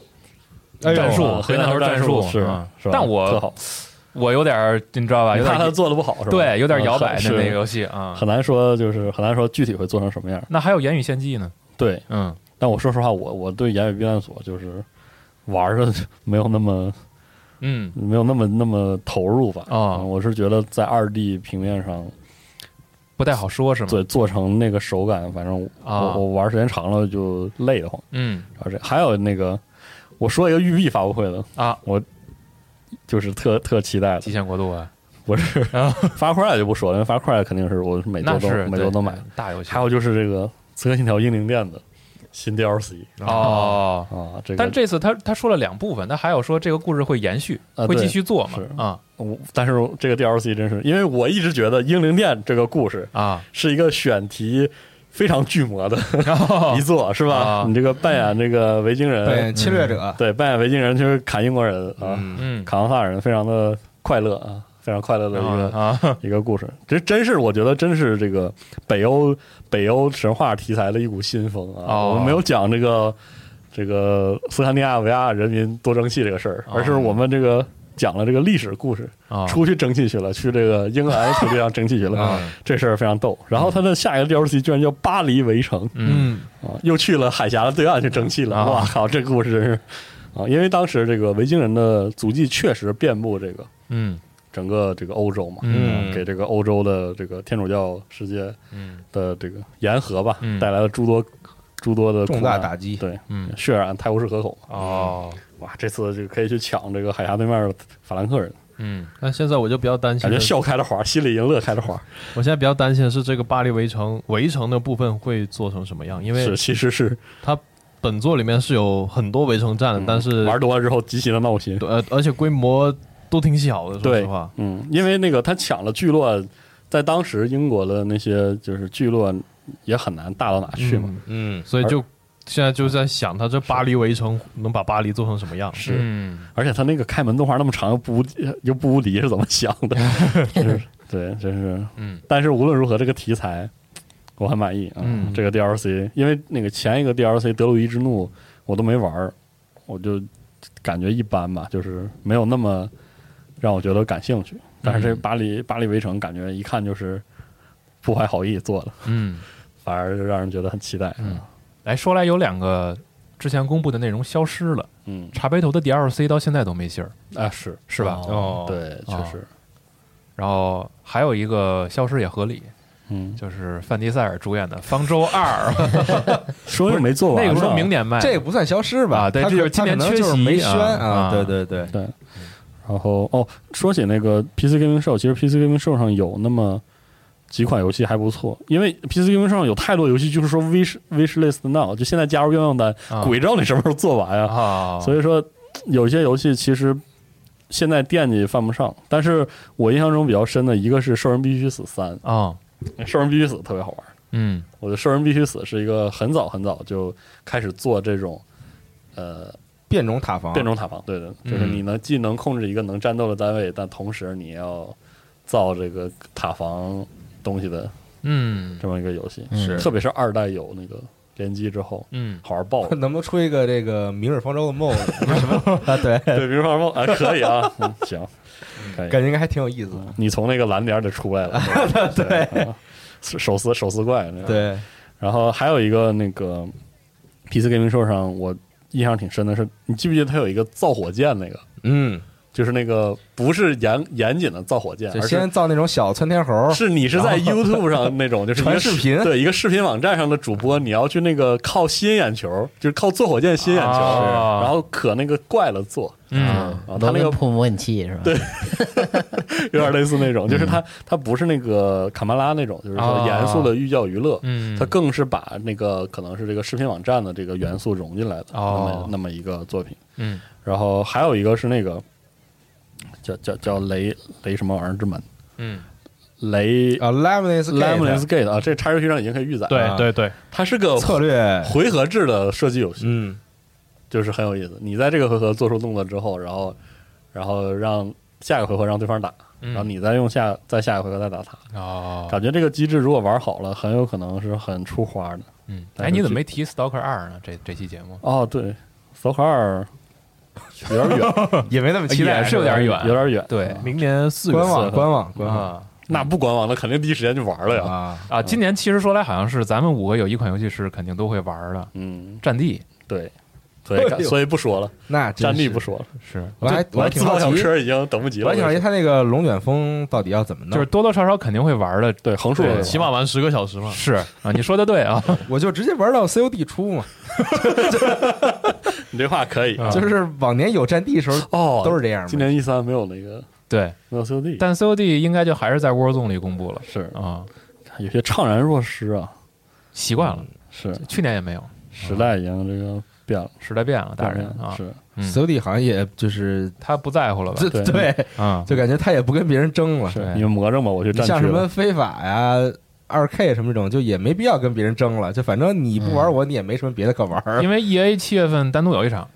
C: 哎呦
D: 战术，
F: 啊
D: 回弹头战术啊
F: 是吧，
D: 但
F: 特
D: 我
F: 好，
D: 我有点儿，你知道吧？
F: 你
D: 有点
F: 怕他
D: 儿
F: 做的不好是吧？
D: 对，有点摇摆
F: 嗯
D: 的
F: 是
D: 那个嗯游戏啊。
F: 很难说，就是很难说具体会做成什么样。
D: 那还有言语献祭呢，
F: 对，
D: 嗯，
F: 但我说实话，我我对言语避难所就是玩的没有那么
D: 嗯
F: 没有那么那么投入吧。
D: 哦
F: 嗯我是觉得在二 D 平面上，
D: 不太好说，是吗？
F: 对做成那个手感，反正我、
D: 啊
F: 我玩时间长了就累得慌。
D: 嗯
F: 而且还有那个，我说一个育碧发布会的，
D: 啊，
F: 就是特特期待的
D: 极，限国度啊，
F: 不是
D: 啊
F: 发块就不说了，因为发块肯定是我每周
D: 那
F: 都
D: 是
F: 每周
D: 对
F: 都买。
D: 大游戏，
F: 还有就是这个《刺客信条：英灵殿》的新 DLC
D: 哦。
F: 啊，这个
D: 但这次他他说了两部分，他还有说这个故事会延续，
F: 啊
D: 会继
F: 对
D: 续做嘛
F: 是？
D: 啊
F: 我但是这个 DLC 真是，因为我一直觉得《英灵殿》这个故事
D: 啊，
F: 是一个选题非常巨魔的
D: 然后
F: 一座，是吧？
D: 啊
F: 你这个扮演这个维京人，
C: 对，侵略者，
F: 对，扮演维京人就是砍英国人啊，
C: 嗯，
D: 嗯，
F: 砍盎萨人，非常的快乐啊，非常快乐的
D: 然
F: 一
D: 后
F: 个、
D: 啊，
F: 一个故事。这真是我觉得真是这个北欧北欧神话题材的一股新风啊！
D: 哦
F: 我们没有讲这个这个斯堪的纳维亚人民多争气这个事儿，
D: 哦
F: 而是我们这个。讲了这个历史故事，
D: 啊
F: 出去争气去了，去这个英格兰土地上争气去
D: 哦
F: 了，这事儿非常逗。然后他的下一个 DLC 居然叫《巴黎围城》，
D: 嗯
F: 啊，又去了海峡的对岸去蒸汽了。
D: 啊
F: 哇靠，这故事真是啊！因为当时这个维京人的足迹确实遍布这个
D: 嗯
F: 整个这个欧洲嘛，
D: 嗯
F: 给这个欧洲的这个天主教世界
D: 嗯
F: 的这个沿河吧，
D: 嗯
F: 带来了诸多诸多的
C: 重
F: 苦
C: 大
F: 难
C: 打击
F: 对，
D: 嗯
F: 血染泰晤士河口嘛，
D: 哦，
F: 哇，这次就可以去抢这个海峡对面的法兰克人，
D: 嗯，
H: 但现在我就比较担心
F: 感觉
H: 的，
F: 笑开了花，心里已经乐开了花。
H: 我现在比较担心的是这个巴黎围城围城的部分会做成什么样，因为
F: 是，其实是
H: 本作里面是有很多围城战的，
F: 嗯
H: 但是
F: 玩多了之后极其的闹心。
H: 呃而且规模都挺小的，说
F: 对
H: 实话，
F: 嗯，因为那个他抢了聚落，在当时英国的那些就是聚落也很难大到哪去嘛。
H: 嗯
C: 嗯，
H: 所以就现在就在想，他这巴黎围城能把巴黎做成什么样？
F: 是，
D: 嗯，
F: 而且他那个开门动画那么长，又不又不无敌是怎么想的？就是对，真是
D: 嗯。
F: 但是无论如何，这个题材我很满意啊。
D: 嗯
F: 这个 DLC，因为那个前一个 DLC《德鲁伊之怒》我都没玩儿，我就感觉一般吧，就是没有那么让我觉得感兴趣。但是这巴黎、巴黎围城感觉一看就是不怀好意做的，
D: 嗯，
F: 反而让人觉得很期待。
D: 嗯来说来有两个之前公布的内容消失了，
F: 嗯，
D: 茶杯头的 DLC 到现在都没信儿，
F: 啊是
D: 是吧？
H: 哦，
F: 对，确
D: 哦
F: 实，
D: 然后还有一个消失也合理，
F: 嗯，
D: 就是范迪塞尔主演的《方舟 二》，
F: 说又没做完
D: 那
F: 呢，
D: 个说明年卖，
C: 这个不算消失吧？
D: 啊对
C: 他
D: 这就
C: 可
D: 是今年
C: 他可能就是
D: 缺席
C: 没宣
D: 啊啊
C: 对对对，
F: 对，然后哦，说起那个 PC Gaming Show，其实 PC Gaming Show 上有那么几款游戏还不错，因为 PC Gaming Show 上有太多游戏，就是说 wish wish list now，就现在加入愿望单，
D: 啊
F: 鬼知道你什么时候做完啊。
D: 啊，
F: 所以说，有些游戏其实现在惦记犯不上，但是我印象中比较深的一个是《兽人必须死三
D: 啊，》，
F: 《兽人必须死》特别好玩。
D: 嗯
F: 我觉得《兽人必须死》是一个很早很早就开始做这种，呃，
C: 变种塔防，
F: 变种塔防，对的，就是你能既能控制一个能战斗的单位，但同时你要造这个塔防东西的
D: 嗯
F: 这么一个游戏，
E: 是
F: 特别是二代有那个联机之后，
D: 嗯，
F: 好玩爆了。
C: 能不能出一个这个《明日方舟》的 梦？什么啊？对，
F: 对，比如说梦，哎，可以啊，嗯行，可以。
C: 感觉应该还挺有意思的。
F: 你从那个蓝点里出 来了，对，嗯 手撕手撕怪那个。
C: 对，
F: 然后还有一个那个 PC Gaming Show 上，我印象挺深的是，你记不记得它有一个造火箭那个？
C: 嗯，
F: 就是那个不是严严谨的造火箭，
C: 就
F: 而是
C: 先造那种小窜天猴，
F: 是你是在 YouTube 上那 种，就是一个
C: 传视频
F: 对一个视频网站上的主播，你要去那个靠吸引眼球，就是靠做火箭吸引眼球，
C: 哦
D: 啊
F: 然后可那个怪了做，
D: 嗯
F: 啊，他
E: 罗
F: 那
E: 根
F: 个
E: 破模拟器是吧？对，
F: 有点类似那种，就是他他不是那个卡曼拉那种，就是说
D: 啊
F: 严肃的寓教于乐，
D: 嗯，
F: 他更是把那个可能是这个视频网站的这个元素融进来的，那
D: 哦
F: 么那么一个作品。
D: 嗯
F: 然后还有一个是那个叫叫叫雷雷什么玩意儿之门，
D: 嗯
F: 雷
C: 啊 l e m o n a d e
F: Lemon's Gate 啊，这插游戏上已经可以预载了，
C: 啊
H: 对对对，
F: 它是个
C: 策略，
F: 回合制的射击游戏，
C: 嗯，
F: 就是很有意思。你在这个回合做出动作之后，然后然后让下一个回合让对方打，
D: 嗯
F: 然后你再用下再下一个回合再打他。
D: 哦，
F: 感觉这个机制如果玩好了，很有可能是很出花的。
D: 嗯，哎，你怎么没提 Stalker 二呢？这这期节目
F: 哦，对，《索卡二》有点 远，
C: 也没那么期待，
D: 也是有点远
F: 有点远。
C: 啊
D: 对
H: 明年四月
C: 观
H: 份
C: 望，观望，观望
D: 啊
F: 那不管网了，肯定第一时间就玩了呀。
C: 啊！
D: 啊，今年其实说来好像是咱们五个有一款游戏是肯定都会玩的，《
F: 嗯，
D: 战地
F: 对，所以
C: 哎呦
F: 所以不说了，
C: 那真
F: 战
C: 是
F: 力不，说了，》
D: 是。
C: 哎我还
F: 我
C: 还
F: 自
C: 挺好
F: 爆
C: 奇
F: 小，车已经等不及
C: 我
F: 了
C: 还。挺好奇他那个龙卷风到底要怎么弄？
D: 就是多多少少肯定会玩的，
F: 对横竖
D: 对
F: 我也玩
H: 起码玩十个小时嘛。
D: 是啊，你说的对啊，
C: 我就直接玩到 COD 出嘛，
F: 你这话可以，
C: 就是往年有战地的时候
F: 哦，
C: 啊都是这样嘛。
F: 今年 E 三没有那个
D: 对，
F: 没有 COD，
D: 但 COD 应该就还是在 Warzone 里公布了
F: 是
D: 啊，
F: 有些怅然若失啊，
D: 习惯
C: 嗯
D: 了，
F: 是
D: 去年也没有，
F: 时代已经这个变了，
D: 时代变了，大人
F: 变了
D: 啊，
F: 是
D: 嗯
C: COD 好像也就是
D: 他不在乎了吧？
C: 这
F: 对
C: 对，
D: 啊，
C: 就感觉他也不跟别人争了。
F: 是
D: 对
F: 你们魔怔吧，我去
C: 你
F: 战
C: 像
F: 区
C: 什么
F: 了，
C: 非法呀、二 K 什么这种，就也没必要跟别人争了。就反正你不玩我，你也没什么别的可玩儿，
D: 因为 E A 七月份单独有一场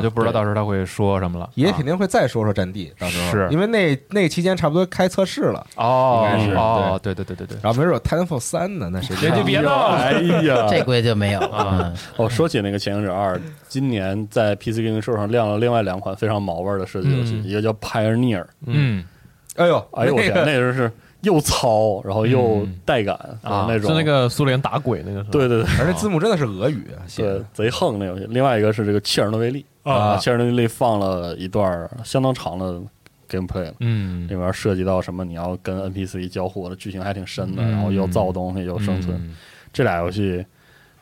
C: 啊
D: 就不知道
F: 对
D: 到时候他会说什么了。
C: 爷
D: 啊
C: 肯定会再说说战地，到时候
D: 是
C: 因为那那期间差不多开测试了，
D: 哦
C: 应该是
D: 哦，对对对对对，
C: 然后没准有 Titanfall 三呢，那谁知
D: 人
C: 道
D: 家？别闹了，
F: 哎 呀，
D: 啊
E: 这估计就没有了。
F: 哦，说起那个《潜行者二》，今年在 PC Gaming Show 上亮了另外两款非常毛味儿的射击游戏，
D: 嗯
F: 一个叫 Pioneer，
D: 嗯，
C: 哎呦，
F: 哎呦我
C: 那
F: 天，
C: 个
F: 那人是又糙，然后又
D: 嗯
F: 带感
D: 啊
F: 那种
H: 是那个苏联打鬼那个是吧？
F: 对对对。
C: 而且字幕真的是俄语啊写
F: 对
C: 的，，
F: 贼横那游戏。另外一个是这个切尔诺贝利
C: 啊
F: 切尔诺贝利放了一段儿相当长的 gameplay 了，
D: 嗯，
F: 里面涉及到什么你要跟 NPC 交互的剧情还挺深的，
D: 嗯
F: 然后又造东西又生存，
D: 嗯
F: 这俩游戏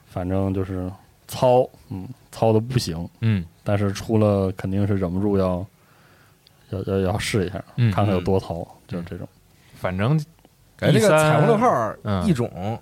F: 反正就是糙，嗯，糙的不行，
D: 嗯
F: 但是出了肯定是忍不住要要要要试一下，
D: 嗯，
F: 看看有多糙，就是这种。
D: 反正
C: 感觉这个
D: 一三
C: 彩虹六号
D: 嗯
C: 一种，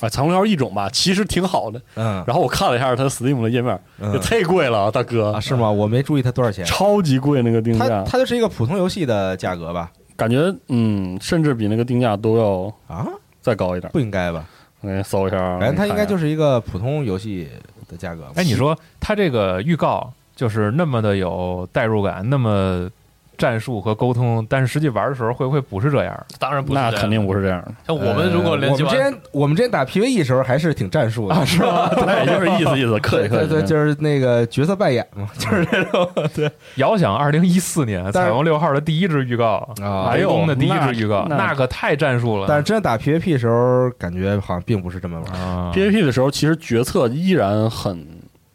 F: 啊，彩虹六号一种吧，其实挺好的。
C: 嗯
F: 然后我看了一下它 Steam 的页面，也
C: 嗯
F: 太贵了啊，大哥
C: 啊，是吗？我没注意它多少钱，
F: 超级贵那个定
C: 它
F: 价，
C: 它就是一个普通游戏的价格吧？
F: 感觉嗯，甚至比那个定价都要
C: 啊，
F: 再高一点。
C: 不应该吧？
F: 我给你搜一下啊，
C: 感觉它应该就是是一个普通游戏的价格吧。
D: 哎，你说他这个预告就是那么的有代入感，那么战术和沟通，但是实际玩的时候会不会不是这样？
G: 当然不是这
F: 那
G: 样，
F: 肯定不是这样的，
G: 像我们如果
C: 呃
G: 联
C: 我
G: 机
C: 们之
G: 完，
C: 前我们之前打 PVE 的时候还是挺战术的，
F: 啊是吧？ 对，就是意思意思，客
C: 对
F: 气客
C: 对
F: 气。
C: 对，就是那个角色扮演嘛，就是这种。对，
D: 遥想二零一四年
C: 但是
D: 彩虹六号的第一支预告，
C: 啊
D: 白宫的第一
F: 哎呦
D: 支预告，
F: 那那
D: 那可太战术了。
C: 但是真的打 PVP 的时候，感觉好像并不是这么玩。
D: 啊，
F: PVP 的时候，其实决策依然很，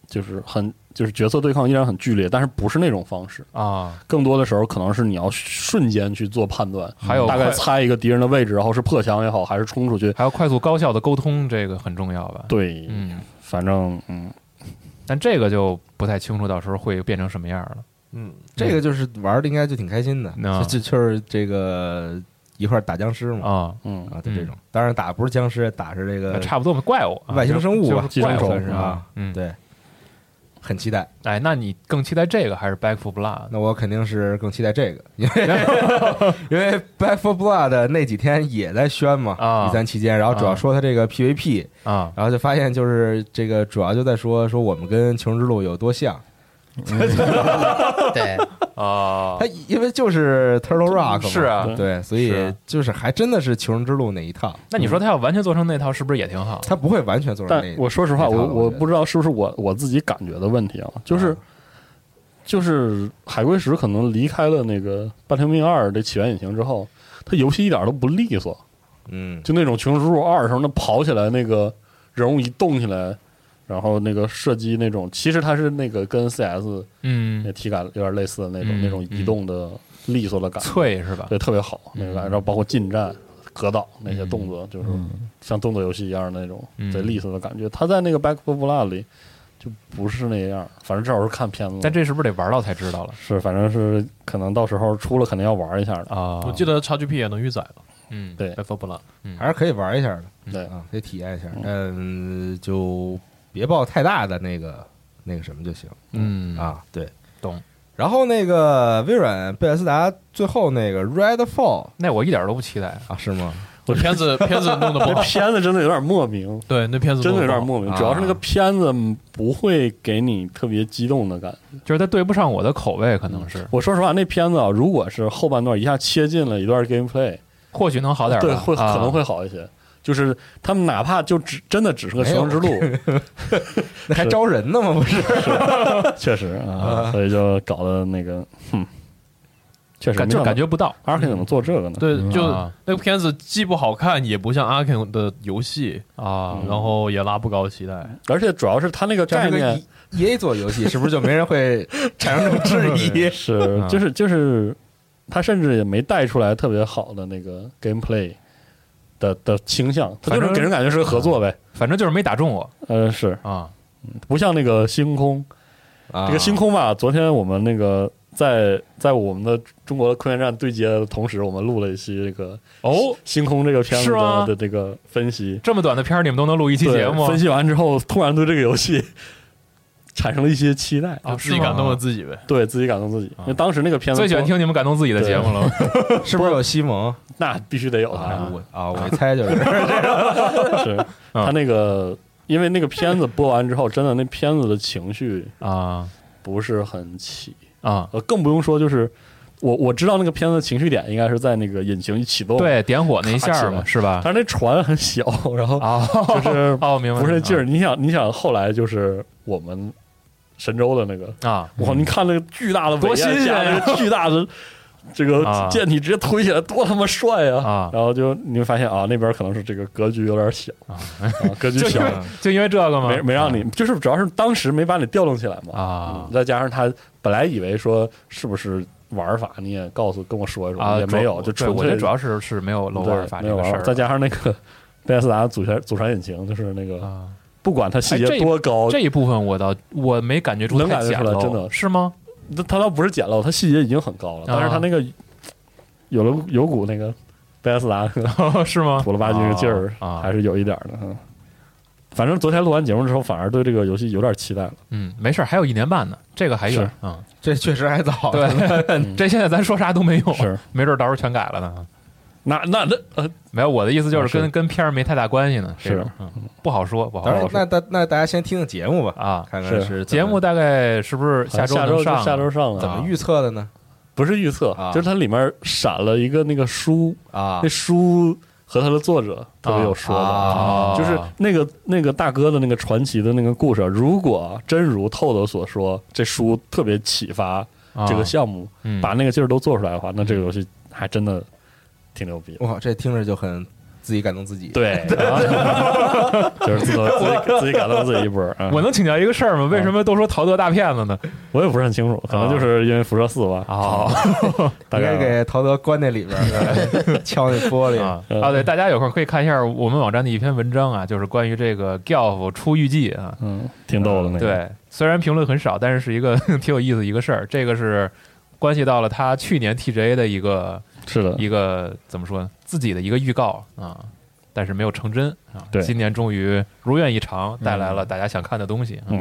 F: 就是很，就是角色对抗依然很剧烈，但是不是那种方式。
D: 啊，
F: 更多的时候可能是你要瞬间去做判断，嗯
D: 还有
F: 大概
D: 快
F: 猜一个敌人的位置，然后是破墙也好，还是冲出去。
D: 还有快速高效的沟通，这个很重要吧？
F: 对，
D: 嗯，
F: 反正嗯，
D: 但这个就不太清楚，到时候会变成什么样了。
G: 嗯，
C: 这个就是玩的应该就挺开心的，
D: 啊
C: 就就就是这个一块儿打僵尸嘛，
D: 啊，
F: 嗯，
C: 啊，就这种。当然打的不是僵尸，打是这
D: 那
C: 个
D: 差不多嘛，怪物啊
C: 呃外星生物吧，
D: 就是怪
F: 寄生
D: 物
F: 虫
C: 算是啊，
D: 嗯，
C: 对，很期待。
D: 哎，那你更期待这个还是 Back for Blood？
C: 那我肯定是更期待这个，因 为因为 Back for Blood 那几天也在宣嘛，
D: 啊
C: 一三期间，然后主要说它这个 PVP，
D: 啊？
C: 然后就发现就是这个主要就在说说我们跟《求生之路》有多像，
E: 嗯对，
D: 啊
C: 它因为就是 Turtle Rock 嘛
D: 是啊
C: 对，所
F: 是
C: 以
F: 啊
C: 就是还真的是《求生之路》那一套，
D: 那你说他要完全做成那套，是不是也挺好？
C: 它不会完全做成
F: 但
C: 那，
F: 我说实话，
C: 那套
F: 我
C: 了我
F: 我
C: 觉得
F: 不知道是不是我我自己感觉的问题啊，就是、就是海龟石可能离开了那个《半条命二》的起源引擎之后，它游戏一点都不利索，
C: 嗯，
F: 就那种《穷叔叔二》时候那跑起来那个人物一动起来。然后那个射击那种，其实它是那个跟 CS 那
D: 嗯，
F: 体感有点类似的那种、
D: 嗯
F: 那种移动的利索的感觉，
D: 脆是吧？
F: 对，特别好那
D: 嗯
F: 个感觉。然后包括近战、格挡那些动作，就是
E: 嗯
F: 像动作游戏一样的那种
D: 嗯
F: 贼利索的感觉。他在那个《Back for Blood》里就不是那样，反正至少是看片子。
D: 但这是不是得玩到才知道了
F: 是反正是可能到时候出了肯定要玩一下的。
D: 啊？
G: 我记得 XGP 也能预载了
D: 嗯，
F: 对
G: ，Back 4 Blood。
C: 还是可以玩一下的，
F: 对，
C: 啊，可以体验一下，嗯，就别抱太大的那个那个什么就行。
D: 嗯
C: 啊，对，
D: 懂。
C: 然后那个微软贝莱斯达最后那个 Redfall
D: 那我一点都不期待啊。
C: 啊，是吗？
G: 我 片子片子弄得不
F: 那
G: 好，
F: 片子真的有点莫名，
G: 对，那片子
F: 真的有点
G: 弄得
F: 莫名。
C: 啊
F: 主要是那个片子不会给你特别激动的感觉。
D: 就是它对不上我的口味，可能
G: 嗯
D: 是，
F: 我说实话，那片子啊，如果是后半段一下切进了一段 gameplay，
D: 或许能好点儿吧，
F: 对，会
D: 啊
F: 可能会好一些。就是他们哪怕就只真的只是个求 生之路，
C: 那还招人呢吗？不 是？
F: 确实啊，所以就搞得那个，哼，确实
D: 感就感觉不嗯到。
F: 阿 K 怎么做这个呢？
G: 不好。对，
E: 嗯
G: 就
D: 啊
G: 那个片子既不好看，也不像 Ark 的游戏，
D: 啊，
G: 然后也拉不高期待。
F: 而且主要是他那个
C: 这
F: 概
C: 样
F: 念？
C: 一个 E A 做游戏，是不是就没人会 产生这种质疑
F: 是
D: 嗯
F: 就是就是，他甚至也没带出来特别好的那个 gameplay 的的倾向，他
D: 反
F: 就是
D: 正
F: 给人感觉是个合作呗。
D: 反正就是没打中我
F: 呃，是
D: 啊。
F: 不像那个星空，
C: 啊
F: 这个星空吧，昨天我们那个在在我们的中国的科研站对接的同时，我们录了一期这个
D: 哦，
F: 星空这个片子
D: 是吗
F: 的的这个分析。
D: 这么短的片儿你们都能录一期
F: 对
D: 节目
F: 分析完之后，突然对这个游戏 产生了一些期待，
D: 啊？
G: 自
D: 是
G: 己
D: 吗
G: 感动了自己呗。
F: 对自己感动自己。因为当时那个片
D: 哦
F: 子
D: 最喜欢
F: 播，
D: 听你们感动自己的节目了。
C: 是不是有西蒙
F: 那必须得有
C: 啊？
F: 它，
C: 我啊，我一猜就是
F: 是
D: 嗯
F: 他那个，因为那个片子播完之后，真的那片子的情绪
D: 啊
F: 不是很起，
D: 啊，
F: 呃，更不用说就是我我知道那个片子情绪点应该是在那个引擎一启动，，
D: 哦对，点火那一下
F: 卡起
D: 儿
F: 来
D: 嘛，是吧？
F: 但是那船很小，然后
D: 啊，
F: 就是
D: 哦，明白，
F: 不是那劲儿。
D: 啊
F: 你想，你想后来就是我们神州的那个
D: 啊，
F: 哇！你看那个巨大的尾
D: 多新
F: 焰
D: 鲜
F: 加
D: 呀
F: 那个巨 大的这个
D: 啊
F: 舰体直接推起来，多他妈帅呀！
D: 啊
F: 然后就你会发现啊，那边可能是这个格局有点小啊，格局
D: 就因
F: 小，
D: 为 就因为这啊个吗？
F: 没没让你，就是主要是当时没把你调动起来嘛
D: 啊
F: 嗯再加上他本来以为说是不是玩法，你也告诉跟我说一说，
D: 啊，
F: 也
D: 主
F: 没有，
D: 对
F: 就纯
D: 我觉
F: 粹
D: 得主要是是没有
F: 对
D: 漏玩法
F: 没
D: 这
F: 有
D: 个事儿，
F: 玩 法，再加上那个贝塞斯达祖传祖传引擎，就是那个
D: 啊
F: 不不管它细
D: 哎这
F: 节
D: 一
F: 多高，
D: 这一部分我倒我没感觉出
F: 能
D: 太
F: 感觉
D: 简
F: 出来
D: 陋
F: 真的
D: 是吗？
F: 它它倒不是简陋，它细节已经很高了，但
D: 啊
F: 是它那个有了有股那个贝斯达
D: 啊
F: 那个
D: 是吗？
F: 土了吧唧的劲儿，
D: 啊啊
F: 还是有一点儿的。嗯，反正昨天录完节目之后，反而对这个游戏有点期待了。
D: 嗯，没事儿，还有一年半呢，这个还有
F: 是
D: 啊。
C: 这确实 还早。
D: 对，这现在咱说啥都没用，
F: 是，
D: 没准儿到时候全改了呢。
F: 那那那呃，
D: 没有，我的意思就
F: 啊
D: 是
F: 是
D: 跟、跟片儿没太大关系呢，
F: 是
D: 这种嗯不好说，不好
C: 当然
D: 说，
C: 那大那大家先听听节目吧，
D: 啊。
C: 看看
F: 是
C: 是怎
D: 节
C: 么
D: 目大概是不是下周
F: 下周
D: 能上？
F: 下周上了，
C: 怎么
D: 啊
C: 预测的呢？
F: 不是预测，
C: 啊
F: 就是它里面闪了一个那个书，
C: 啊
F: 那书和它的作者特别有说的。
C: 啊
F: 就是那个那个大哥的那个传奇的那个故事，如果真如透透所说，这书特别启发
D: 啊
F: 这个项目，
D: 目
F: 把那个劲儿都做出来的话，那这个游戏还真的挺牛逼的。
C: 哇，这听着就很自己感动自己。
F: 对，啊 就是自个自己自己感动自己一波儿。啊
D: 嗯我能请教一个事儿吗？为什么都说陶德大骗子呢？
F: 我也不是很清楚，可能就是因为辐射四吧。
D: 哦
F: 大
C: 应
F: 概
C: 该
F: 啊
C: 给陶德关那里边 儿， 敲那玻璃。
D: 啊
F: 嗯
D: 啊！对，大家有空可以看一下我们网站的一篇文章啊，就是关于这个 Golf 出预计啊。
F: 嗯，挺逗的那个。，
D: 对，虽然评论很少，但是是一个 挺有意思的一个事儿。这个是关系到了他去年 TGA 的一个
F: 是的，
D: 一个怎么说呢，自己的一个预告啊，但是没有成真啊。
F: 对
D: 今年终于如愿以偿，带来了大家想看的东西。啊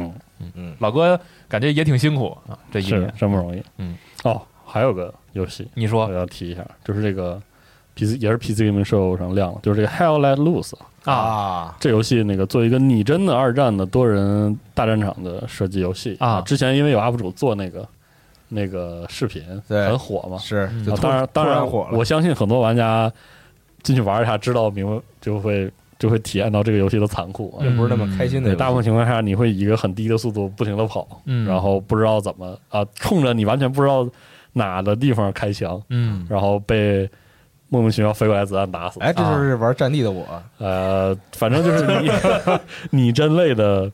F: 嗯，
D: 老哥感觉也挺辛苦啊，这一
F: 是
D: 年。
F: 真不容易。
D: 嗯，
F: 哦，还有个游戏，
D: 你说
F: 我要提一下，就是这个 PC 也是 PC Gaming Show 上亮了，就是这个 Hell Let Loose
D: 啊
C: 啊
F: 这游戏，那个做一个拟真的二战的多人大战场的射击游戏
D: 啊
F: 之前因为有 UP 主做那个那个视频，
C: 对
F: 很火嘛。
C: 是
D: 嗯，
C: 就
F: 啊
C: 突
F: 当然，当
C: 突
F: 然，
C: 火了。
F: 我相信很多玩家进去玩一下，知道明白就会就会体验到这个游戏的残酷啊。
C: 又不是那么开心的游戏，
F: 对，大部分情况下你会以一个很低的速度不停的跑，
D: 嗯
F: 然后不知道怎么啊，冲着你完全不知道哪的地方开枪，
D: 嗯
F: 然后被莫名其妙飞过来子弹打死。
C: 哎，这就是玩战地的我。
F: 呃，反正就是你 拟真类的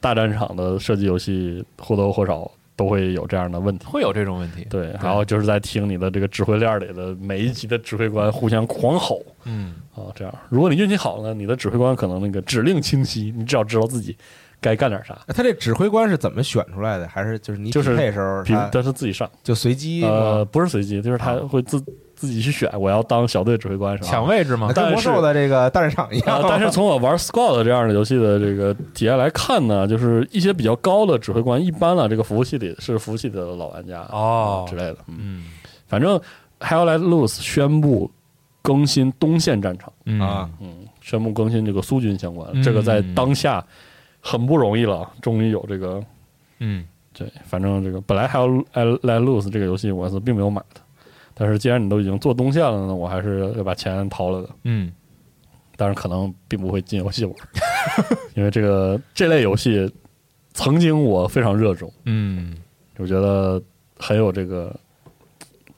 F: 大战场的射击游戏，或多或少都会有这样的问题。
D: 会有这种问题。
F: 对，然后就是在听你的这个指挥链里的每一级的指挥官互相狂吼
D: 嗯
F: 啊，这样。如果你运气好呢，你的指挥官可能那个指令清晰，你至少知道自己该干点啥。
C: 哎他这指挥官是怎么选出来的？还是就是你
F: 就是
C: 匹配时候
F: 比
C: 他
F: 但是自己上，
C: 就随机吗？
F: 呃，不是随机，就是他
C: 啊
F: 会自自己去选，我要当小队指挥官什么的。
D: 抢位置嘛
C: 那，啊跟魔
F: 啊但是
C: 兽的这个大战场一
F: 啊
C: 样，，
F: 但是从我玩 Squad 这样的游戏的这个体验来看呢，就是一些比较高的指挥官，一般啊了，这个服务器里是服务器的老玩家
D: 哦
F: 之类的。嗯，
D: 嗯
F: 反正 Hell Let Loose 宣布更新东线战场，
D: 嗯
C: 啊，
F: 嗯，宣布更新这个苏军相关，
D: 嗯
F: 这个在当下很不容易了，终于有这个。
D: 嗯
F: 对，反正这个本来 Hell Let Loose 这个游戏我是并没有买的，但是既然你都已经做东线了呢，我还是要把钱掏了的。
D: 嗯
F: 但是可能并不会进游戏玩， 因为这个这类游戏曾经我非常热衷，
D: 嗯
F: 我觉得很有这个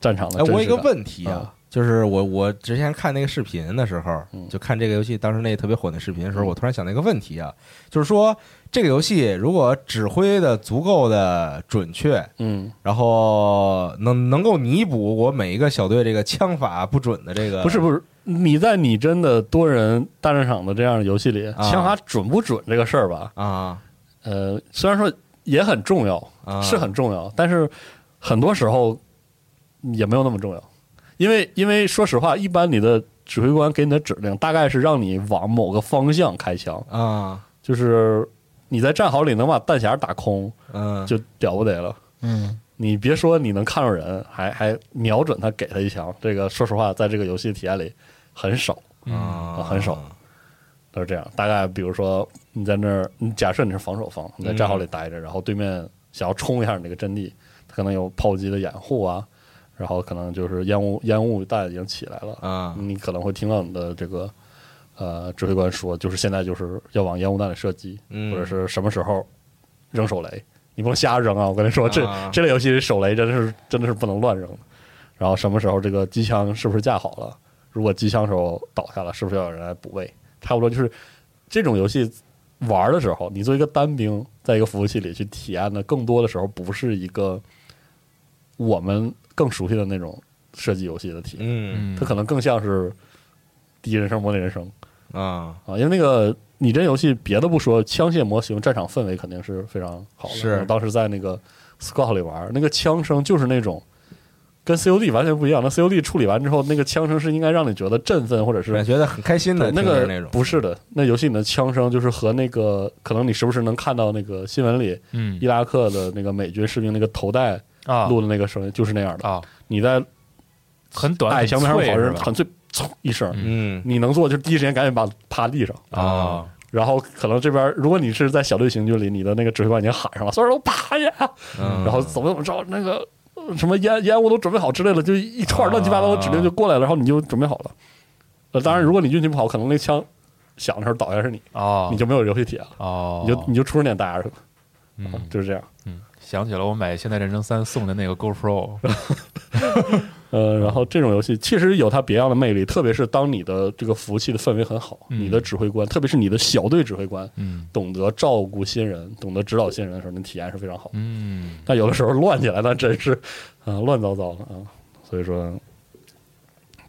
F: 战场的
C: 哎，
F: 啊真实感。
C: 我有一个问题啊
F: 啊，
C: 就是我我之前看那个视频的时候，
F: 嗯
C: 就看这个游戏当时那特别火的视频的时候，
F: 嗯
C: 我突然想到一个问题啊，就是说这个游戏如果指挥的足够的准确，
F: 嗯，
C: 然后能能够弥补我每一个小队这个枪法不准的这个
F: 不是不是，你在拟真的多人大战场的这样的游戏里，
C: 啊
F: 枪法准不准这个事儿吧，
C: 啊
F: 呃，虽然说也很重要，
C: 啊
F: 是很重要，但是很多时候也没有那么重要，因为因为说实话，一般你的指挥官给你的指令大概是让你往某个方向开枪。
C: 啊
F: 就是你在战壕里能把弹匣打空，
C: 嗯
F: 就了不得了。
E: 嗯，
F: 你别说你能看着人，还还瞄准他给他一枪，这个说实话，在这个游戏体验里很少，
D: 嗯
C: 啊
F: 很少都是这样。大概比如说你在那儿，你假设你是防守方，你在战壕里待着，然后对面想要冲一下你这个阵地，他可能有炮击的掩护啊，然后可能就是烟雾烟雾弹已经起来了，
C: 啊
F: 你可能会听到你的这个呃指挥官说，就是现在就是要往烟雾弹里射击，
C: 嗯
F: 或者是什么时候扔手雷，你不能瞎扔啊！我跟你说，这、
C: 啊
F: 这类游戏里手雷真的是真的是不能乱扔。然后什么时候这个机枪是不是架好了？如果机枪时候倒下了，是不是要有人来补位？差不多就是这种游戏玩的时候，你作为一个单兵，在一个服务器里去体验的，更多的时候不是一个我们更熟悉的那种射击游戏的体验。
C: 嗯
D: 嗯，
F: 它可能更像是第一人称模拟人生
C: 啊
F: 啊，因为那个拟真游戏别的不说，枪械模型、战场氛围肯定是非常好的。
C: 是
F: 我当时在那个 Scout 里玩，那个枪声就是那种跟 COD 完全不一样。那 COD 处理完之后，那个枪声是应该让你觉得振奋，或者是
C: 是觉得很开心的，
F: 对那
C: 听着
F: 个
C: 那种
F: 不是的，那游戏里的枪声就是和那个可能你时不时能看到那个新闻里
D: 嗯
F: 伊拉克的那个美军士兵那个头戴
D: 啊
F: 录的那个声音就是那样的。
D: 啊，
F: 你在
D: 很短，
F: 矮
D: 很
F: 墙边上
D: 脆
F: 跑
D: 是
F: 着，
D: 吧
F: 很脆，嗖一声，
C: 嗯
F: 你能做就是第一时间赶紧把趴地上。
D: 啊，
F: 然后可能这边，如果你是在小队行军里，你的那个指挥官已经喊上了，所有人都趴下，
C: 嗯，
F: 啊然后怎么怎么着，那个呃什么烟烟雾都准备好之类的，就一串乱七八糟的指令就过来了，然后你就准备好了。呃，当然，如果你运气不好，可能那枪响的时候倒下是你，
D: 哦，
F: 你就没有游戏体验了，
D: 哦，
F: 你就你就出生点待着去吧，啊
D: 嗯
F: 就是这样。
D: 嗯，想起了我买《现代战争三》送的那个 GoPro，
F: 呃，然后这种游戏其实有它别样的魅力，特别是当你的这个服务器的氛围很好，
D: 嗯
F: 你的指挥官，特别是你的小队指挥官，
D: 嗯
F: 懂得照顾新人，懂得指导新人的时候，那体验是非常好的。
D: 嗯，
F: 但有的时候乱起来，那真是啊、乱糟糟的啊。所以说，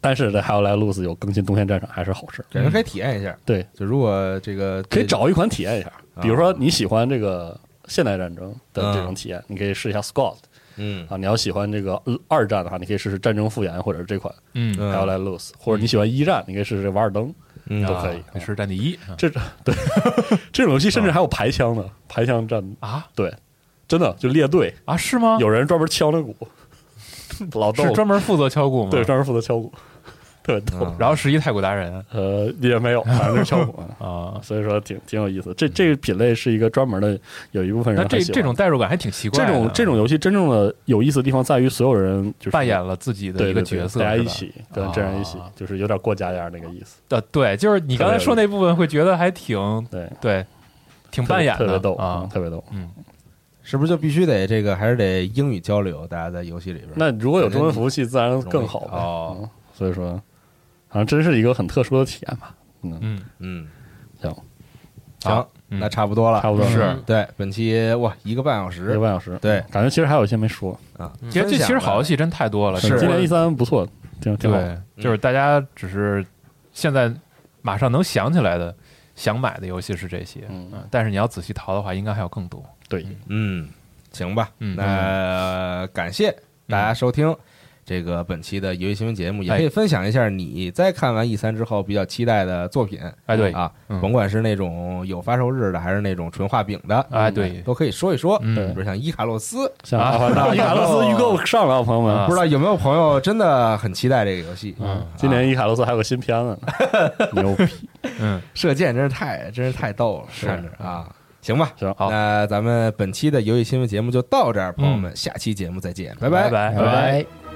F: 但是这《还有来路斯》有更新《东线战场》还是好事，
C: 感觉可以体验一下。
F: 嗯对，
C: 就如果这个
F: 可以找一款体验一下。
C: 啊
F: 比如说你喜欢这个现代战争
D: 嗯
F: 的这种体验，你可以试一下 Scott
C: 嗯
F: 啊。你要喜欢这个呃二战的话，你可以试试《战争复原》或者是这款
D: 嗯
F: 《还有来路斯》，或者你喜欢一战，你可以试试这《瓦尔登》。
C: 嗯
F: 都可以
D: 啊是战地一啊
F: 这对 这种游戏甚至还有排枪呢，排枪战
D: 啊
F: 对，真的就列队，
D: 啊是吗？
F: 有人专门敲那 鼓，老逗
D: 是
F: 了。
D: 专门负责敲鼓吗？
F: 对，，专门负责敲鼓，特别
C: 嗯
F: 逗。
D: 然后是一太鼓达人
F: 呃，也没有，反正就是敲鼓，
D: 啊，
F: 所以说挺挺有意思。
D: 嗯
F: 这这个品类是一个专门的，有一部分人
D: 那
F: 很
D: 这
F: 喜欢
D: 这种代入感还挺奇怪
F: 这
D: 的，
F: 种这种游戏真正的有意思的地方在于所有人就是
D: 扮演了自己的
F: 对
D: 一个
F: 对对
D: 角色，
F: 大家
D: 是
F: 一
D: 吧
F: 起跟真人一起
D: 啊，
F: 就是有点过家家那个意思。
D: 呃，对，就是你刚才说那部分，会觉得还挺
F: 对，
D: 对，挺
F: 特
D: 扮
F: 别
D: 演的
F: 特别逗嗯
D: 啊，
F: 特别逗。
D: 嗯，
C: 是不是就必须得这个还是得英语交流？大家在游戏里边，
F: 那如果有中文服务器，自然更好呗。
D: 啊
C: 哦
F: 嗯所以说，好像真是一个很特殊的体验吧。嗯，
D: 嗯，
C: 嗯，
F: 行，
C: 行
D: 好，嗯
C: 那差不多了，嗯
F: 差不多了
D: 是
C: 对，本期哇一个半小
F: 一个
C: 时，
F: 半小时。
C: 对
F: 感觉其实还有一些没说。
C: 啊，
D: 其实这其实好游戏真太多了，
C: 是
D: 只
F: 今
D: 不过
F: 年 E 三不错，挺挺好。嗯
D: 对，就是大家只是现在马上能想起来的、想买的游戏是这些，
F: 嗯
D: 嗯，但是你要仔细淘的话，应该还有更多。
F: 对，
C: 嗯，行吧，
D: 嗯
C: 那感谢大家收听这个本期的游戏新闻节目，也
D: 哎
C: 可以分享一下你在看完 E 三之后比较期待的作品。
D: 哎，对，
C: 啊，
D: 嗯
C: 甭管是那种有发售日的，还是那种纯画饼的，
D: 哎，对，
C: 都可以说一说。比
D: 嗯，
C: 如像伊卡洛斯，
F: 像阿凡达、伊卡洛斯预购上了啊，朋友们
D: 啊
C: 不。知道有没有朋友真的很期待这个游戏？啊
F: 嗯，今年伊卡洛斯还有个新片子呢，牛逼！
D: 嗯，
C: 射箭真是太真是太逗了，看着啊，行吧，
F: 行
D: 好
C: 那咱们本期的游戏新闻节目就到这儿，朋友们，下期节目再见，拜
D: 拜
F: 拜拜
E: 拜。